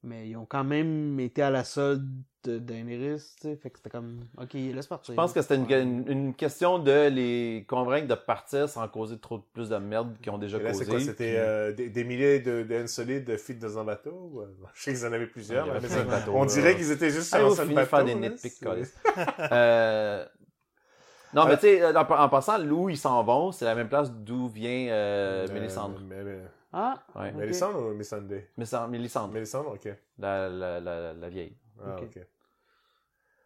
D: Mais ils ont quand même été à la solde de- d'Aenerys, tu sais. Fait que c'était comme, ok, laisse partir.
C: Je pense que c'était une, une, une question de les convaincre de partir sans causer trop de- plus de merde qu'ils ont déjà
A: Et là,
C: causé.
A: c'est quoi C'était
C: puis-
A: euh, des, des milliers de, de insolites de filles dans un bateau ou, euh, Je sais qu'ils en avaient plusieurs, hein,
C: Il y avait
A: mais
C: plein de
A: ça-
C: bateaux,
A: on
C: là.
A: dirait qu'ils étaient juste sur
C: Allez,
A: un
C: on
A: seul
C: finit de
A: bateau.
C: faire des
A: là,
C: nitpicks,
A: c'est- Euh,
C: Colin. Euh, Non, mais tu sais, en, en passant, où ils s'en vont, c'est la même place d'où vient euh,
A: Euh,
C: Mélissandre.
A: mais- mais-
D: Ah!
C: Ouais.
D: Ok.
A: Mélissandre ou Mélissandé
C: Mélissandre, Mélissandre,
A: Mélissandre, ok.
C: la, la, la, la vieille.
A: Ah,
D: Ok.
A: ok.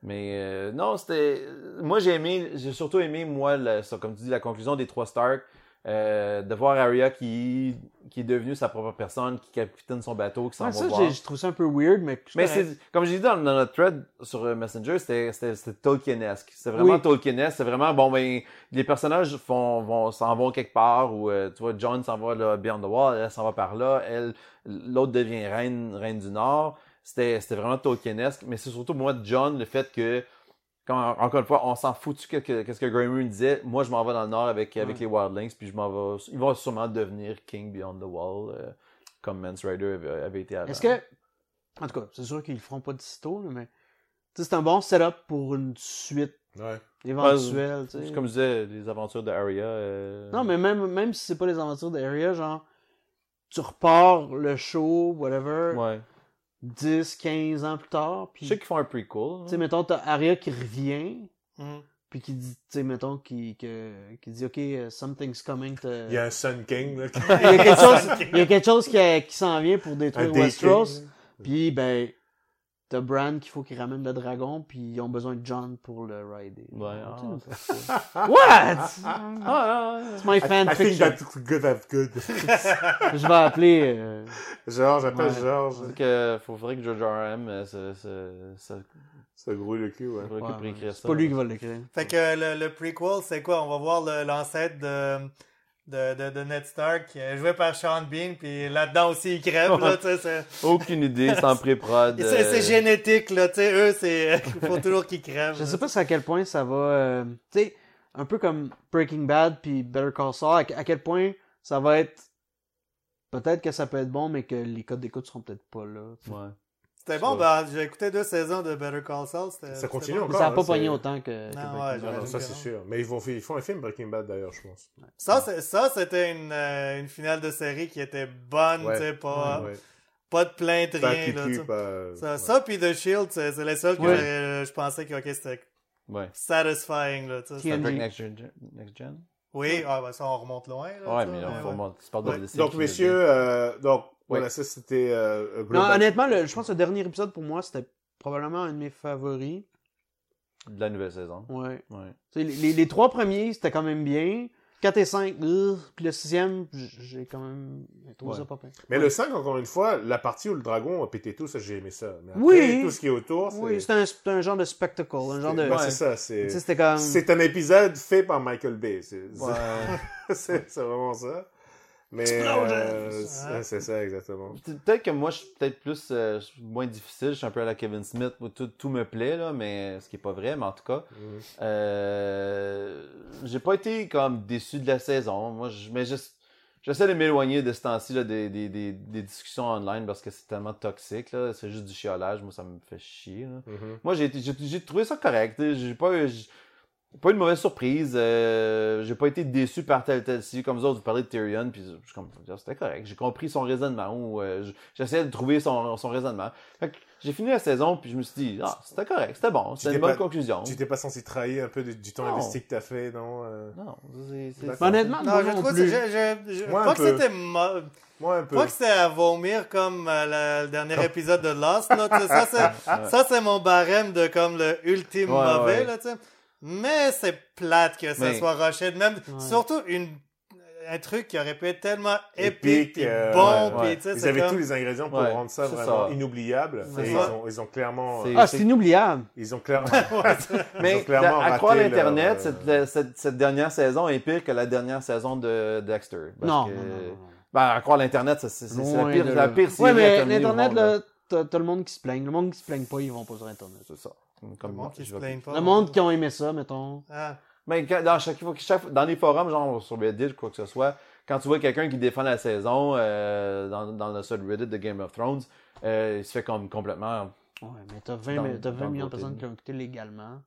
C: Mais euh, non, c'était. Moi, j'ai aimé, j'ai surtout aimé, moi, la- ça, comme tu dis, la conclusion des trois Stark. euh, de voir Arya qui, qui est devenue sa propre personne, qui capitaine son bateau, qui s'en
D: Ouais,
C: va
D: ça,
C: voir.
D: j'ai- je trouve ça un peu weird, mais.
C: Mais c'est, comme j'ai dit dans, dans notre thread sur euh, Messenger, c'était, c'était, c'était Tolkienesque. C'est vraiment
D: Oui.
C: Tolkienesque. C'est vraiment, bon, ben, les personnages font, vont, s'en vont quelque part, ou, euh, tu vois, John s'en va, là, Beyond the Wall, elle s'en va par là, elle, l'autre devient reine, reine du Nord. C'était, c'était vraiment Tolkienesque. Mais c'est surtout, moi, John, le fait que, quand, encore une fois, on s'en foutu que, que- qu'est-ce que Grey Moon disait. Moi, je m'en vais dans le Nord avec, avec
D: Ouais.
C: les Wildlings, puis je m'en vais, ils vont sûrement devenir King Beyond the Wall, euh, comme Mans Rider avait, avait été avant.
D: Est-ce que. En tout cas, c'est sûr qu'ils le feront pas de sitôt, là, mais. Tu sais, c'est un bon setup pour une suite
C: Euh.
A: Ouais.
D: éventuelle, tu sais.
C: C'est comme je disais, les aventures de Arya. euh,
D: Non, mais même, même si c'est pas les aventures d'Area, genre, tu repars le show, whatever,
C: Ouais.
D: 10, 15 ans plus tard,
C: Je
D: euh, puis,
C: sais
D: tu
C: qu'ils font un prequel.
D: sais,
C: hein.
D: mettons, t'as Arya qui revient,
B: Mhm.
D: puis qui dit, tu sais, mettons, qui, que, qui dit, OK, euh, something's coming, to-
A: Il y a un Sun King, là, qui-
D: Il y a quelque chose, il y a quelque chose qui, a- qui s'en vient pour détruire
A: un Day
D: Westeros,
A: King, là.
D: puis, ben, t'as Bran qu'il faut qu'il ramène le dragon, puis ils ont besoin de John pour le rider.
C: Ouais, ah,
D: What?
C: Ah, ah,
D: It's my
A: I think
D: fanfiction.
A: that's good, that's good.
D: Je vais appeler... euh,
A: Georges, appelle
D: Ouais.
A: Georges.
C: ah. que faut vrai que George R.M. euh, se, se, se
A: Ça grouille le cul, ouais.
C: préoccupe
D: ouais,
C: pour écrire
D: c'est
C: ça.
D: pas lui qui va l'écrire.
B: Fait que le, le prequel, c'est quoi? On va voir le- l'ancêtre de, de, de, de Ned Stark, euh, joué par Sean Bean, puis là-dedans aussi, il crève, là, tu sais, c'est-
C: Aucune idée, sans pré-prod.
B: Et C'est c'est
C: euh,
B: génétique, là, tu sais, eux, c'est. faut toujours qu'ils crèvent.
D: Je
B: là.
D: sais pas si à quel point ça va. euh, tu sais, un peu comme Breaking Bad puis Better Call Saul, à, à quel point ça va être. Peut-être que ça peut être bon, mais que les codes d'écoute seront peut-être pas là.
C: Ouais.
B: C'était bon, ben, j'ai écouté deux saisons de Better Call Saul. c'était-
A: Ça
B: c'était
A: continue
B: bon.
D: Mais ça
A: Encore,
D: n'a pas
A: hein,
D: pogné
A: c'est-
D: autant que. que
B: Non,
D: Breaking
B: ouais,
D: Bad.
A: Ah non,
B: j'imagine
A: ça
B: que
A: c'est
C: hein.
B: non.
A: sûr. Mais ils, vont, ils font un film Breaking Bad d'ailleurs, je pense.
B: Ça, c'est- ça, c'était une, euh, une finale de série qui était bonne,
A: Ouais.
B: tu sais,
C: Ah,
B: pas,
A: ouais.
B: pas de plainte,
A: Pas
B: rien, là, tu
A: cucu,
B: sais.
A: pas, euh,
B: Ça,
A: ouais.
B: ça, puis The Shield, c'est c'est les seuls que
D: Ouais.
B: j'ai- euh, je pensais que, ok, c'était
C: Ouais.
B: satisfying, là, tu sais.
D: Qui- TNG.
C: Break Next Gen. Next Gen?
B: Oui, ah, ben, ça, on remonte loin, là.
C: Ouais,
B: tu
C: mais
B: vois,
C: là, faut
B: ouais.
C: remonter. Tu parles de
B: Ouais.
C: blessé
A: Donc,
C: qui
A: messieurs, euh, donc, voilà,
C: Ouais.
A: ça c'était. Euh,
D: Non,
A: Global-
D: honnêtement, le- je pense que le dernier épisode pour moi, c'était probablement un de mes favoris.
C: devient De la nouvelle saison.
D: Ouais.
C: Ouais.
D: Tu sais, Les, les- les trois premiers, c'était quand même bien. 4 et 5, puis le sixième, j- j'ai quand même trouvé
C: Ouais.
D: ça pas pire.
A: Mais le 5, encore une fois, la partie où le dragon a pété tout, ça, j'ai aimé ça. Mais après,
D: Oui.
A: Tout ce qui est autour, c'est.
D: Oui, c'était un, c'était un genre de spectacle, un genre de.
A: Ouais,
D: Ouais.
A: c'est ça.
D: Tu sais,
A: C'est
D: c'était comme.
A: c'est un épisode fait par Michael Bay. C'est
C: Ouais.
A: c'est- c'est vraiment ça. Mais.
D: Explosions!
A: euh, c'est c'est ça, exactement.
C: Pe- Peut-être que moi, je suis peut-être plus euh, je suis moins difficile. Je suis un peu à la Kevin Smith où tout, tout me plaît, là, mais ce qui est pas vrai, mais en tout cas.
A: Mhm.
C: Euh, j'ai pas été comme déçu de la saison. Moi, je, mais je, J'essaie de m'éloigner de ce temps-ci là, des, des, des, des discussions online parce que c'est tellement toxique. là. C'est juste du chiolage. Moi, ça me fait chier. là.
A: Mhm.
C: Moi, j'ai été- j'ai- j'ai trouvé ça correct. t'sais. J'ai pas, eu- j'ai pas eu de mauvaise surprise. euh, j'ai pas été déçu par tel tel si comme vous autres vous parlez de Tyrion puis je suis comme c'était correct. J'ai compris son raisonnement ou euh, j- j'essayais de trouver son, son raisonnement. Fait que j'ai fini la saison puis je me suis dit ah c'était correct, c'était bon, c'était
A: t'es
C: une bonne
A: pas-
C: conclusion.
A: Tu t'es pas censé trahir un peu du, du temps
C: Non.
A: investi que t'as fait, non euh,
C: Non, c'est- c'est-
A: Mais
C: c'est-
D: honnêtement,
B: Non,
D: moi
B: je
D: non
B: trouve que
D: plus.
B: c'est- je- je- je-
A: Moi, un
B: pas que
A: peu.
B: c'était mo-
A: Moi, un peu. Oh.
B: pas que c'était à vomir comme euh, la- le dernier épisode de Lost. Là, tu sais, ça,
C: Ah,
B: c'est, ça, c'est mon barème de comme le ultime
C: Ouais,
B: mauvais.
C: ouais.
B: Là, tu sais. Mais c'est plate que ça
C: Mais-
B: soit Rochelle. Même,
D: Ouais.
B: Surtout une, un truc qui aurait pu être tellement
A: Épique,
B: épique, puis
A: euh,
B: bon.
C: ouais,
B: puis
C: ouais.
B: tu sais,
A: Ils
B: c'est
A: avaient
B: comme-
A: tous les ingrédients pour
C: Ouais,
A: rendre ça
C: c'est
A: vraiment
C: ça.
A: inoubliable.
D: C'est
A: Et ils,
B: ça.
A: ont, ils ont clairement. euh,
C: C'est-
D: Ah, c'est inoubliable.
A: Ils ont clairement.
C: Mais
A: clairement
C: à croire
A: raté
C: l'internet,
A: leur,
C: cette,
A: euh,
C: cette- cette dernière saison est pire que la dernière saison de Dexter. Parce
D: Non,
C: que-
D: non, non, non.
C: Ben, à croire l'internet, ça, c'est c'est- c'est la
D: Loin
C: pire,
D: de
C: c'est la
D: là.
C: pire série
D: Ouais,
C: à
D: mais
C: terminer au
D: l'Internet,
C: monde, hein. là.
D: là, t'as t'as le monde qui se plaigne. Le monde qui se plaigne pas, ils vont pas sur Internet.
C: C'est ça.
B: Le
C: Comme
B: monde qui
C: je
B: se
C: vais-
B: plaint pas.
D: Le monde qui ont aimé ça, mettons.
B: Ah.
C: Mais quand- dans, chaque fois, chaque, dans les forums, genre sur Reddit, quoi que ce soit, quand tu vois quelqu'un qui défend la saison euh, dans, dans le subreddit de Game of Thrones, euh, il se fait comme complètement.
D: Ouais, mais t'as 20,
C: Dans-
D: mais t'as 20
C: dans le
D: millions de
C: côté
D: personnes
C: de-
D: qui l'ont écouté légalement.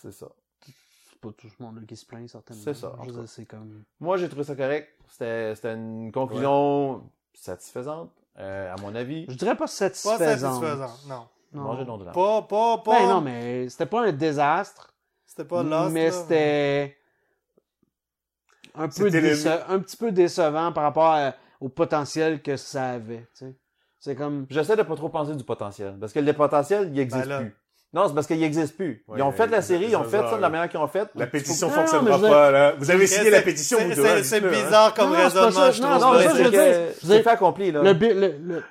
C: C'est ça.
D: C'est pas tout ce monde-là qui se plaint, certainement.
C: C'est ça, en
D: Je veux
C: tout cas.
D: dire, c'est comme.
C: Moi, j'ai trouvé ça correct. C'était c'était une conclusion satisfaisante, euh, à mon avis.
D: Je dirais pas
B: Pas
D: satisfaisant.
B: satisfaisant, non.
D: Non.
C: Mangez donc de la
B: Pas, pas, pas.
D: Ben non, mais c'était pas un désastre.
B: C'était pas Lost.
D: mais
B: là.
D: c'était un, peu
A: C'était le-
D: déce- un petit peu décevant par rapport à- au potentiel que ça avait. tu sais. C'est comme.
C: J'essaie de pas trop penser du potentiel. Parce que le potentiel, il existe
B: Ben là.
C: plus. Non, c'est parce qu'il existe plus.
A: Ouais,
C: ils ont fait la série, ils ont
A: ça,
C: fait
A: ça,
C: ça de la manière qu'ils ont fait.
A: La pétition
D: Non, non,
A: fonctionnera
D: mais je veux-
A: pas, là. Vous avez signé la
B: C'est-
A: pétition,
B: c'est-
A: vous hein,
B: c'est-
A: devez.
B: C'est bizarre comme
D: Non, non, c'est pas
B: raisonnement,
D: ça.
B: je
D: Non,
B: trouve.
D: non,
B: là,
D: ça,
B: c'est-
D: je veux dire, je veux
C: c'est
D: dire,
C: fait accompli, là.
D: Le, bu- le, le-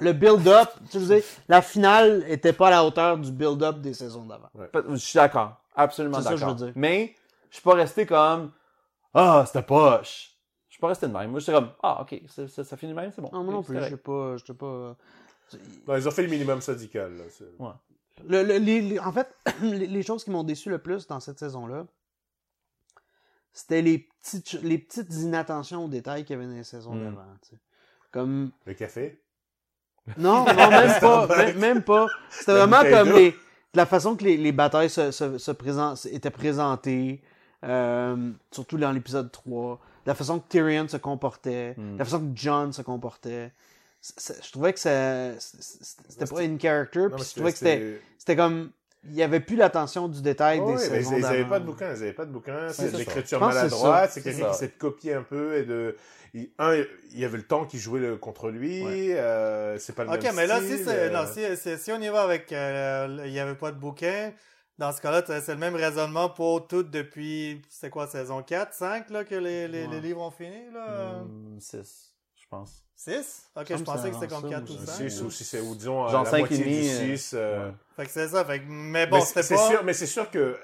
D: le build-up, tu sais, la finale était pas à la hauteur du build-up des saisons d'avant.
C: Je suis d'accord. Absolument
D: C'est ça que je
C: d'accord.
D: veux dire.
C: Mais, je suis pas resté comme, ah, c'était poche. Je suis pas resté de même. Moi, j'étais comme, ah, ok, ça, ça- ça finit de même, c'est bon.
D: Non, moi non
C: C'est
D: plus,
C: correct.
D: j'ai pas. euh, j'étais pas...
A: Non, ils ont fait le minimum syndical, là. C'est-
D: Le- le- les- les- en fait, les, les choses qui m'ont déçu le plus dans cette saison-là, c'était les petites, ch- les petites inattentions aux détails qu'il y avait dans les saisons
C: Mm.
D: d'avant. tu sais. Comme
A: Le café.
D: Non, non, même pas. même, même pas. C'était
A: La
D: vraiment
A: bouteille
D: comme
A: d'eau.
D: les, la façon que les, les batailles se, se, se présent- étaient présentées, euh, surtout dans l'épisode 3, la façon que Tyrion se comportait,
A: Hmm.
C: Mm.
D: la façon que John se comportait. C- c'est- Je trouvais que ça, c- c- c'était pas in character,
A: Non,
D: puis
A: mais
D: je trouvais que c'était, c'était comme, il y avait plus l'attention du détail
A: Ouais,
D: des
A: mais
D: saisons
A: ils n'avaient
D: d'avant.
A: pas de bouquin, ils n'avaient pas de bouquin, c'est
C: c'est
A: de
C: ça.
A: l'écriture
D: Je pense que c'est
A: maladroite,
D: ça.
A: c'est
D: C'est
A: quelqu'un
C: ça.
A: qui s'est copié un peu et de. il- un, il y avait le temps qui jouait le- contre lui, euh, c'est pas le
B: Ok,
A: même
B: mais là,
A: style,
B: si, c'est-
A: euh,
B: non, si, si, si on y va avec. euh, le- Il n'y avait pas de bouquin. Dans ce cas-là, t'as- c'est le même raisonnement pour toutes depuis. C'est quoi, saison 4, 5 là, que les, les,
D: Ouais.
B: les livres ont fini là?
A: Hmm.
C: Hum, six, je pense.
B: 6 Ok,
D: Ça
B: je
D: me
B: pensais que
D: semble
B: c'était comme
D: ça,
B: 4 ou
D: moi,
A: un
D: ça.
B: 5.
A: six ou si c'est, ou disons, euh,
C: Genre
A: la
C: cinq et
A: moitié du
C: demi, euh,
A: 6.
C: ouais.
B: Fait que c'est ça. Fait que, mais bon,
A: Mais
B: c'était
A: c'est
B: pas.
A: sûr, mais c'est sûr que euh,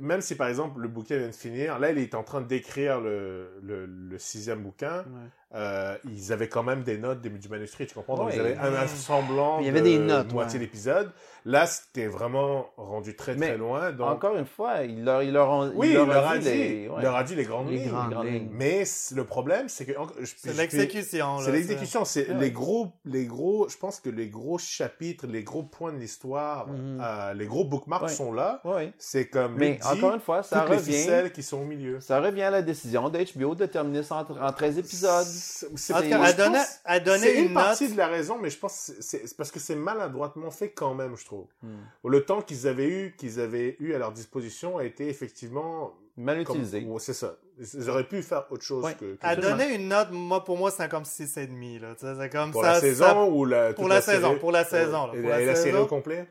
A: même si par exemple le bouquin vient de finir, là il est en train d'écrire le, le, le sixième bouquin,
D: Ouais.
A: euh, ils avaient quand même des notes du, du manuscrit, tu comprends Donc
C: Ouais.
A: ils avaient un,
B: Mm.
A: un semblant
D: Il y avait
A: de
D: des notes,
A: moitié
D: ouais.
A: d'épisode. Là c'était vraiment rendu très
C: Mais
A: très loin. Donc
C: Encore une fois, ils leur, ils leur ont,
A: oui,
C: ils
A: il
C: leur ont
A: leur a dit,
C: les-
A: il
C: ouais.
A: leur a dit les grandes
D: Les
A: lignes.
D: grandes
C: grandes
D: lignes.
C: lignes.
A: Mais c- le problème c'est que en- je-
B: C'est
A: je-
B: l'exécution. Oh là,
A: c'est l'exécution, c'est
C: Ouais.
A: les gros, les gros, je pense que les gros chapitres, les gros points de l'histoire,
D: Mhm.
A: euh, les gros bookmarks
C: Ouais.
A: sont là.
C: Ouais, ouais.
A: C'est comme
C: Mais
A: Luc dit,
C: encore une fois, ça
A: toutes les
C: revient,
A: ficelles qui sont au milieu.
C: ça revient à la décision d'HBO de terminer ça en, en 13 épisodes.
A: C'est-
B: En
A: c'est-
B: tout cas,
A: moi,
B: elle
A: je
B: donnait-
A: pense-
B: elle donnait
A: c'est une,
B: une note.
A: partie de la raison, mais je pense que c'est- c'est c'est parce que c'est maladroitement fait quand même, je trouve.
C: Hmm.
A: Le temps qu'ils avaient eu, qu'ils avaient eu à leur disposition a été effectivement
C: Mal
A: comme-
C: utilisé.
A: ouais, c'est ça. Ils auraient pu faire autre chose
C: Ouais.
A: que, que-
B: À
C: Absolument.
B: donner une note, moi, pour moi, c'est comme 6,5. là, tu sais, C'est comme
A: pour
B: ça.
A: la
B: ça-
A: saison ou la
B: Pour
A: toute
B: la saison,
A: série-
B: pour la saison. là,
A: et,
B: pour
A: la, et la série
B: saison.
A: au complet.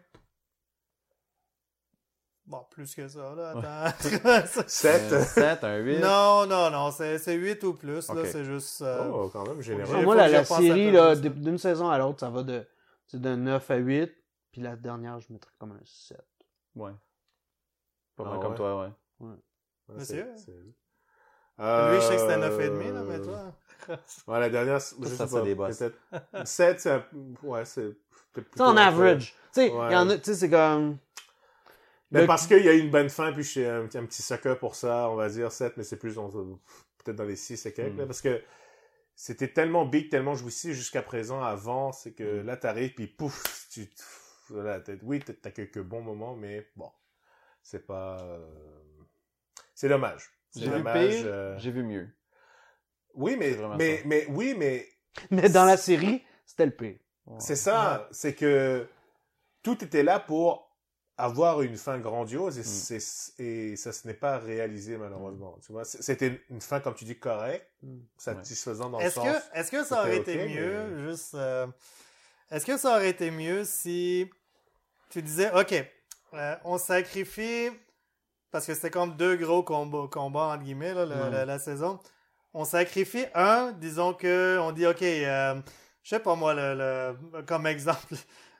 B: Bon, plus que ça, là, attends.
A: 7
C: Un 7, Euh, un 8.
B: non, non, non, c'est c'est 8 ou plus, là,
C: Ok.
B: c'est juste... euh,
A: Oh, quand même
B: J'ai-
A: généreux.
D: Pour
B: faut
D: moi,
B: que
D: la,
B: j'y
D: la
B: repense un
D: série,
B: peu,
D: là,
B: c'est
D: d-
B: ça.
D: d'une saison à l'autre, ça va de, tu sais, de 9 à 8, puis la dernière, je mettrais comme un 7.
C: Ouais. Pas mal
A: Ah
C: comme
A: ouais.
C: toi, ouais.
A: Ouais,
B: Monsieur?
A: c'est- c'est-
B: Lui, je sais que c'était
A: Euh,
B: 9,5, là, mais toi...
A: Ouais, la dernière, je sais
C: ça, c'est
A: pas,
C: des bosses.
A: peut-être. 7, c'est un- ouais, c'est peut-être
D: Tu sais, en
A: plutôt-
D: average. Tu sais, il
A: Ouais.
D: y en a, tu sais, c'est comme.
A: Mais
D: Le-
A: parce qu'il y a eu une bonne fin, puis je suis un, un petit sucker pour ça, on va dire 7, mais c'est plus dans- peut-être dans les 6 et quelques,
C: Mm.
A: là, parce que c'était tellement big, tellement jouissif jusqu'à présent, avant, c'est que
C: Hmm.
A: là, t'arrives, puis pouf, tu... pff, voilà, t'as- oui, t'as- t'as quelques bons moments, mais bon, c'est pas... euh, C'est dommage. C'est
C: J'ai vu
A: dommage.
C: pire,
A: euh,
C: j'ai vu mieux.
A: Oui, mais,
C: c'est vraiment
A: mais,
C: ça.
A: mais, oui, mais
D: Mais dans la série, c'était le pire.
A: c'est ça, c'est que tout était là pour avoir une fin grandiose
C: Mm.
A: et, c'est- et ça se n'est pas réalisé malheureusement. Tu vois, c- c'était une fin comme tu dis correcte,
D: Mm.
A: satisfaisant dans le
B: Est-ce
A: sens.
B: que, est-ce que ça aurait
A: c'était
B: été
A: ok,
B: mieux,
A: mais-
B: juste. euh, est-ce que ça aurait été mieux si tu disais, OK, euh, on sacrifie. Parce que c'était comme deux gros combats, combats entre guillemets, là, le-
D: Ouais.
B: la, la saison. On sacrifie un, disons que on dit, OK, euh, je sais pas moi, le, le- comme exemple.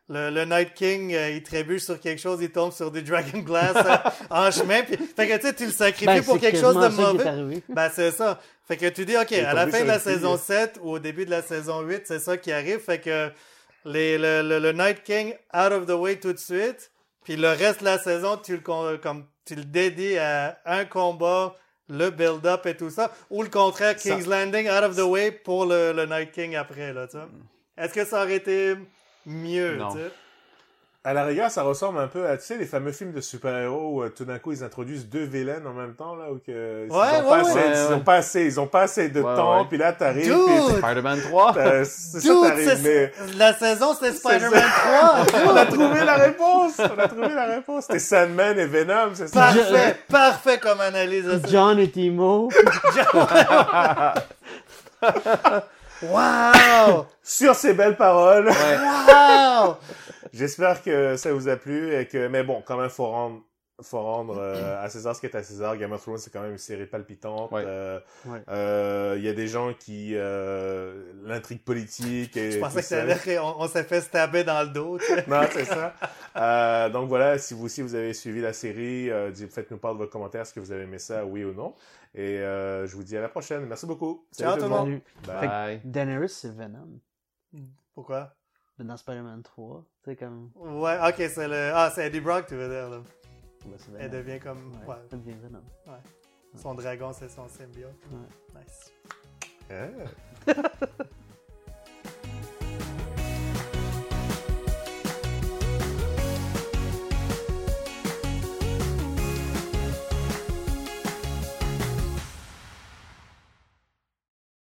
B: Le, le Night King, euh, il trébuche sur quelque chose, il tombe sur des Dragon Glass euh, en chemin. Puis, fait que tu sais, tu le sacrifies
D: Ben,
B: pour
D: c'est
B: quelque chose de
D: quasiment ça qui est
B: mauvais.
D: arrivé.
B: Ben, c'est ça. Fait que tu dis, OK,
A: Il est
B: à la
A: tombé
B: fin
A: sur
B: de la
A: une fille. hein.
B: saison 7 ou au début de la saison 8, c'est ça qui arrive. Fait que les, le, le- le Night King, out of the way tout de suite. Puis le reste de la saison, tu le, con- comme, tu le dédies à un combat, le build-up et tout ça. Ou le contraire,
A: Ça-
B: King's Landing, out of the way pour le, le Night King après, là, tu vois.
A: Mm.
B: Est-ce que ça aurait été mieux,
C: Non.
B: tu sais?
A: À la rigueur, ça ressemble un peu à, tu sais, les fameux films de super-héros où euh, tout d'un coup ils introduisent deux vilaines en même temps, là, ou que. ils,
B: Ouais,
A: ont
B: ouais,
A: pas
B: ouais.
A: assez,
C: Ouais,
A: ils
C: ouais.
A: ont pas assez, ils ont pas assez de
C: Ouais,
A: temps,
C: ouais.
A: puis là t'arrives,
B: Dude!
A: puis
C: Spider-Man 3.
A: t'as- euh, c'est ça
B: Dude,
A: t'arrives,
B: c'est-
A: mais.
B: La saison, c'était Spider-Man 3!
A: On a trouvé la réponse! On a trouvé la réponse! C'était Sandman et Venom, c'est ça?
B: Parfait, parfait comme analyse. ça.
D: John et Timo.
B: Wow!
A: Sur ces belles paroles,
C: Ouais.
B: Wow!
A: j'espère que ça vous a plu et que, mais bon, quand même, faut rendre, faut rendre euh, à César ce qui est à César. Game of Thrones, c'est quand même une série palpitante.
C: Ouais.
A: Euh, euh, Il
D: Ouais.
A: y a des gens qui, euh, l'intrigue politique et
B: Je pensais
A: tout
B: que
A: ça.
B: t'allais rire, on, on s'est fait stabber dans le dos. tu sais.
A: Non, c'est ça. Euh, donc voilà, si vous aussi vous avez suivi la série, euh, dites- faites-nous part de vos commentaires, est-ce que vous avez aimé ça, oui ou non. Et euh, je vous dis à la prochaine. Merci beaucoup.
B: Ciao tout le monde.
D: Salut.
A: Bye.
C: Bye.
D: Daenerys, c'est Venom.
B: Pourquoi?
D: Mais Dans Spider-Man 3, c'est comme.
B: Ouais, ok, c'est le. Ah, c'est Eddie Brock, tu veux dire, là.
D: bah, c'est
B: Elle
D: Venom.
B: devient comme.
D: Ouais,
B: Ouais.
D: ça devient Venom.
B: Son dragon, c'est son symbiote.
D: Ouais.
B: Nice.
A: Hein?